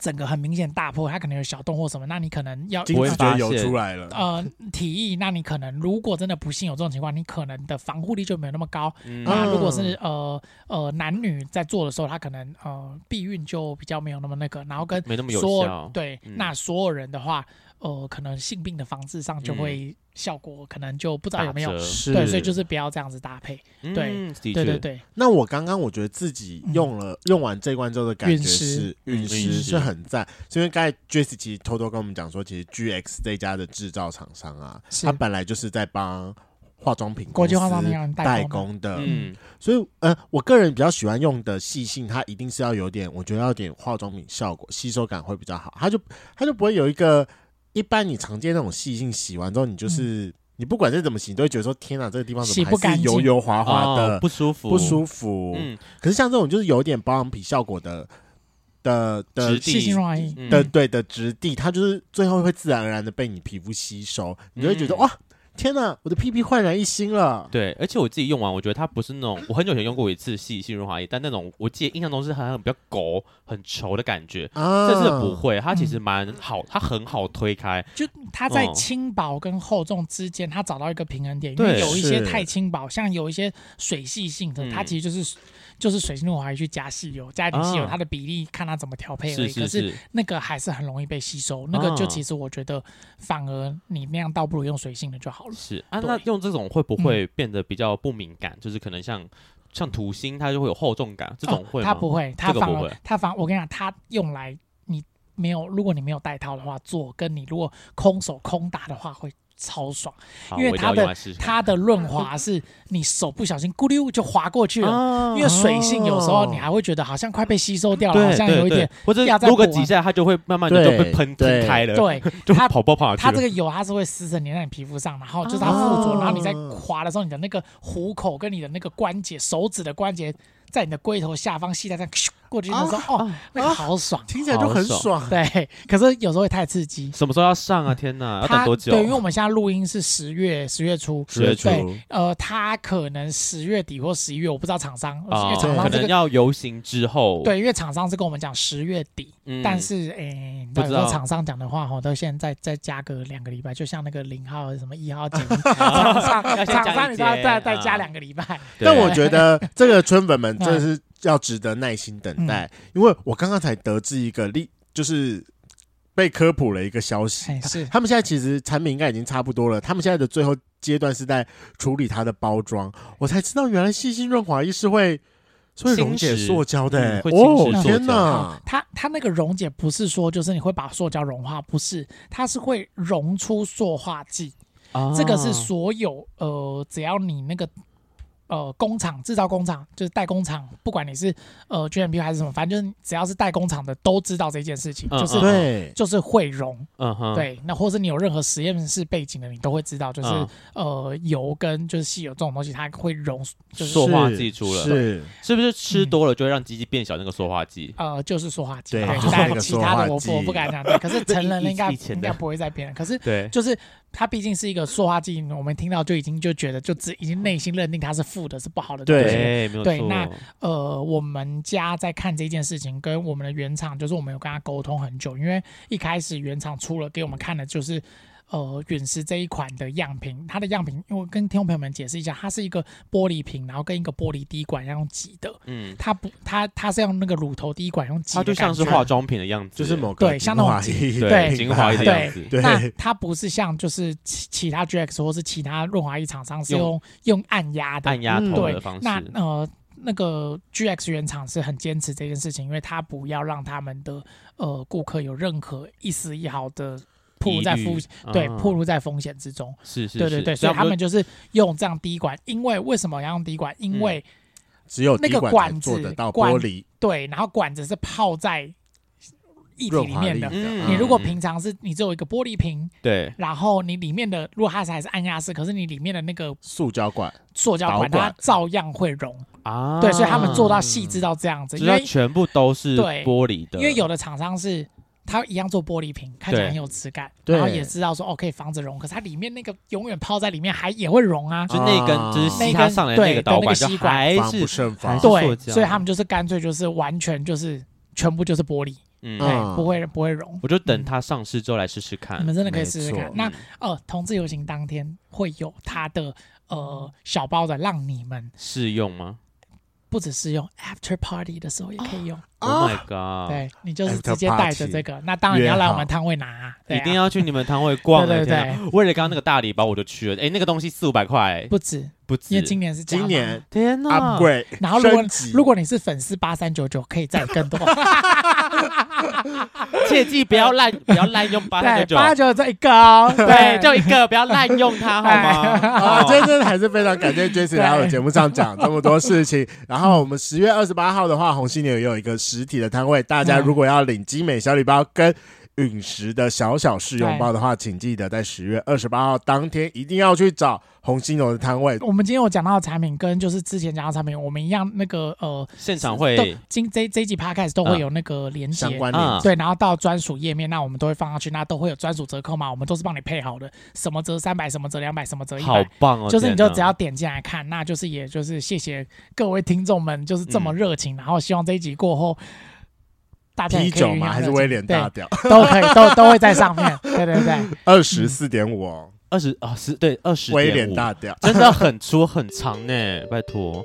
[SPEAKER 3] 整个很明显大破，它可能有小洞或什么，那你可能要
[SPEAKER 1] 金
[SPEAKER 2] 我也
[SPEAKER 1] 子
[SPEAKER 2] 发
[SPEAKER 1] 觉游
[SPEAKER 2] 现
[SPEAKER 1] 出来了，
[SPEAKER 3] 呃提议，那你可能如果真的不幸有这种情况，你可能的防护力就没有那么高。
[SPEAKER 2] 嗯
[SPEAKER 3] 那如果
[SPEAKER 1] 嗯
[SPEAKER 3] 是呃呃男女在做的时候，他可能呃避孕就比较没有那么那个，然后跟
[SPEAKER 2] 没那么有
[SPEAKER 3] 所
[SPEAKER 2] 效
[SPEAKER 3] 有对，
[SPEAKER 2] 嗯
[SPEAKER 3] 那所有人的话，呃，可能性病的防治上就
[SPEAKER 2] 嗯
[SPEAKER 3] 会效果可能就不知道
[SPEAKER 2] 打
[SPEAKER 3] 有没有
[SPEAKER 2] 折。
[SPEAKER 1] 是
[SPEAKER 3] 对，所以就是不要这样子搭配。对
[SPEAKER 2] 嗯的
[SPEAKER 3] 对对
[SPEAKER 2] 确
[SPEAKER 3] 对，
[SPEAKER 1] 那我刚刚我觉得自己
[SPEAKER 3] 嗯
[SPEAKER 1] 用了、用完这罐之后的感觉
[SPEAKER 3] 运势
[SPEAKER 1] 是
[SPEAKER 2] 嗯
[SPEAKER 1] 运
[SPEAKER 2] 运
[SPEAKER 1] 势
[SPEAKER 2] 势
[SPEAKER 1] 是很赞，是因为刚才 Jesse 其实偷偷跟我们讲说，其实 GX 这家的制造厂商啊，
[SPEAKER 3] 是
[SPEAKER 1] 他本来就是在帮化妆品
[SPEAKER 3] 国际
[SPEAKER 1] 公
[SPEAKER 3] 化妆
[SPEAKER 1] 司
[SPEAKER 3] 品让人代
[SPEAKER 1] 代
[SPEAKER 3] 工嘛
[SPEAKER 1] 工的，
[SPEAKER 2] 嗯
[SPEAKER 1] 所以呃，我个人比较喜欢用的细性，它一定是要有点，我觉得要有点化妆品效果，吸收感会比较好，它就它就不会有一个一般你常见那种细性洗完之后，你就是、你不管是怎么洗，你都会觉得说天哪，这个地方怎
[SPEAKER 3] 嗯洗
[SPEAKER 1] 么
[SPEAKER 3] 不
[SPEAKER 1] 还
[SPEAKER 3] 干
[SPEAKER 1] 是
[SPEAKER 3] 净
[SPEAKER 1] 油油滑滑的。
[SPEAKER 2] 哦不舒服，
[SPEAKER 1] 不舒服，
[SPEAKER 2] 嗯
[SPEAKER 1] 可是像这种就是有点保养品效果的的的
[SPEAKER 2] 质地
[SPEAKER 3] 细心软硬，
[SPEAKER 1] 的
[SPEAKER 2] 嗯
[SPEAKER 1] 对的质地，它就是最后会自然而然的被你皮肤吸收，你就会觉得、
[SPEAKER 2] 嗯
[SPEAKER 1] 哇，天哪，我的屁屁焕然一新了。
[SPEAKER 2] 对，而且我自己用完，我觉得它不是那种我很久以前用过一次细细润滑液，但那种我记得印象中是很比较狗很稠的感觉。
[SPEAKER 1] 啊，
[SPEAKER 2] 这次不会，它其
[SPEAKER 3] 嗯
[SPEAKER 2] 实蛮好，它很好推开，
[SPEAKER 3] 就它在
[SPEAKER 2] 哦
[SPEAKER 3] 轻薄跟厚重之间，它找到一个平衡点。因
[SPEAKER 2] 对
[SPEAKER 3] 为有一些
[SPEAKER 1] 是
[SPEAKER 3] 太轻薄，像有一些水系性的，
[SPEAKER 2] 嗯
[SPEAKER 3] 它其实就是就是水性润滑液去加细油，加一点细油，
[SPEAKER 2] 啊
[SPEAKER 3] 它的比例看它怎么调配而
[SPEAKER 2] 是
[SPEAKER 3] 已。哎可
[SPEAKER 2] 是
[SPEAKER 3] 是
[SPEAKER 2] 是，
[SPEAKER 3] 那个还是很容易被吸收，那个就
[SPEAKER 2] 啊
[SPEAKER 3] 其实我觉得反而你那样倒不如用水性的就好了。
[SPEAKER 2] 是啊，
[SPEAKER 3] 对嗯
[SPEAKER 2] 那用这种会不会变得比较不敏感？就是可能像像土星，它就会有厚重感，这种会
[SPEAKER 3] 哦
[SPEAKER 2] 吗？
[SPEAKER 3] 它不会，它
[SPEAKER 2] 这个
[SPEAKER 3] 反
[SPEAKER 2] 不
[SPEAKER 3] 而
[SPEAKER 2] 会
[SPEAKER 3] 它反而我跟你讲，它用来你没有，如果你没有带套的话做，跟你如果空手空打的话会超爽。
[SPEAKER 2] 好
[SPEAKER 3] 因为
[SPEAKER 2] 我一定
[SPEAKER 3] 它
[SPEAKER 2] 要
[SPEAKER 3] 的
[SPEAKER 2] 用来试试看
[SPEAKER 3] 它的润滑是你手不小心咕溜就滑过去了，
[SPEAKER 2] 啊
[SPEAKER 3] 因为水性有时候你
[SPEAKER 1] 哦
[SPEAKER 3] 还会觉得好像快被吸收掉了，好
[SPEAKER 2] 对
[SPEAKER 3] 像
[SPEAKER 2] 对
[SPEAKER 3] 有一
[SPEAKER 2] 对
[SPEAKER 3] 点。
[SPEAKER 2] 或者
[SPEAKER 3] 要再
[SPEAKER 2] 撸个
[SPEAKER 3] 补
[SPEAKER 2] 几
[SPEAKER 3] 完
[SPEAKER 2] 下，它就会慢慢的就被
[SPEAKER 1] 对
[SPEAKER 2] 喷
[SPEAKER 1] 对
[SPEAKER 2] 喷开了，， <laughs>
[SPEAKER 3] 对，
[SPEAKER 2] 就
[SPEAKER 3] 它
[SPEAKER 2] 跑爆跑去
[SPEAKER 3] 它
[SPEAKER 2] 了。
[SPEAKER 3] 这个油它是会湿着粘在你皮肤上，然后就是它附着，
[SPEAKER 1] 哦
[SPEAKER 3] 然后你在滑的时候，你的那个虎口跟你的那个关节、手指的关节，在你的龟头下方系带上咻过去的时候，哦，那个好爽。
[SPEAKER 1] 听起来就很爽。
[SPEAKER 3] 对， <laughs> 可是有时候会太刺激。
[SPEAKER 2] 什么时候要上啊？天哪，要等
[SPEAKER 3] 它
[SPEAKER 2] 多久？
[SPEAKER 3] 对，因为我们现在录音是十月十月初，
[SPEAKER 2] 十月
[SPEAKER 1] 初
[SPEAKER 3] 对，呃，它可能十月底或十一月，我不知道厂商，因为厂
[SPEAKER 2] 哦啊可
[SPEAKER 3] 商这
[SPEAKER 2] 能
[SPEAKER 3] 个
[SPEAKER 2] 要游行之后，
[SPEAKER 3] 对，因为厂商是跟我们讲十月底，
[SPEAKER 2] 嗯，
[SPEAKER 3] 但
[SPEAKER 2] <laughs>
[SPEAKER 3] 是诶，你
[SPEAKER 2] 不
[SPEAKER 3] 知道
[SPEAKER 2] 知
[SPEAKER 3] 有时候
[SPEAKER 2] 道
[SPEAKER 3] 厂商讲的话哈，都现在再加个两个礼拜，就像那个零号什么一号姐，
[SPEAKER 2] <laughs> 哦
[SPEAKER 3] 厂
[SPEAKER 2] 要
[SPEAKER 3] 商
[SPEAKER 2] 先
[SPEAKER 3] 厂
[SPEAKER 2] 讲
[SPEAKER 3] 商
[SPEAKER 2] 一
[SPEAKER 3] 你都要
[SPEAKER 2] 节
[SPEAKER 3] 再再加
[SPEAKER 2] 啊
[SPEAKER 3] 两
[SPEAKER 2] <laughs>
[SPEAKER 3] 个礼拜，
[SPEAKER 2] 对，
[SPEAKER 1] 但我觉
[SPEAKER 2] <laughs>
[SPEAKER 1] 得这个春粉们真的是要值得耐心等
[SPEAKER 2] 嗯
[SPEAKER 1] 待，因为我刚刚才得知一个例，就是被科普了一个消息，
[SPEAKER 3] 哎是
[SPEAKER 1] 他们现在其实产品应该已经差不多了，他们现在的最后阶段是在处理它的包装。我才知道原来细心润滑液是会是会溶解
[SPEAKER 2] 侵蚀
[SPEAKER 1] 塑胶的、欸
[SPEAKER 2] 嗯会侵蚀
[SPEAKER 1] 哦
[SPEAKER 2] 塑
[SPEAKER 1] 天
[SPEAKER 3] 好
[SPEAKER 1] 哪，！
[SPEAKER 3] 它它那个溶解不是说就是你会把塑胶融化，不是，它是会溶出塑化剂。
[SPEAKER 2] 啊
[SPEAKER 3] 这个是所有呃，只要你那个呃工厂制造工厂，就是代工厂，不管你是呃 GMP 还是什么，反正就是只要是代工厂的都知道这件事情，
[SPEAKER 2] 嗯
[SPEAKER 3] 就是、
[SPEAKER 2] 嗯
[SPEAKER 1] 对，
[SPEAKER 3] 就是会溶。
[SPEAKER 2] 嗯哼，
[SPEAKER 3] 对，那或是你有任何实验室背景的，你都会知道，就是、
[SPEAKER 2] 嗯
[SPEAKER 3] 呃油跟就是稀有这种东西，它会溶，就是
[SPEAKER 2] 塑化剂出了，
[SPEAKER 1] 是
[SPEAKER 2] 是不是吃多了就会让鸡鸡变小？那个塑化剂，
[SPEAKER 3] 呃，就是塑化剂，
[SPEAKER 1] 对
[SPEAKER 3] 对
[SPEAKER 1] 就是
[SPEAKER 3] 但
[SPEAKER 1] 那个
[SPEAKER 3] 其
[SPEAKER 1] 塑
[SPEAKER 3] 他
[SPEAKER 1] 化
[SPEAKER 3] 的我
[SPEAKER 1] 剂
[SPEAKER 3] 不我不敢讲，对可
[SPEAKER 1] <laughs>
[SPEAKER 3] 是成人
[SPEAKER 2] 以
[SPEAKER 3] 应该
[SPEAKER 2] 以前
[SPEAKER 3] 应
[SPEAKER 2] 的
[SPEAKER 3] 该不会再变了。可是
[SPEAKER 2] 对，
[SPEAKER 3] 就是它毕竟是一个塑化剂，我们听到就已经就觉得就只已经内心认定它是负的，是不好的东西。
[SPEAKER 2] 对，哎没有
[SPEAKER 3] 对
[SPEAKER 2] 错，
[SPEAKER 3] 那呃，我们家在看这件事情，跟我们的原厂就是我们有跟他沟通很久，因为一开始原厂出了给我们看的就是。呃，陨石这一款的样品，它的样品，因为我跟听众朋友们解释一下，它是一个玻璃瓶，然后跟一个玻璃滴管要用挤的，
[SPEAKER 2] 嗯，
[SPEAKER 3] 它不，它它是用那个乳头滴管用挤
[SPEAKER 2] 它
[SPEAKER 3] 的
[SPEAKER 2] 就像是
[SPEAKER 3] 感觉
[SPEAKER 2] 化妆品的样子，
[SPEAKER 1] 就是某个
[SPEAKER 3] 对像那种
[SPEAKER 1] 精华液
[SPEAKER 2] 对
[SPEAKER 1] 品
[SPEAKER 2] 精华液
[SPEAKER 1] 牌
[SPEAKER 2] 的样子，
[SPEAKER 1] 对
[SPEAKER 3] 那它不是像就是其其他 GX 或是其他润滑液厂商是用用按压的，
[SPEAKER 2] 按压头
[SPEAKER 3] 对
[SPEAKER 2] 的方，
[SPEAKER 3] 那
[SPEAKER 2] 式，
[SPEAKER 3] 呃那个 GX 原厂是很坚持这件事情，因为它不要让他们的呃顾客有任何一丝一毫的暴露在
[SPEAKER 2] 疑虑
[SPEAKER 3] 风对
[SPEAKER 2] 啊
[SPEAKER 3] 暴露在风险之中。
[SPEAKER 2] 是是，
[SPEAKER 3] 对对
[SPEAKER 2] 是
[SPEAKER 3] 对，所以他们就是用这样滴管，因为为什么要用滴管？
[SPEAKER 2] 嗯
[SPEAKER 3] 因为
[SPEAKER 1] 只有
[SPEAKER 3] 那
[SPEAKER 1] 滴
[SPEAKER 3] 个
[SPEAKER 1] 管才
[SPEAKER 3] 管子
[SPEAKER 1] 做得到
[SPEAKER 3] 管
[SPEAKER 1] 玻璃
[SPEAKER 3] 对，然后管子是泡在液体
[SPEAKER 1] 润
[SPEAKER 3] 里
[SPEAKER 1] 滑
[SPEAKER 3] 面
[SPEAKER 1] 力
[SPEAKER 3] 的
[SPEAKER 1] 的。。
[SPEAKER 2] 嗯
[SPEAKER 3] 你如果
[SPEAKER 2] 嗯
[SPEAKER 3] 平常是你只有一个玻璃瓶，
[SPEAKER 2] 对
[SPEAKER 3] 然后你里面的如果它是还是按压式，可是你里面的那个
[SPEAKER 1] 塑胶管，
[SPEAKER 3] 塑胶管
[SPEAKER 1] 导管
[SPEAKER 3] 它照样会溶，
[SPEAKER 2] 啊，
[SPEAKER 3] 对，所以他们做到细致到这样子，
[SPEAKER 2] 就是
[SPEAKER 3] 因
[SPEAKER 2] 它
[SPEAKER 3] 为
[SPEAKER 2] 全部都是
[SPEAKER 3] 对
[SPEAKER 2] 玻璃的，
[SPEAKER 3] 因为有的厂商是它一样做玻璃瓶，看起来
[SPEAKER 2] 对
[SPEAKER 3] 很有质感，
[SPEAKER 1] 对
[SPEAKER 3] 然后也知道说哦可以防止溶，可是它里面那个永远泡在里面还也会溶啊，
[SPEAKER 2] 就是那根就是
[SPEAKER 1] 那
[SPEAKER 2] 吸它
[SPEAKER 3] 根
[SPEAKER 2] 上来
[SPEAKER 3] 对
[SPEAKER 2] 那
[SPEAKER 3] 的
[SPEAKER 2] 个导
[SPEAKER 3] 那个
[SPEAKER 2] 管，就
[SPEAKER 3] 吸管
[SPEAKER 2] 还
[SPEAKER 1] 防
[SPEAKER 2] 是
[SPEAKER 1] 不胜
[SPEAKER 2] 还
[SPEAKER 1] 防
[SPEAKER 2] 是。
[SPEAKER 3] 对
[SPEAKER 2] 塑，胶
[SPEAKER 3] 所以他们就是干脆就是完全就是全部就是玻璃，哎
[SPEAKER 2] 嗯，啊
[SPEAKER 1] 嗯
[SPEAKER 3] 对，不会不会融。
[SPEAKER 2] 我就等它上市之后来试试看
[SPEAKER 3] 你。们真的可以试试
[SPEAKER 1] 没
[SPEAKER 3] 看
[SPEAKER 1] 错。
[SPEAKER 3] 那
[SPEAKER 2] 嗯
[SPEAKER 3] 呃，同志游行当天会有它的呃小包的，让你们
[SPEAKER 2] 试用吗
[SPEAKER 3] 不只是用 after party 的时候也可以用，
[SPEAKER 2] ？Oh my god！
[SPEAKER 3] 哦对你就是
[SPEAKER 1] after
[SPEAKER 3] 直接带着这个。那当然
[SPEAKER 1] 约
[SPEAKER 3] 你要来我
[SPEAKER 1] 好
[SPEAKER 3] 们摊位拿啊，对
[SPEAKER 2] 一
[SPEAKER 3] 啊
[SPEAKER 2] 定要去你们摊位逛、
[SPEAKER 3] 对
[SPEAKER 2] 欸。
[SPEAKER 3] 对
[SPEAKER 2] 天哪为了刚刚那个大礼包，我就去了。哎、那个东西四五百块、欸，
[SPEAKER 3] 不止，
[SPEAKER 2] 不
[SPEAKER 3] 因
[SPEAKER 2] 止
[SPEAKER 3] 为。今年是加码
[SPEAKER 1] 今年
[SPEAKER 2] 天哪！
[SPEAKER 1] upgrade
[SPEAKER 3] 然后如果
[SPEAKER 1] 升级
[SPEAKER 3] 如果你是粉丝八三九九，可以再
[SPEAKER 1] <laughs>
[SPEAKER 3] 更多，
[SPEAKER 2] 切记不要
[SPEAKER 3] <laughs>
[SPEAKER 2] 滥，不要滥用八三
[SPEAKER 3] 对，
[SPEAKER 2] 九
[SPEAKER 3] 八
[SPEAKER 2] 九。
[SPEAKER 3] 九再高，
[SPEAKER 2] 对，就
[SPEAKER 3] 对，
[SPEAKER 2] 一个，不要滥用它，好吗？
[SPEAKER 1] <laughs>
[SPEAKER 2] 哦
[SPEAKER 1] 啊，
[SPEAKER 2] 好
[SPEAKER 1] 真的还是非常感谢 Jesse 来我
[SPEAKER 3] 对
[SPEAKER 1] 节目上讲这么多事情。然后我们十月二十八号的话，红犀牛也有一个实体的摊位，大家
[SPEAKER 3] 嗯
[SPEAKER 1] 如果要领精美小礼包跟陨石的小小试用包的话，请记得在十月二十八号当天一定要去找红犀牛的摊位。
[SPEAKER 3] 我们今天有讲到的产品，跟就是之前讲到的产品，我们一样那个呃，
[SPEAKER 2] 现场
[SPEAKER 3] 都
[SPEAKER 2] 会
[SPEAKER 3] 今这这一集 podcast 都
[SPEAKER 2] 嗯
[SPEAKER 3] 会有那个连接
[SPEAKER 1] 相。关链
[SPEAKER 2] 啊
[SPEAKER 1] 接，
[SPEAKER 3] 对，然后到专属页面，那我们都会放上去，那都会有专属折扣嘛，我们都是帮你配好的，什么折三百，什么折两百，什么折一
[SPEAKER 2] 好
[SPEAKER 3] 百，
[SPEAKER 2] 棒哦！
[SPEAKER 3] 就是你
[SPEAKER 1] 啊
[SPEAKER 3] 就
[SPEAKER 2] 天哪
[SPEAKER 3] 只要点进来看，那就是也就是谢谢各位听众们，就是这么
[SPEAKER 2] 嗯
[SPEAKER 3] 热情，然后希望这一集过后，
[SPEAKER 2] 啊
[SPEAKER 3] 大家也
[SPEAKER 1] 啤
[SPEAKER 3] 可以
[SPEAKER 1] 酒
[SPEAKER 3] 一
[SPEAKER 1] 嘛
[SPEAKER 3] 样
[SPEAKER 1] 还是
[SPEAKER 3] 热情
[SPEAKER 1] 威廉大
[SPEAKER 3] 对
[SPEAKER 1] 屌，
[SPEAKER 3] <laughs> 都可以，都都会在上面，对对对。
[SPEAKER 1] 二十四点五，
[SPEAKER 2] 二十啊十对二嗯十
[SPEAKER 1] 威
[SPEAKER 2] 点
[SPEAKER 1] 廉
[SPEAKER 2] 五
[SPEAKER 1] 大屌。
[SPEAKER 2] 真的很粗很长呢，拜托。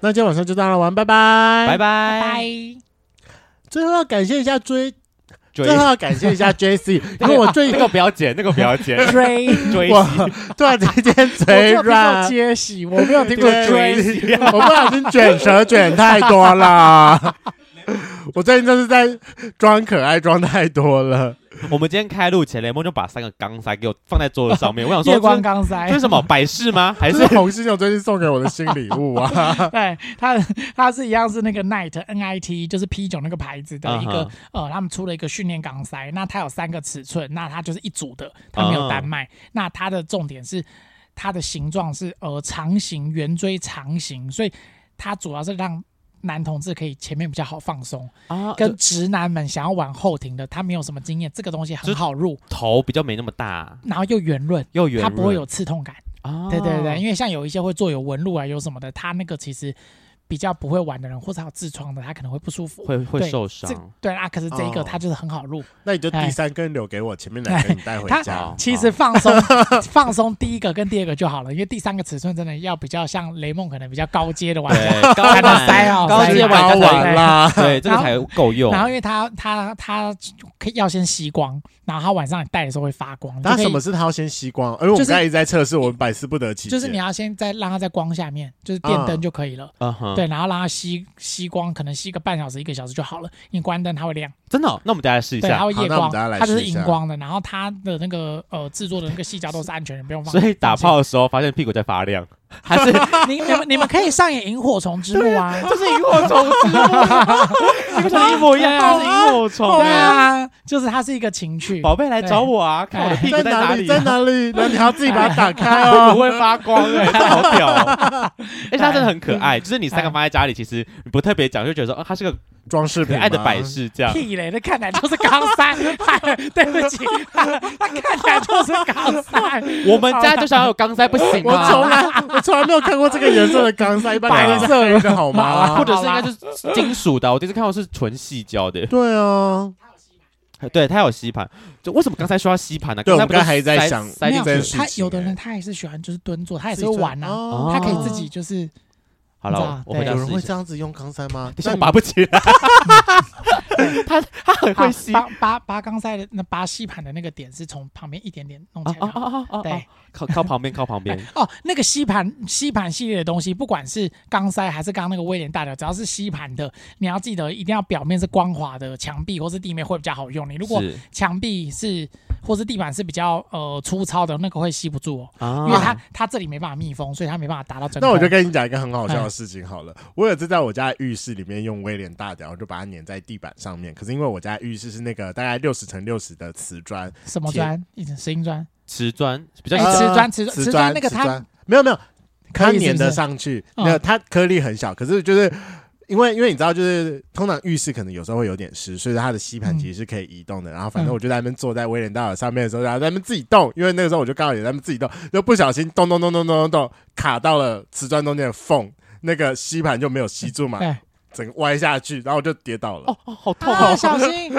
[SPEAKER 1] 那今天晚上就这样了，玩，拜拜，
[SPEAKER 2] 拜拜。
[SPEAKER 3] 拜。
[SPEAKER 1] 最后要感谢一下追，
[SPEAKER 2] 追
[SPEAKER 1] 最后要感谢一下 J C，因为我最
[SPEAKER 2] 那个不要剪，那个不要
[SPEAKER 3] <laughs>
[SPEAKER 2] 剪。
[SPEAKER 3] 追，
[SPEAKER 2] 追
[SPEAKER 1] 我
[SPEAKER 2] 星，
[SPEAKER 1] 突然之间
[SPEAKER 3] 我没
[SPEAKER 1] 嘴
[SPEAKER 3] 有听过
[SPEAKER 1] 软，
[SPEAKER 3] 接喜，我没有听过
[SPEAKER 1] 对
[SPEAKER 3] 追喜。
[SPEAKER 2] 星。
[SPEAKER 1] 我不小心卷舌卷太多了。我最近就是在装可爱装太多了，
[SPEAKER 2] 我们今天开录前，雷梦就把三个钢塞给我放在桌子上面。我想说，
[SPEAKER 3] 夜光
[SPEAKER 2] 这
[SPEAKER 3] 钢
[SPEAKER 2] 这
[SPEAKER 3] 塞
[SPEAKER 2] 是什么百事吗？还
[SPEAKER 1] 这
[SPEAKER 2] 是
[SPEAKER 1] 是红犀牛最近送给我的新礼物啊！
[SPEAKER 3] <laughs> 对，它它是一样是那个 Night N I T，就是 P 九那个牌子的一个、
[SPEAKER 2] 嗯
[SPEAKER 3] 呃，他们出了一个训练钢塞，那它有三个尺寸，那它就是一组的，它没有单卖。
[SPEAKER 2] 啊
[SPEAKER 3] 那它的重点是它的形状是呃长形圆锥长形，所以它主要是让。男同志可以前面比较好放松，
[SPEAKER 2] 啊
[SPEAKER 3] 跟直男们想要玩后庭的，他没有什么经验，这个东西很好入，
[SPEAKER 2] 头比较没那么大，
[SPEAKER 3] 然后又圆润，
[SPEAKER 2] 又圆
[SPEAKER 3] 它
[SPEAKER 2] 润，
[SPEAKER 3] 不会有刺痛感。
[SPEAKER 2] 啊
[SPEAKER 3] 对对对，因为像有一些会做有纹路啊，有什么的，他那个其实比较不会玩的人，或者还有痔疮的，他可能会不舒服。
[SPEAKER 2] 会会
[SPEAKER 3] 对
[SPEAKER 2] 受
[SPEAKER 3] 这
[SPEAKER 2] 伤。
[SPEAKER 3] 对啊，可是这一个
[SPEAKER 1] 哦
[SPEAKER 3] 他就是很好入，
[SPEAKER 1] 那你就第三根留给我，前面两根你带回
[SPEAKER 3] 他
[SPEAKER 1] 家。
[SPEAKER 3] 其实放松
[SPEAKER 2] <laughs>
[SPEAKER 3] 放松第一个跟第二个就好了，因为第三个尺寸真的要比较像雷梦可能比较高阶的玩家，
[SPEAKER 2] <laughs> 对，高
[SPEAKER 3] 才能塞哦
[SPEAKER 2] 高
[SPEAKER 3] 塞
[SPEAKER 2] 阶
[SPEAKER 3] 进
[SPEAKER 2] 玩家
[SPEAKER 1] 玩
[SPEAKER 3] 高
[SPEAKER 2] 才
[SPEAKER 3] 玩
[SPEAKER 1] 啦。
[SPEAKER 2] <laughs> 对这个才够用。
[SPEAKER 3] 然后因为他他他可以要先吸光，然后他晚上你戴的时候会发光，
[SPEAKER 1] 他
[SPEAKER 3] 就可以
[SPEAKER 1] 什么是他要先吸光？因为我们
[SPEAKER 3] 就是
[SPEAKER 1] 刚才一直在测试，我们百思不得其解。
[SPEAKER 3] 就是你要先在让它在光下面，就是电灯就可以了。
[SPEAKER 2] 嗯哼，
[SPEAKER 3] 对，然后让它吸吸光，可能吸个半小时、一个小时就好了。你关灯，它会亮。
[SPEAKER 2] 真的哦，那我们大家试一
[SPEAKER 3] 对，它
[SPEAKER 2] 下。
[SPEAKER 3] 会
[SPEAKER 1] 好
[SPEAKER 3] 夜
[SPEAKER 1] 那我们
[SPEAKER 3] 光，
[SPEAKER 1] 等下来
[SPEAKER 3] 它就
[SPEAKER 1] 试
[SPEAKER 3] 是
[SPEAKER 1] 一
[SPEAKER 3] 荧
[SPEAKER 1] 下
[SPEAKER 3] 光的，然后它的那个呃制作的那个细胶都是安全的，不用放
[SPEAKER 2] 所
[SPEAKER 3] 心。
[SPEAKER 2] 以打
[SPEAKER 3] 放心
[SPEAKER 2] 炮，的时候发现屁股在发亮，还 <laughs> 是
[SPEAKER 3] 你你们你们可以上演萤火虫之墓啊，
[SPEAKER 2] 就是萤火虫之路，你们像一模一样，就是萤火虫
[SPEAKER 3] 对
[SPEAKER 2] 哎。
[SPEAKER 3] 啊，就是它是一个情趣。
[SPEAKER 2] 宝贝来找我啊，看我的屁股
[SPEAKER 1] 在
[SPEAKER 2] 哪
[SPEAKER 1] 哪
[SPEAKER 2] 里，
[SPEAKER 1] 在哪里？那你还要自己把它打开
[SPEAKER 2] <laughs> 会不
[SPEAKER 1] 哦。
[SPEAKER 2] 会发光哎，它好屌 <laughs> 哦！而且它真的很可爱，就是你三个放在家里，其实你不特别讲，就觉得说，啊，它是个
[SPEAKER 1] 装饰
[SPEAKER 2] 可
[SPEAKER 1] 品
[SPEAKER 2] 爱的
[SPEAKER 1] 吗
[SPEAKER 2] 摆饰这样。
[SPEAKER 3] 屁嘞！那看起来就是高三，哎对不起， <laughs> 它看起来就是高三。
[SPEAKER 2] 我们家就想要有钢塞，不行啊
[SPEAKER 1] 我
[SPEAKER 2] 吗？
[SPEAKER 1] 从来我从来没有看过这个颜色的钢塞，一般
[SPEAKER 2] 白
[SPEAKER 1] 都是黑的好吗
[SPEAKER 2] 或？者是应该就是金属的，我第一次看到是纯细胶的。
[SPEAKER 1] 对啊，
[SPEAKER 2] 对，它有吸盘。就为什么刚才说要吸盘呢？
[SPEAKER 1] 对我们
[SPEAKER 2] 不就
[SPEAKER 1] 刚才还在
[SPEAKER 2] 塞
[SPEAKER 1] 想
[SPEAKER 2] 塞
[SPEAKER 3] 没
[SPEAKER 2] 进
[SPEAKER 3] 有
[SPEAKER 1] 这件
[SPEAKER 2] 去。
[SPEAKER 1] 事
[SPEAKER 3] 他
[SPEAKER 1] 情
[SPEAKER 3] 有的
[SPEAKER 1] 欸
[SPEAKER 3] 人他也是喜欢就是蹲坐，他
[SPEAKER 1] 还
[SPEAKER 3] 也是会玩啊，
[SPEAKER 1] 啊
[SPEAKER 2] 哦
[SPEAKER 3] 他可以自己就是
[SPEAKER 2] 好
[SPEAKER 3] 你知
[SPEAKER 2] 了
[SPEAKER 3] 道，
[SPEAKER 2] 我回
[SPEAKER 3] 对
[SPEAKER 2] 家
[SPEAKER 1] 哎有人
[SPEAKER 2] 试一
[SPEAKER 1] 会
[SPEAKER 2] 下
[SPEAKER 1] 这。样子用钢塞吗？
[SPEAKER 2] 等一下我拔不起来，他他很
[SPEAKER 3] 好
[SPEAKER 2] 会吸。啊
[SPEAKER 3] 拔拔拔钢塞的那拔吸盘的那个点是从旁边一点点弄
[SPEAKER 1] 哦
[SPEAKER 2] 啊
[SPEAKER 3] 起来就
[SPEAKER 2] 啊
[SPEAKER 3] 好。
[SPEAKER 2] 啊啊！啊
[SPEAKER 3] 对，哎
[SPEAKER 2] 靠靠旁边，靠
[SPEAKER 1] <laughs>
[SPEAKER 2] 旁边。
[SPEAKER 3] 哦，那个吸盘吸盘系列的东西，不管是钢塞还是刚刚那个威廉大屌，只要是吸盘的，你要记得一定要表面是光滑的墙壁或是地面会比较好用。你如果
[SPEAKER 2] 是
[SPEAKER 3] 墙壁是或是地板是比较呃粗糙的，那个会吸不住哦，
[SPEAKER 2] 啊
[SPEAKER 3] 因为它它这里没办法密封，所以它没办法达到真空。
[SPEAKER 1] 那我就跟你讲一个很好笑的事情好了，我有次在我家的浴室里面用威廉大屌，就把它粘在地板上面。可是因为我家浴室是那个大概六十乘六十的瓷砖，
[SPEAKER 3] 什么砖？一直石英砖？
[SPEAKER 2] 瓷砖比较
[SPEAKER 3] 哎
[SPEAKER 1] 呃
[SPEAKER 3] 瓷砖瓷砖
[SPEAKER 1] 瓷
[SPEAKER 3] 瓷砖那个
[SPEAKER 1] 瓷
[SPEAKER 3] 它
[SPEAKER 1] 砖没有没有，它
[SPEAKER 3] 可以是
[SPEAKER 1] 粘
[SPEAKER 3] 不
[SPEAKER 1] 得
[SPEAKER 3] 是？
[SPEAKER 1] 上去，
[SPEAKER 3] 嗯
[SPEAKER 1] 那它颗粒很小，可是就是。因为因为你知道，就是通常浴室可能有时候会有点湿，所以它的吸盘
[SPEAKER 3] 嗯
[SPEAKER 1] 其实是可以移动的。然后反正
[SPEAKER 3] 嗯
[SPEAKER 1] 我就在那边坐在威廉大佬上面的时候，然后在那边自己动，因为那个时候我就刚好也在那边自己动，就不小心咚咚咚咚咚咚咚卡到了瓷砖中间的缝，那个吸盘就没有吸住嘛，
[SPEAKER 3] 对，
[SPEAKER 1] 整个歪下去，然后我就跌倒了。
[SPEAKER 2] 哦哦，好痛
[SPEAKER 3] 啊，
[SPEAKER 2] 哦！
[SPEAKER 3] 小心！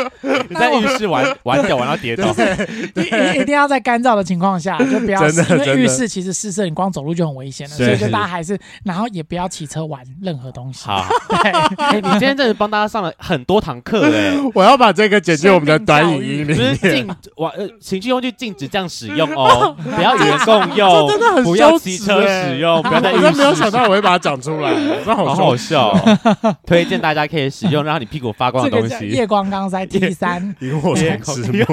[SPEAKER 2] 你在浴室
[SPEAKER 1] <laughs>
[SPEAKER 2] 玩玩掉，玩到跌倒，
[SPEAKER 3] 一 <laughs> 一一定要在干燥的情况下，就不要
[SPEAKER 1] 真的
[SPEAKER 3] 因为
[SPEAKER 1] 真的
[SPEAKER 3] 浴室其实湿湿，你光走路就很危险了，
[SPEAKER 1] 是
[SPEAKER 3] 所以就大家还是，然后也不要骑车玩任何东西。
[SPEAKER 2] 好，
[SPEAKER 1] <laughs>
[SPEAKER 3] 对，
[SPEAKER 2] 哎，你今天真的帮大家上了很多堂课哎，
[SPEAKER 1] 我要把这个剪进我们的短影音
[SPEAKER 2] 不
[SPEAKER 1] 里
[SPEAKER 2] 是
[SPEAKER 1] 面。
[SPEAKER 2] 禁玩呃情趣用具禁止这样使用哦，不要与人共
[SPEAKER 1] 这
[SPEAKER 2] 用，
[SPEAKER 1] 真的很
[SPEAKER 2] 哦不要
[SPEAKER 1] 羞
[SPEAKER 2] 骑
[SPEAKER 1] 耻
[SPEAKER 2] 车
[SPEAKER 1] 欸
[SPEAKER 2] 使用，不要在浴
[SPEAKER 1] 我真没有
[SPEAKER 2] 室
[SPEAKER 1] 想到我会把它讲出
[SPEAKER 2] <laughs>
[SPEAKER 1] 来，真的
[SPEAKER 2] 好
[SPEAKER 1] 好
[SPEAKER 2] 好
[SPEAKER 1] 笑。
[SPEAKER 2] 笑哦，
[SPEAKER 1] <laughs>
[SPEAKER 2] 推荐大家可以使用让你屁股发光
[SPEAKER 3] 这
[SPEAKER 2] 的
[SPEAKER 3] 个
[SPEAKER 2] 东
[SPEAKER 3] 叫
[SPEAKER 2] 西。
[SPEAKER 3] 夜光钢塞 T 三，
[SPEAKER 1] 萤火虫之墓，